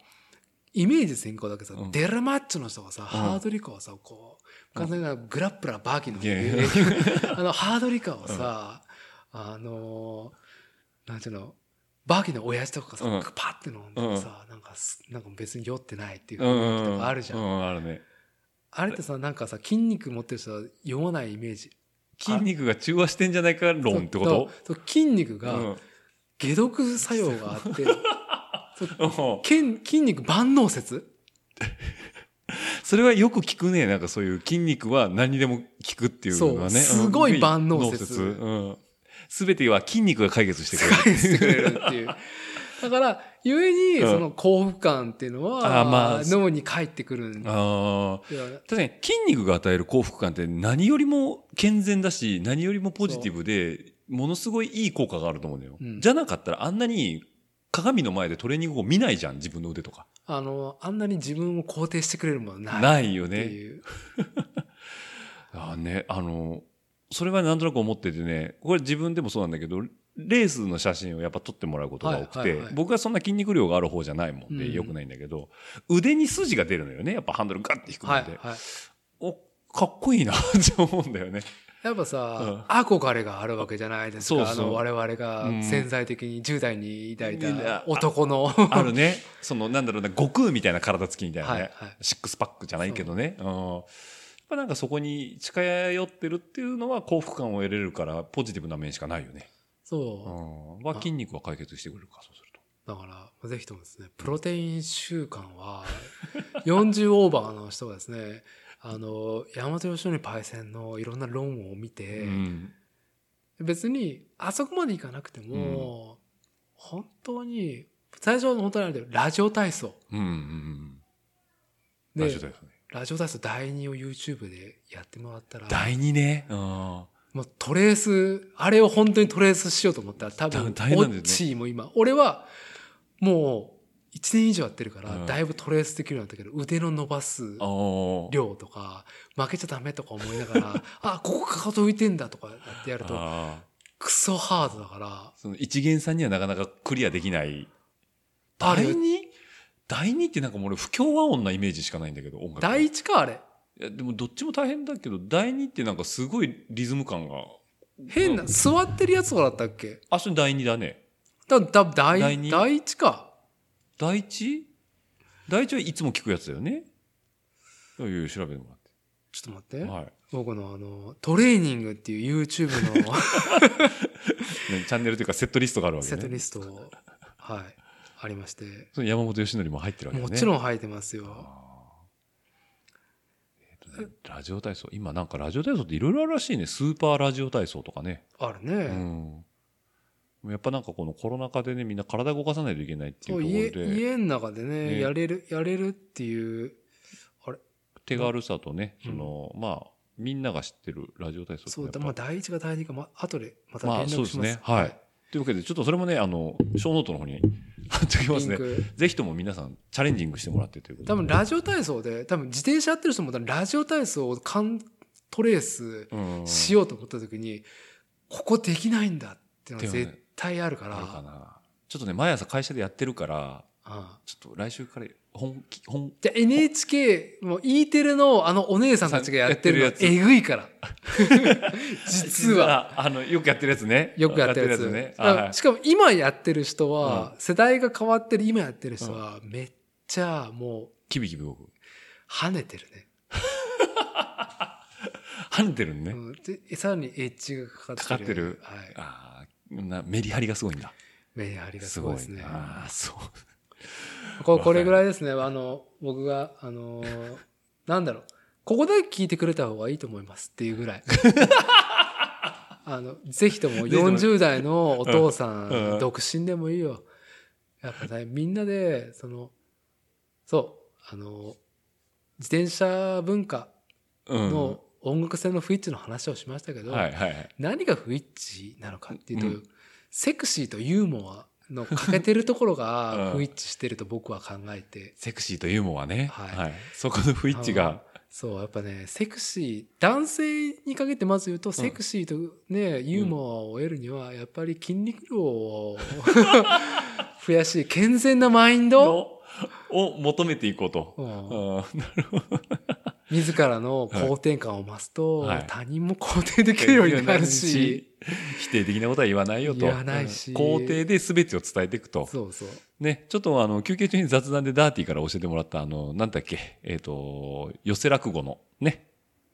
Speaker 3: イメージ先行だけどさ、
Speaker 2: うん
Speaker 3: デラマッチョの人がさ、ハードリカーをさ、こう、完全なグラップラーバーキンの、 あの、ハードリカーをさ、あのー、なんていうの、バーキンの親父とかがさ、
Speaker 2: うん
Speaker 3: パッて飲んでさ、なんかす、なんか別に酔ってないっていう
Speaker 2: うんうん
Speaker 3: 雰囲気とかあるじゃん。
Speaker 2: うん、あるね。
Speaker 3: あれってさ、なんかさ、筋肉持ってる人は酔わないイメージ。
Speaker 2: 筋肉が中和してんじゃないか論ってこと
Speaker 3: そうそう筋肉
Speaker 2: う
Speaker 3: が
Speaker 2: ん。
Speaker 3: 解毒作用があって、
Speaker 2: うん
Speaker 3: 筋筋肉万能説
Speaker 2: それはよく聞くね。なんかそういう筋肉は何にでも効くっていうのはね。
Speaker 3: そう
Speaker 2: うん
Speaker 3: すごい万能説
Speaker 2: うん。すべては筋肉が解決してくれる。
Speaker 3: 返してくれるっていう。だから、ゆえに、
Speaker 2: うん
Speaker 3: その幸福感っていうの
Speaker 2: あーま
Speaker 3: は
Speaker 2: あ、
Speaker 3: 脳に返ってくるん だ
Speaker 2: ああ。
Speaker 3: よね
Speaker 2: 確かに筋肉が与える幸福感って何よりも健全だし、何よりもポジティブで、ものすごいいい効果があると思うんだよ。
Speaker 3: うん
Speaker 2: じゃなかったらあんなに鏡の前でトレーニングを見ないじゃん、自分の腕とか。
Speaker 3: あの、あんなに自分を肯定してくれるものない。っ
Speaker 2: ないよ
Speaker 3: て
Speaker 2: ね。
Speaker 3: いう。
Speaker 2: あーね、あの、それはなんとなく思っててね、これ自分でもそうなんだけど、レースの写真をやっぱ撮ってもらうことが多く
Speaker 3: はいはい
Speaker 2: て
Speaker 3: は、い
Speaker 2: 僕はそんな筋肉量がある方じゃないもんで、
Speaker 3: うん
Speaker 2: 良くないんだけど、腕に筋が出るのよね、やっぱハンドルガッて引く
Speaker 3: は
Speaker 2: の
Speaker 3: い
Speaker 2: で。
Speaker 3: はい。
Speaker 2: お、かっこいいなって思うんだよ ね。
Speaker 3: やっぱさ、憧れがあるわけじゃないです
Speaker 2: そう
Speaker 3: か。
Speaker 2: そう
Speaker 3: あの、我々が
Speaker 2: うん
Speaker 3: 潜在的に10代に抱い
Speaker 2: みんな
Speaker 3: た
Speaker 2: あ
Speaker 3: 男の。
Speaker 2: あるね。その、なんだろうな、悟空みたいな体つきみたいな
Speaker 3: はいは
Speaker 2: ね
Speaker 3: い。
Speaker 2: シックスパックじゃないけどね。うん。やっぱなんかそこに近寄ってるっていうのは幸福感を得れるから、ポジティブな面しかないよね。う
Speaker 3: そ
Speaker 2: ん。は筋肉は解決してくれるか、そうすると。
Speaker 3: だから、ぜひともですね、プロテイン習慣は、40オーバーの人がですね、あの、山本義則パイセンのいろんな論を見て、
Speaker 2: うん
Speaker 3: 別にあそこまでいかなくても、本当に最初は本当にあれだよラジオ体操
Speaker 2: うんうんうんラ
Speaker 3: でラ
Speaker 2: ジオ体操ね
Speaker 3: ジオ体操第2を YouTube でやってもらったら
Speaker 2: 第2ねうん
Speaker 3: もうトレースあれを本当にトレースしようと思ったら多分オ
Speaker 2: だ大変なんだよね
Speaker 3: ッチーも今俺はもう1年以上やってるから、
Speaker 2: うん
Speaker 3: だいぶトレースできるようになったけど腕の伸ばす
Speaker 2: あー
Speaker 3: 量とか負けちゃダメとか思いなが らあここかかと浮いてんだとかやってやると
Speaker 2: あー
Speaker 3: クソハードだから
Speaker 2: その一元さんにはなかなかクリアできない
Speaker 3: あれ
Speaker 2: 第 2? 第2ってなんかもう俺不協和音なイメージしかないんだけど音楽
Speaker 3: 第
Speaker 2: い
Speaker 3: 一かあれ
Speaker 2: やでもどっちも大変だけど第2ってなんかすごいリズム感が
Speaker 3: 変な、座ってるやつとかだったっけ
Speaker 2: あそれ第2だね
Speaker 3: 多分、多分第
Speaker 2: 第二
Speaker 3: 第一か。
Speaker 2: 第一第一はいつも聞くやつだよねいやいや調べてもらっ
Speaker 3: ちょっと待って。
Speaker 2: てはい
Speaker 3: 僕のあの、トレーニングっていう YouTube の
Speaker 2: ねチャンネルというかセットリストがあるわけ
Speaker 3: セ
Speaker 2: ね
Speaker 3: ットリストを、はい、ありまして。
Speaker 2: その山本由伸も入ってるわけね
Speaker 3: もちろ
Speaker 2: ん
Speaker 3: ん入ってますよ。
Speaker 2: ラジオ体操今なんかラジオ体操っていろいろあるらしいねスーパーラジオ体操とかね
Speaker 3: あるね。
Speaker 2: うんやっぱなんかこのコロナ禍でねみんな体動かさないといけないってい
Speaker 3: そう
Speaker 2: う
Speaker 3: 家
Speaker 2: ところで
Speaker 3: 家の中でね
Speaker 2: ね
Speaker 3: やれる、やれるっていう、
Speaker 2: 手軽さとね
Speaker 3: うん
Speaker 2: そのまあみんなが知ってるラジオ体操って
Speaker 3: そう
Speaker 2: やっぱ
Speaker 3: だ、まあ、第一か第二か、まあ、後でまた
Speaker 2: ま
Speaker 3: 連
Speaker 2: あそう
Speaker 3: 絡
Speaker 2: で
Speaker 3: し
Speaker 2: す
Speaker 3: ます。
Speaker 2: ねはいというわけでちょっとそれもねあのショーノートの方に貼っておきます
Speaker 3: リン
Speaker 2: ね
Speaker 3: ク。
Speaker 2: ぜひとも皆さんチャレンジングしてもらってということで
Speaker 3: 多分、ラジオ体操で、多分、自転車やってる人も、多分ラジオ体操を完トレース、
Speaker 2: うん
Speaker 3: しようと思った時に、ここできないんだっていうのは絶対あるから、
Speaker 2: あるかなちょっとね毎朝会社でやってるから
Speaker 3: うん
Speaker 2: ちょっと来週から本気本
Speaker 3: じゃあ NHK、もう E テレのあのお姉さんたちがやってるの
Speaker 2: やってる
Speaker 3: えぐいから。実は。
Speaker 2: あのよくやってるやつね
Speaker 3: よくやってるやつ。
Speaker 2: ね
Speaker 3: だから
Speaker 2: はい
Speaker 3: しかも今やってる人は、世代が変わってる今やってる人は、めっちゃも
Speaker 2: キビキビ動く
Speaker 3: う跳ねてるね。
Speaker 2: 跳ねてるのね、
Speaker 3: うんでさらにエッジがかかってる。
Speaker 2: かかってる
Speaker 3: はい。
Speaker 2: あーなメリハリがすごいんだ
Speaker 3: メリハリがすごいですね。
Speaker 2: ああそう
Speaker 3: ここれぐらいですね。あの、僕が、あのー、なんだろう。ここだけ聞いてくれた方がいいと思いますっていうぐ らい。あの、ぜひとも
Speaker 2: ぜひとも
Speaker 3: 40代のお父さん、
Speaker 2: うんうん
Speaker 3: 独身でもいいよ。やっぱね、みんなで、その、そう、あの、自転車文化
Speaker 2: うん
Speaker 3: の音楽性の不一致の話をしましたけど、
Speaker 2: はいはいはい
Speaker 3: 何が不一致なのかっていうと、
Speaker 2: うん
Speaker 3: セクシーとユーモアの欠けてるところが
Speaker 2: うん
Speaker 3: 不一致してると僕は考えて、
Speaker 2: セクシーとユーモアね、
Speaker 3: はい
Speaker 2: そこの不一致が
Speaker 3: そうやっぱねセクシー男性にかけてまず言うとセクシーとね、ユーモアを得るにはやっぱり筋肉量を 増やし健全なマインド、
Speaker 2: のを求めていこうと、
Speaker 3: うん
Speaker 2: うんな
Speaker 3: 自らの肯定感を増すと、
Speaker 2: はい
Speaker 3: 他人も肯定できるようになるし、
Speaker 2: 否定的なことは言わないよと
Speaker 3: 言わないし
Speaker 2: うん肯定で全てを伝えていくと
Speaker 3: そうそう
Speaker 2: ねちょっとあの休憩中に雑談でダーティーから教えてもらったあのなんだっけえっ、と寄せ落語のね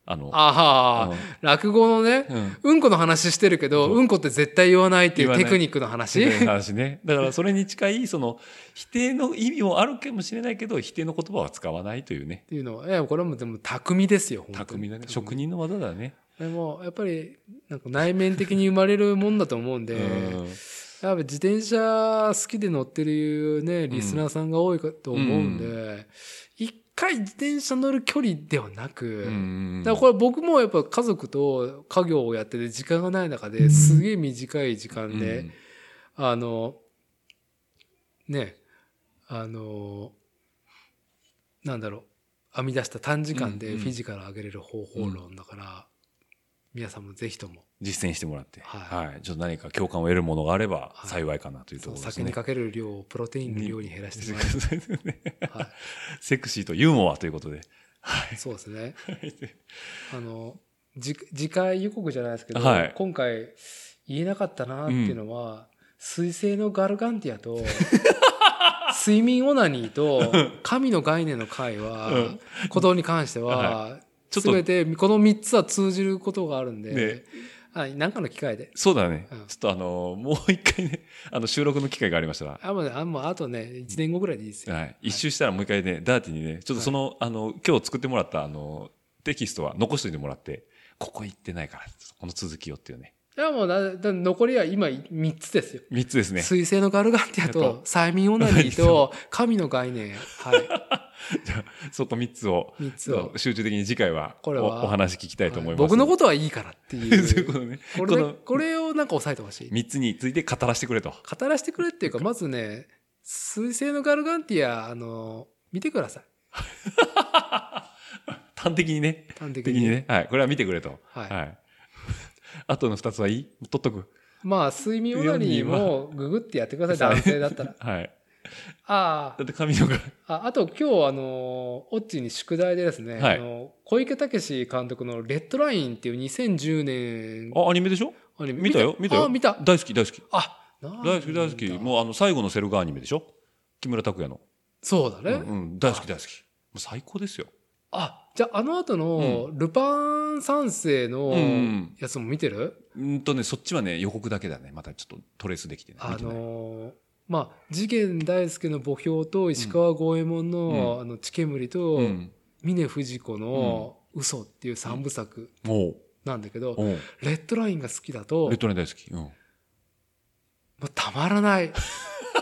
Speaker 2: あの
Speaker 3: ああ、
Speaker 2: うん
Speaker 3: 落語のね、
Speaker 2: うん
Speaker 3: うんこの話してるけど、
Speaker 2: そう
Speaker 3: うんこって絶対言わないってい
Speaker 2: 言
Speaker 3: う
Speaker 2: わな
Speaker 3: テ
Speaker 2: い
Speaker 3: クニックの話
Speaker 2: みたいな話ね。だからそれに近い、その、否定の意味もあるかもしれないけど、否定の言葉は使わないというね
Speaker 3: っ。ていうのは、いや、これはもうでも匠ですよ、本当に
Speaker 2: 巧みだね。職。人の技だね。
Speaker 3: でも、やっぱり、なんか内面的に生まれるもんだと思うんで、
Speaker 2: うん
Speaker 3: やっぱ自転車好きで乗ってるね、リスナーさんが多いかと思うんで、一、回自転車乗る距離ではなく、
Speaker 2: うん
Speaker 3: だからこれ僕もやっぱ家族と家業をやってて時間がない中ですげえ短い時間で、
Speaker 2: うん
Speaker 3: あの、ね、あの、なんだろう、編み出した短時間
Speaker 2: うん
Speaker 3: で
Speaker 2: うん
Speaker 3: フィジカル上げれる方法論だから、皆さんもぜひとも、
Speaker 2: 実践してもらって、
Speaker 3: はい
Speaker 2: はい。ちょっと何か共感を得るものがあれば
Speaker 3: はい
Speaker 2: 幸いかなというとこ
Speaker 3: その
Speaker 2: ろです
Speaker 3: 酒に
Speaker 2: ね。
Speaker 3: かける量をプロテインの量に減らしても らう。は
Speaker 2: セクシーとユーモアということで。
Speaker 3: い、そうですね。あの、じ次回予告じゃないですけど、
Speaker 2: はい
Speaker 3: 今回言えなかったなっていうのは、水星のガルガンティ アと、睡眠オナニーと、神の概念の会は、
Speaker 2: うん
Speaker 3: ことに関しては、
Speaker 2: は
Speaker 3: す
Speaker 2: ちょ
Speaker 3: べ
Speaker 2: っと
Speaker 3: てこの3つは通じることがあるんで、
Speaker 2: ね
Speaker 3: あ、なんかの機会で。
Speaker 2: そうだね。
Speaker 3: うん
Speaker 2: ちょっとあの、もう一回ね、あの、収録の機会がありましたら、
Speaker 3: あ、もう、あもうあとね、1年後ぐらいでいいですよ。
Speaker 2: はい。一周したらもう一回ね、ダーティにね、ちょっとその、あの、今日作ってもらった、あの、テキストは残しといてもらって、ここ行ってないから、ちょっとこの続きをっていうね。
Speaker 3: いや、もうな、だ残りは今3つですよ。
Speaker 2: 三つですね。
Speaker 3: 水星のガルガンティア
Speaker 2: やっ
Speaker 3: と、催眠オナニーと、神の概念。は
Speaker 2: そこ三つを、
Speaker 3: い。3つ を。
Speaker 2: 集中的に次回は、
Speaker 3: これは
Speaker 2: おお話聞きたいと思います。
Speaker 3: 僕のことはいいからってい
Speaker 2: そういう
Speaker 3: う。
Speaker 2: ことね。
Speaker 3: こ
Speaker 2: こ
Speaker 3: れね
Speaker 2: の
Speaker 3: これをなんか抑えてほしい。
Speaker 2: 三つについて語らせてくれと。
Speaker 3: 語らせてくれっていうか、まずね、水星のガルガンティア、あの、見てください。
Speaker 2: 端的にね。
Speaker 3: 端的
Speaker 2: 的
Speaker 3: に。
Speaker 2: にね。はい。これは見てくれと。
Speaker 3: は
Speaker 2: はい
Speaker 3: い。。
Speaker 2: あとの二つはいい取っとく。
Speaker 3: まあ、睡眠オナニーもググってやってください、男性だ ったら。
Speaker 2: はい。
Speaker 3: あ
Speaker 2: だって髪の毛。
Speaker 3: あ、ああと今日、あの、オッチに宿題でですね、
Speaker 2: はい
Speaker 3: あの小池武史監督のレッドラインっていう2010年
Speaker 2: あ、アニメでしょ
Speaker 3: アニメ
Speaker 2: 見たよ見たよ
Speaker 3: あ、見た。
Speaker 2: 大好き、大好き。
Speaker 3: あ、なんだ
Speaker 2: 大好き、大好き。もうあの、最後のセルガーアニメでしょ木村拓哉の。
Speaker 3: そうだ
Speaker 2: う
Speaker 3: ね。
Speaker 2: んうん、大好き、大好き。もう最高ですよ。
Speaker 3: あ、じゃああの後の、ルパン三世
Speaker 2: う
Speaker 3: の
Speaker 2: んうん。
Speaker 3: やつも見てる、
Speaker 2: うんとね、そっちはね、予告だけだね。またちょっとトレースできてね。
Speaker 3: あ
Speaker 2: 見てない
Speaker 3: のーまあ、次元大輔の墓標と石川五右衛門の、あの、地煙と、
Speaker 2: うん。
Speaker 3: 峰不二子の嘘っていう三部作
Speaker 2: おう
Speaker 3: なんだけど、
Speaker 2: おう
Speaker 3: レッドラインが好きだと、
Speaker 2: レッ
Speaker 3: も
Speaker 2: ドライン大好き。 うん。
Speaker 3: うたまらない。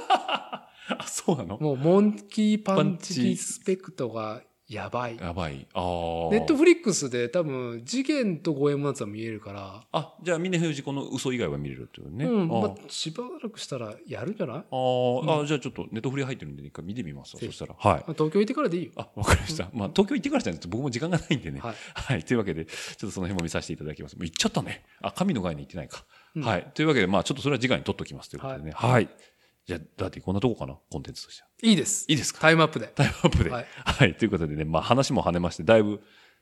Speaker 2: あ、そうなの
Speaker 3: もうモンキーパン
Speaker 2: パンチ
Speaker 3: チスペクトがやばい。
Speaker 2: やばい。ああ。
Speaker 3: ネットフリックスで多分、次元と五右衛門のやつは見えるから、
Speaker 2: あ、じゃあ、峰ジ子の嘘以外は見れるってことね。
Speaker 3: うん、
Speaker 2: あ
Speaker 3: まあ
Speaker 2: ー、
Speaker 3: しばらくしたらやるんじゃない
Speaker 2: あー
Speaker 3: う
Speaker 2: あ、じゃあちょっとネットフリ入ってるんで、一回見てみますわ。
Speaker 3: ぜ
Speaker 2: そ
Speaker 3: ひ
Speaker 2: したら。はい。
Speaker 3: まあ東京行ってからでいいよ。
Speaker 2: あ、わかりました。まあ、東京行ってからじゃないと僕も時間がないんでね。は
Speaker 3: はいい。
Speaker 2: というわけで、ちょっとその辺も見させていただきます。もう行っちゃったね。あ、神の概念行ってないか。
Speaker 3: うん
Speaker 2: はい。というわけで、まあ、ちょっとそれは次回に取っときますということでね。はい。じゃあ、だってこんなとこかな、コンテンツとしては。
Speaker 3: いいです。
Speaker 2: いいですか
Speaker 3: タイムアップで。
Speaker 2: タイムアップで。は
Speaker 3: はいい、
Speaker 2: ということでね、まあ、話も跳ねまして、だいぶ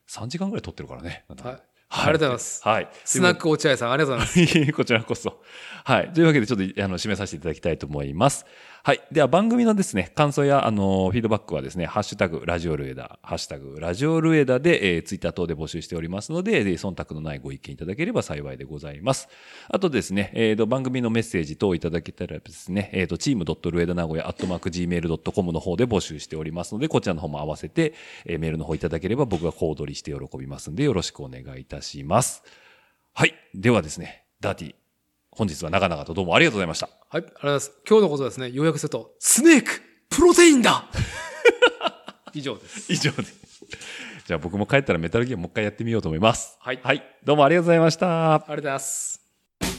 Speaker 2: 3時間ぐらい取ってるからね。なんだかんだ
Speaker 3: はいありがとうございます
Speaker 2: はい。
Speaker 3: スナック落合さん、ありがとうございま
Speaker 2: い
Speaker 3: す。
Speaker 2: え いえこちらこそ。はい。というわけで、ちょっと、あの、締めさせていただきたいと思います。はい。では、番組のですね、感想や、あの、フィードバックはですね、ハッシュタグ、ラジオルエダ、ハッシュタグ、ラジオルエダで、えー、ツイッター等で募集しておりますので、で忖度のないご意見いただければ幸いでございます。あとですね、えーと、番組のメッセージ等いただけたらですね、えーと、チームルエダ名古屋、アットマーク gmail.com の方で募集しておりますので、こちらの方も合わせて、えーメールの方いただければ僕が小躍りして喜びますんで、よろしくお願いいたします。はい。ではですね、ダーティ、本日は長々とどうもありがとうございました。
Speaker 3: はい、ありがとうございます。今日のことですね、要約すると、スネークプロテインだ 以上です。
Speaker 2: 以上で。じゃあ僕も帰ったらメタルギアもう一回やってみようと思います。
Speaker 3: はい
Speaker 2: はい。どうもありがとうございました。
Speaker 3: ありがとうございます。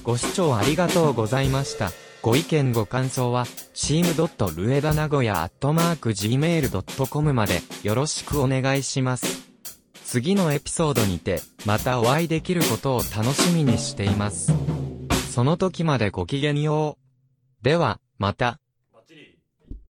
Speaker 4: ご視聴ありがとうございました。ご意見ご感想は、team.rueda-nagoya.gmail.com までよろしくお願いします。次のエピソードにて、またお会いできることを楽しみにしています。その時までごきげんよう。では、また。